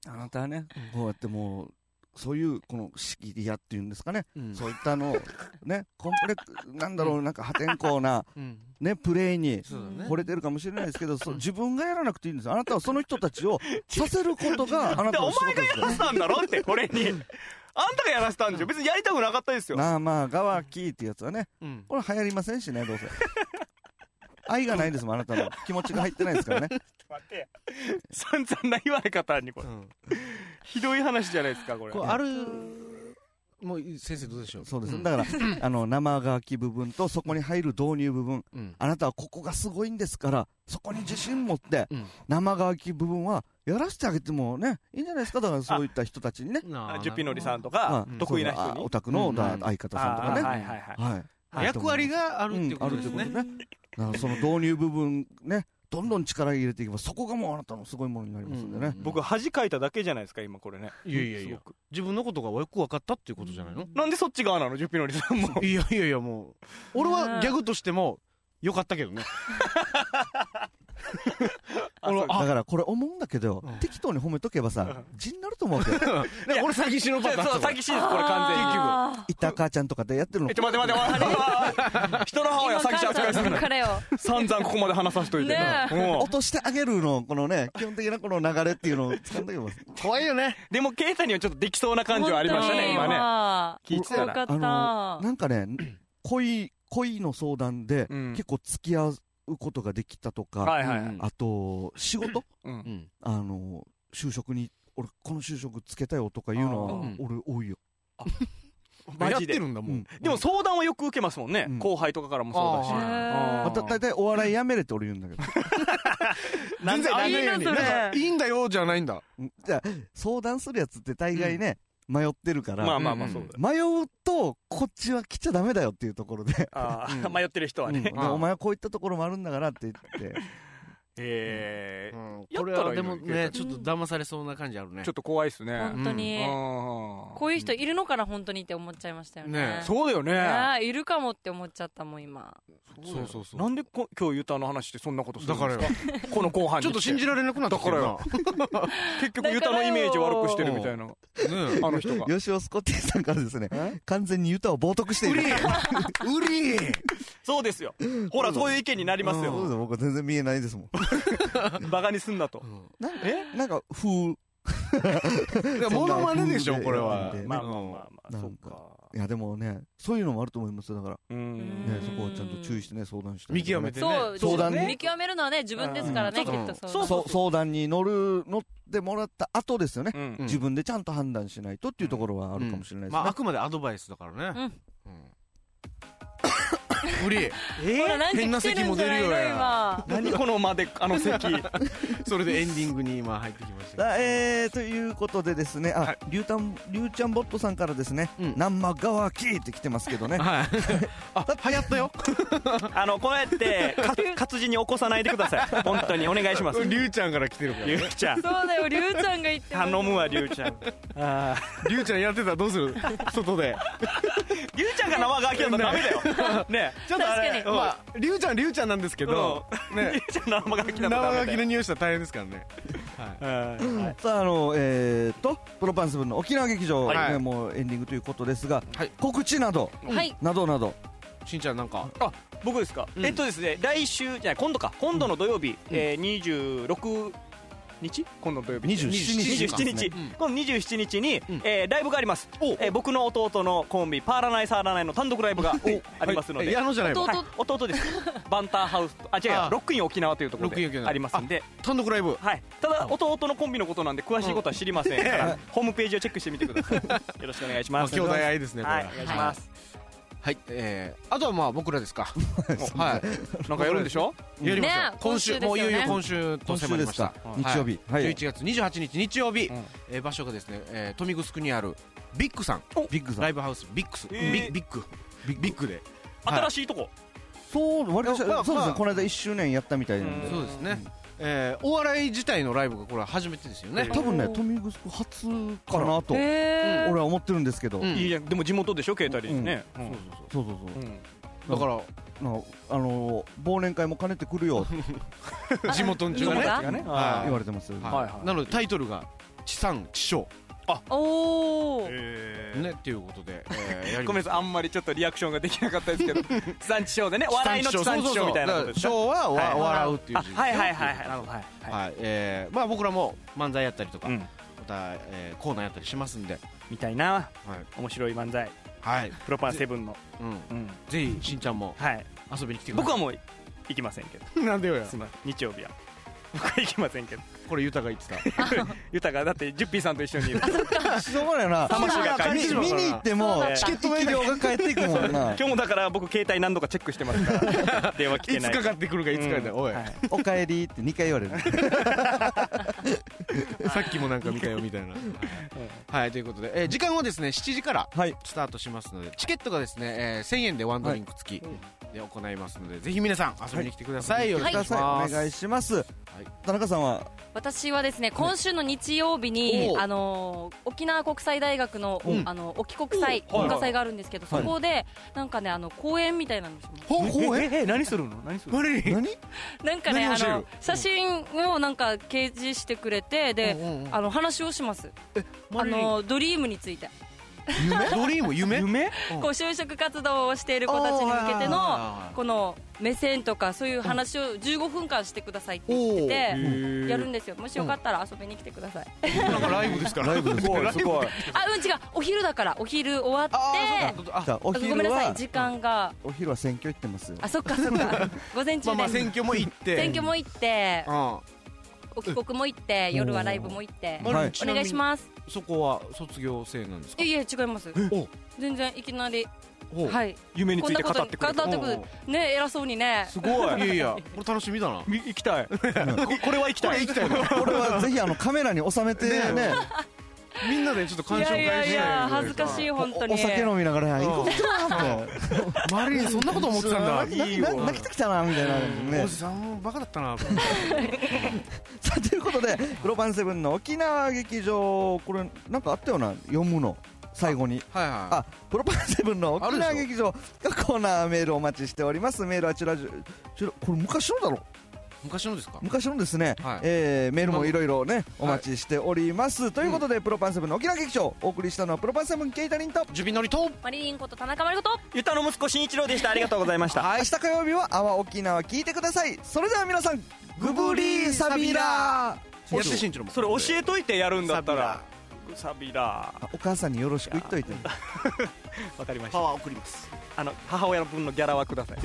[SPEAKER 2] あなたはね、こうやってもう、そういう、この仕切り屋っていうんですかね、
[SPEAKER 1] うん
[SPEAKER 2] そういったのを、ね、コンプレック、なんだろう、なんか破天荒な、
[SPEAKER 1] うん
[SPEAKER 2] ね、プレーに、
[SPEAKER 1] そうだね
[SPEAKER 2] 惚れてるかもしれないですけど、そう自分がやらなくていいんです。あなたはその人たち をさせることがあな
[SPEAKER 4] で
[SPEAKER 2] た
[SPEAKER 4] お
[SPEAKER 2] の仕
[SPEAKER 4] 前
[SPEAKER 2] 事
[SPEAKER 4] が
[SPEAKER 2] です
[SPEAKER 4] や
[SPEAKER 2] からら。
[SPEAKER 4] したんだろって、俺に。あんたがやらせたんでしょ別にやりたくなかったですよ。
[SPEAKER 2] なあまあ、ガワキーってやつはね、
[SPEAKER 1] うん
[SPEAKER 2] これ流行りませんしね、どうせ。愛がないですもん、あなたの。気持ちが入ってないですからね。
[SPEAKER 4] 待って。散々な言われ方にこれ。ひどい話じゃないですか、これ。
[SPEAKER 1] こうあるもう先生どうでしょう
[SPEAKER 2] そうです。だか ら、あの、生乾き部分とそこに入る導入部分。
[SPEAKER 1] うん
[SPEAKER 2] あなたはここがすごいんですから、そこに自信持って
[SPEAKER 1] うん、
[SPEAKER 2] 生乾き部分はやらせてあげてもね、いいんじゃないですか。だからそういった人たちにね。
[SPEAKER 1] な
[SPEAKER 4] あ
[SPEAKER 1] あ
[SPEAKER 4] ジュピノリさんと
[SPEAKER 2] あ
[SPEAKER 4] か
[SPEAKER 1] うん、
[SPEAKER 4] 得意な
[SPEAKER 2] そう
[SPEAKER 4] 人
[SPEAKER 2] あ
[SPEAKER 4] に
[SPEAKER 2] お。宅のだ
[SPEAKER 1] うん
[SPEAKER 2] 相方さんとかね。
[SPEAKER 4] あーはいはいはい。
[SPEAKER 2] はい。
[SPEAKER 1] 役割があ
[SPEAKER 2] あ
[SPEAKER 1] るっていうことです
[SPEAKER 2] ある
[SPEAKER 1] ね
[SPEAKER 2] ってことね。だからその導入部分ね、どんどん力入れていけばそこがもうあなたのすごいものになりますんでね、
[SPEAKER 4] 僕恥かいただけじゃないですか今これね
[SPEAKER 1] いやいやい
[SPEAKER 4] す
[SPEAKER 1] や
[SPEAKER 4] ごく
[SPEAKER 1] 自分のことがよく分かったっていうことじゃないの
[SPEAKER 4] なんでそっち側なのジュピノリさんも
[SPEAKER 1] いやいやいやもう俺はギャグとしてもよかったけどね俺は
[SPEAKER 2] だからこれ思うんだけど、
[SPEAKER 1] うん
[SPEAKER 2] 適当に褒めとけばさ字になると思うわけ ど
[SPEAKER 1] あね俺詐欺師のパターン
[SPEAKER 4] そう
[SPEAKER 1] だ
[SPEAKER 4] 詐欺師ですこれ完全に
[SPEAKER 2] いたかちゃんとかでやってるの
[SPEAKER 4] えちょ待って待って待って人の母親
[SPEAKER 3] 今
[SPEAKER 4] 詐欺師扱いするな
[SPEAKER 3] からよ
[SPEAKER 4] 散々ここまで話させといて
[SPEAKER 3] ねえ
[SPEAKER 4] う ん
[SPEAKER 2] 落としてあげるのこのね基本的なこの流れっていうのを掴んでおけば
[SPEAKER 1] 怖いよね
[SPEAKER 4] でもケイさんにはちょっとできそうな感じはありましたね今ね
[SPEAKER 3] 今
[SPEAKER 4] 聞いてた
[SPEAKER 3] よからった
[SPEAKER 2] あのなんかね恋恋の相談で
[SPEAKER 4] うん
[SPEAKER 2] 結構付き合うことができたとか、
[SPEAKER 4] はいはいはい
[SPEAKER 1] うん
[SPEAKER 2] あと仕事
[SPEAKER 4] うん
[SPEAKER 1] うん
[SPEAKER 2] あの就職に俺この就職つけたよとかいうのは
[SPEAKER 1] あー
[SPEAKER 2] 俺多いよ、
[SPEAKER 4] マ
[SPEAKER 1] やっ
[SPEAKER 4] ジで
[SPEAKER 1] てるんだもん
[SPEAKER 4] でも相談はよく受けますもんね
[SPEAKER 2] うん
[SPEAKER 4] 後輩とかからもそうだし
[SPEAKER 1] あ
[SPEAKER 3] ー
[SPEAKER 4] うん
[SPEAKER 2] また大体お笑いやめれって俺言うんだけど
[SPEAKER 1] 全然
[SPEAKER 3] いいな
[SPEAKER 1] なんか
[SPEAKER 3] それ
[SPEAKER 1] なんか いいんだよじゃないんだ
[SPEAKER 2] うんじゃあ相談するやつって大概ね、迷ってるから、
[SPEAKER 4] まあまあまあそう
[SPEAKER 2] 迷うとこっちは来ちゃダメだよっていうところで
[SPEAKER 4] だよあー
[SPEAKER 1] うん
[SPEAKER 4] 迷ってる人はね
[SPEAKER 2] うんでお前はこういったところもあるんだからって言って
[SPEAKER 4] えー
[SPEAKER 1] これはでも
[SPEAKER 4] や
[SPEAKER 1] ね
[SPEAKER 4] ったらいいのに
[SPEAKER 1] ちょっと騙されそうな感じあるね
[SPEAKER 4] ちょっと怖いっすね
[SPEAKER 3] 本当
[SPEAKER 4] う
[SPEAKER 3] に
[SPEAKER 4] ん
[SPEAKER 3] こういう人いるのかな本当にって思っちゃいましたよ
[SPEAKER 1] ね
[SPEAKER 3] ね
[SPEAKER 4] そうだよね
[SPEAKER 3] ねいるかもって思っちゃったもん今
[SPEAKER 1] そうそうそう
[SPEAKER 4] なんでこ今日ゆうたの話ってそんなことする
[SPEAKER 1] だ
[SPEAKER 4] んで
[SPEAKER 1] から
[SPEAKER 4] す
[SPEAKER 1] よ
[SPEAKER 4] か この後半に
[SPEAKER 1] ちょっと信じられなくなってきたよ
[SPEAKER 4] 結局ゆうたのイメージ悪くしてるみたいな
[SPEAKER 1] な
[SPEAKER 4] あの人が
[SPEAKER 2] 吉尾スコッティさんからですね完全に歌を冒涜している
[SPEAKER 1] うんウリー
[SPEAKER 4] そうですよほらそういう意見になります
[SPEAKER 2] そうで
[SPEAKER 4] よ
[SPEAKER 2] すよ僕は全然見えないですもん。
[SPEAKER 4] バカにすんなと
[SPEAKER 2] なんか、なんか、風。
[SPEAKER 1] いやモノマネでしょこれは
[SPEAKER 2] うん
[SPEAKER 4] まあまあまあま
[SPEAKER 2] なん
[SPEAKER 4] あそ
[SPEAKER 2] か
[SPEAKER 4] うか
[SPEAKER 2] いや、でもね、そういうのもあると思いますよだか
[SPEAKER 4] う
[SPEAKER 2] ら。ね
[SPEAKER 4] ん、
[SPEAKER 2] そこをちゃんと注意してね、相談して。
[SPEAKER 1] 見極めてね
[SPEAKER 3] そう
[SPEAKER 2] 相談ね
[SPEAKER 3] 見極めるのはね自分ですからねき
[SPEAKER 1] う
[SPEAKER 3] っ
[SPEAKER 1] ん
[SPEAKER 3] と
[SPEAKER 1] そ
[SPEAKER 3] そう
[SPEAKER 2] そ
[SPEAKER 3] だ
[SPEAKER 2] う。相談に乗る、乗ってもらった後ですよね
[SPEAKER 4] う。ん
[SPEAKER 1] うん
[SPEAKER 2] 自分でちゃんと判断しないとっていうところはあるかもしれないです
[SPEAKER 1] ま
[SPEAKER 2] ね
[SPEAKER 1] ああ。くまでアドバイスだからねうんウ リー
[SPEAKER 3] ほらなん
[SPEAKER 1] 変な
[SPEAKER 3] か来て
[SPEAKER 1] 席
[SPEAKER 3] る
[SPEAKER 1] も
[SPEAKER 3] んじゃ
[SPEAKER 1] 出
[SPEAKER 3] な
[SPEAKER 1] る
[SPEAKER 3] い
[SPEAKER 1] よ
[SPEAKER 3] の
[SPEAKER 1] や
[SPEAKER 3] 今
[SPEAKER 4] 何この間であ の席
[SPEAKER 1] それでエンディングに今入ってきました
[SPEAKER 2] あえー、ということでですね、
[SPEAKER 1] は
[SPEAKER 2] あ
[SPEAKER 1] い、
[SPEAKER 2] りゅうたん、りゅうちゃんボットさんからですね、
[SPEAKER 1] うん
[SPEAKER 2] なんまがわきって来てますけ どね。
[SPEAKER 1] はい。あ、流行ったよ。
[SPEAKER 4] あのこうやってか活字に起こさないでください本当にお願いします
[SPEAKER 1] りゅうちゃんから来てるから
[SPEAKER 4] ゆ。うちゃん
[SPEAKER 3] そうだよりゅうちゃんが言ってる
[SPEAKER 4] 頼むわりゅうちゃんああ
[SPEAKER 1] りゅうちゃんやってたらどうする外 で。
[SPEAKER 4] りゅうちゃんが生乾きだとダメ だよねえちょっとあれ
[SPEAKER 3] 確かに
[SPEAKER 4] うん
[SPEAKER 1] まあ、りゅうちゃんりゅうちゃんなんですけど、
[SPEAKER 4] りゅ
[SPEAKER 1] ね、
[SPEAKER 4] うちゃん生乾き
[SPEAKER 1] 生
[SPEAKER 4] だとダメ
[SPEAKER 1] 乾
[SPEAKER 4] だ
[SPEAKER 1] きの
[SPEAKER 4] よ
[SPEAKER 1] 匂いしたら大変ですからね。
[SPEAKER 4] うんはい
[SPEAKER 2] さああのえー、とプロパンセブンの沖縄劇場、
[SPEAKER 1] はい
[SPEAKER 2] ねもうエンディングということですが、
[SPEAKER 1] はい
[SPEAKER 2] 告知など
[SPEAKER 3] はい
[SPEAKER 2] などなど
[SPEAKER 1] しんちゃんなんか、
[SPEAKER 4] あ僕ですか、
[SPEAKER 1] うん
[SPEAKER 4] えっとですね来週じゃない今度か今度の土曜日、えー、26日今度の土曜日
[SPEAKER 2] 27日
[SPEAKER 4] 27日、
[SPEAKER 1] うん
[SPEAKER 4] 今度27日に、
[SPEAKER 1] うん
[SPEAKER 4] えーライブがあります、えー僕の弟のコンビパーラナイサーラナイの単独ライブがありますので、
[SPEAKER 1] え矢野じゃないわ
[SPEAKER 3] 弟
[SPEAKER 4] はい弟ですバンターハウスあ違う
[SPEAKER 1] あ
[SPEAKER 4] ロックイン沖縄というところ
[SPEAKER 1] ロックイン沖
[SPEAKER 4] で
[SPEAKER 1] 縄
[SPEAKER 4] ありますんで
[SPEAKER 1] 単独ライブ。
[SPEAKER 4] はい、ただ弟のコンビのことなんで詳しいことは知りませんから、 ホームページをチェックしてみてく ださいよろしくお願いし
[SPEAKER 1] ま
[SPEAKER 4] ま
[SPEAKER 1] あ、
[SPEAKER 4] す
[SPEAKER 1] 兄弟愛ですね、これ
[SPEAKER 4] はい
[SPEAKER 1] は
[SPEAKER 4] お。願いします、
[SPEAKER 1] はい、えーあとはまあ僕らです か。はい。
[SPEAKER 4] なんかやるんでしょ
[SPEAKER 1] やりましょ
[SPEAKER 3] ね
[SPEAKER 1] う。今週、
[SPEAKER 3] 今週ですよね
[SPEAKER 1] もういよいよ今週と
[SPEAKER 2] 今
[SPEAKER 1] 迫
[SPEAKER 2] 週
[SPEAKER 1] り
[SPEAKER 2] で
[SPEAKER 1] ますした
[SPEAKER 2] か。、日曜日はい、
[SPEAKER 1] 11月28日日曜日
[SPEAKER 4] うん、
[SPEAKER 1] えー場所がですね、えー、豊見城にあるビッグさん、
[SPEAKER 2] ビッグさ
[SPEAKER 1] ラ
[SPEAKER 2] ん
[SPEAKER 1] イブハウスビックス、ビ
[SPEAKER 4] へー
[SPEAKER 1] ッビッグ、ビッグで。はい
[SPEAKER 4] 新しいとこ
[SPEAKER 2] そう割とし
[SPEAKER 1] いやまあ
[SPEAKER 2] そうです
[SPEAKER 1] まあ
[SPEAKER 2] ねこの間1周年やったみたいなんで、
[SPEAKER 1] そうですね、えーお笑い自体のライブがこれは初めてですよね、
[SPEAKER 2] 多分ねトミグスク初かなと俺
[SPEAKER 3] へ
[SPEAKER 2] は思ってるんですけど、
[SPEAKER 1] うん
[SPEAKER 4] いいじゃんでも地元でしょケータリンね、うん
[SPEAKER 2] そうそうそう、
[SPEAKER 1] だから、
[SPEAKER 2] なんかあのー忘年会も兼ねてくるよって
[SPEAKER 1] 地元の
[SPEAKER 3] 地
[SPEAKER 1] 中
[SPEAKER 3] 元が
[SPEAKER 1] がね
[SPEAKER 4] がね
[SPEAKER 1] はい
[SPEAKER 2] 言われてますよ、
[SPEAKER 1] はい
[SPEAKER 4] はいはい
[SPEAKER 1] なのでタイトルが「地産地消
[SPEAKER 3] ーおお
[SPEAKER 4] え」ー
[SPEAKER 1] ねっていうことで、えーやり
[SPEAKER 4] ごめんなさいあんまりちょっとリアクションができなかったです けど地産地消でね笑いの地産地消みたいなことですね
[SPEAKER 1] 小はわ、
[SPEAKER 4] はい
[SPEAKER 1] 笑うっていう字ですよ
[SPEAKER 4] あはいはいはいはいなるほどはいはい
[SPEAKER 1] はいえーまあ僕らも漫才やったりとか、
[SPEAKER 4] うん
[SPEAKER 1] また、えーコーナーやったりしますんで、
[SPEAKER 4] みたいな
[SPEAKER 1] はい
[SPEAKER 4] 面白い漫才
[SPEAKER 1] はい
[SPEAKER 4] プロパンセブンの
[SPEAKER 1] うん、
[SPEAKER 4] うん
[SPEAKER 1] ぜひしんちゃんも
[SPEAKER 4] はい
[SPEAKER 1] 遊びに来てくださ
[SPEAKER 4] 僕
[SPEAKER 1] い
[SPEAKER 4] はもう行きませんけど
[SPEAKER 1] 僕はなんでよや
[SPEAKER 4] すいません日曜日は僕は行きま せんけど
[SPEAKER 1] これユタが言ってた
[SPEAKER 4] 豊がだってジュッピーさんと一緒にいる
[SPEAKER 2] しょうがないな
[SPEAKER 4] 魂が帰ってしまう
[SPEAKER 2] 見
[SPEAKER 4] から
[SPEAKER 2] 見に行っても
[SPEAKER 4] そうだ
[SPEAKER 2] チケット料が返っていくもんな
[SPEAKER 4] 今日もだから僕携帯何度かチェックしてますから電話来
[SPEAKER 1] い
[SPEAKER 4] て
[SPEAKER 1] つ
[SPEAKER 4] ない
[SPEAKER 1] かかってくるかいつかかってくるかおい、
[SPEAKER 4] はい
[SPEAKER 2] おかえりって2回言われる
[SPEAKER 1] さっきもなんか見たよみたいな。はい、ということで、えー時間はですね、7時から
[SPEAKER 2] はい
[SPEAKER 1] スタートしますので、チケットがですね、えー1000円でワンドリンク付きで行いますので、ぜひ皆さん遊びに来てください。よろしくお願いしま
[SPEAKER 2] お
[SPEAKER 1] す。
[SPEAKER 2] 願いします。田中さんは、
[SPEAKER 3] 私はですね今週の日曜日に、あのー沖縄国際大学の、
[SPEAKER 1] うん
[SPEAKER 3] あの沖国際
[SPEAKER 4] おはい
[SPEAKER 3] 文化祭があるんですけど、そこで、なんかねあの公演みたいなのをします
[SPEAKER 1] ほうほう、え
[SPEAKER 4] ええ何するの何するの
[SPEAKER 1] 何
[SPEAKER 2] 何
[SPEAKER 3] なんかね
[SPEAKER 1] 何を
[SPEAKER 3] あ
[SPEAKER 1] 教える
[SPEAKER 3] の写真をなんか掲示してくれてで、
[SPEAKER 1] うんうんうん
[SPEAKER 3] あの話をしますあのドリームについて
[SPEAKER 1] 夢ドリーム夢
[SPEAKER 4] 夢
[SPEAKER 3] こう就職活動をしている子たちに向けて
[SPEAKER 1] おーはいはいはいは
[SPEAKER 3] の
[SPEAKER 1] い
[SPEAKER 3] この目線とかそういう話を15分間してくださいって言っててやるんですよもしよかったら遊びに来てください
[SPEAKER 1] なんかライブですから。
[SPEAKER 2] ライブです
[SPEAKER 1] すごいすごい。
[SPEAKER 3] あうん違うお昼だからお昼終わって
[SPEAKER 1] あ
[SPEAKER 2] じゃあお
[SPEAKER 3] ご
[SPEAKER 2] 昼
[SPEAKER 3] めんなさい
[SPEAKER 2] は、
[SPEAKER 3] 時間が
[SPEAKER 2] お昼は選挙行ってますよ。
[SPEAKER 3] あそっかそっか午前
[SPEAKER 1] まあ
[SPEAKER 3] 中
[SPEAKER 1] ま
[SPEAKER 3] で
[SPEAKER 1] あ選
[SPEAKER 3] す
[SPEAKER 1] 挙も行って。
[SPEAKER 3] 選挙も行って
[SPEAKER 1] あ
[SPEAKER 3] お帰国も行って夜はライブも行って
[SPEAKER 1] あ。
[SPEAKER 2] はい
[SPEAKER 1] ち
[SPEAKER 3] お
[SPEAKER 1] なみ
[SPEAKER 3] 願い
[SPEAKER 1] に
[SPEAKER 3] します
[SPEAKER 1] そこは卒業生なんですか
[SPEAKER 3] いやいや違います
[SPEAKER 1] お
[SPEAKER 3] 全然いきなり
[SPEAKER 1] ほう
[SPEAKER 3] はい
[SPEAKER 4] 夢につ
[SPEAKER 3] こん
[SPEAKER 4] い
[SPEAKER 3] な
[SPEAKER 4] て語
[SPEAKER 3] こ
[SPEAKER 4] っ
[SPEAKER 3] と
[SPEAKER 4] てくれ
[SPEAKER 3] 語
[SPEAKER 4] た
[SPEAKER 3] ってくるね偉そうにね
[SPEAKER 1] すごい。いやいや、これ楽しみだな。
[SPEAKER 4] み 行きたいここれは行きた
[SPEAKER 1] これ
[SPEAKER 4] い
[SPEAKER 1] 行きたいな
[SPEAKER 2] これはぜひあのカメラに収めて
[SPEAKER 1] ね
[SPEAKER 2] ね、
[SPEAKER 1] みんなでちょっと
[SPEAKER 3] い
[SPEAKER 1] 鑑賞
[SPEAKER 3] や
[SPEAKER 1] 会
[SPEAKER 3] いやい
[SPEAKER 1] した
[SPEAKER 3] や恥ずかしい本当
[SPEAKER 2] お
[SPEAKER 3] に
[SPEAKER 2] お酒飲みながら、いいこと言ってたなって。
[SPEAKER 1] 周りにそんなこと思ってたんだ。
[SPEAKER 2] なな泣けてきたなみたいなね
[SPEAKER 1] おじ。さんもバカだったな。
[SPEAKER 2] さあということで「グローバンセブンの沖縄劇場」これなんかあったよな読むの最後に。
[SPEAKER 1] はいは
[SPEAKER 2] あ、プロパンセブンの沖縄劇場がコーナーメールお待ちしております。メールはチュラジュ、チュラ、これ昔のだろ
[SPEAKER 1] い。昔のですか。
[SPEAKER 2] 昔のですね、
[SPEAKER 1] はい
[SPEAKER 2] えーメールもいろいろね、お待ちしております。ということで、プロパンセブンの沖縄劇場、お送りしたのはプロパンセブンケイタリンと、
[SPEAKER 1] ジュビノリと。
[SPEAKER 3] マリリンこと田中マリコと
[SPEAKER 4] ゆたの息子しんいちろうでしたありがとうございました
[SPEAKER 2] 明日火曜日は阿波沖縄聞いてください。それでは皆さん、グブリーサビラー
[SPEAKER 1] やってしんちろも。
[SPEAKER 4] それ教えといてやるんだったら
[SPEAKER 1] サ
[SPEAKER 4] サビラ
[SPEAKER 2] あお母さんによろしく言っといて。
[SPEAKER 4] わかりまし
[SPEAKER 1] パ
[SPEAKER 4] た
[SPEAKER 1] ワー送ります。
[SPEAKER 4] あの母親の分のギャラはください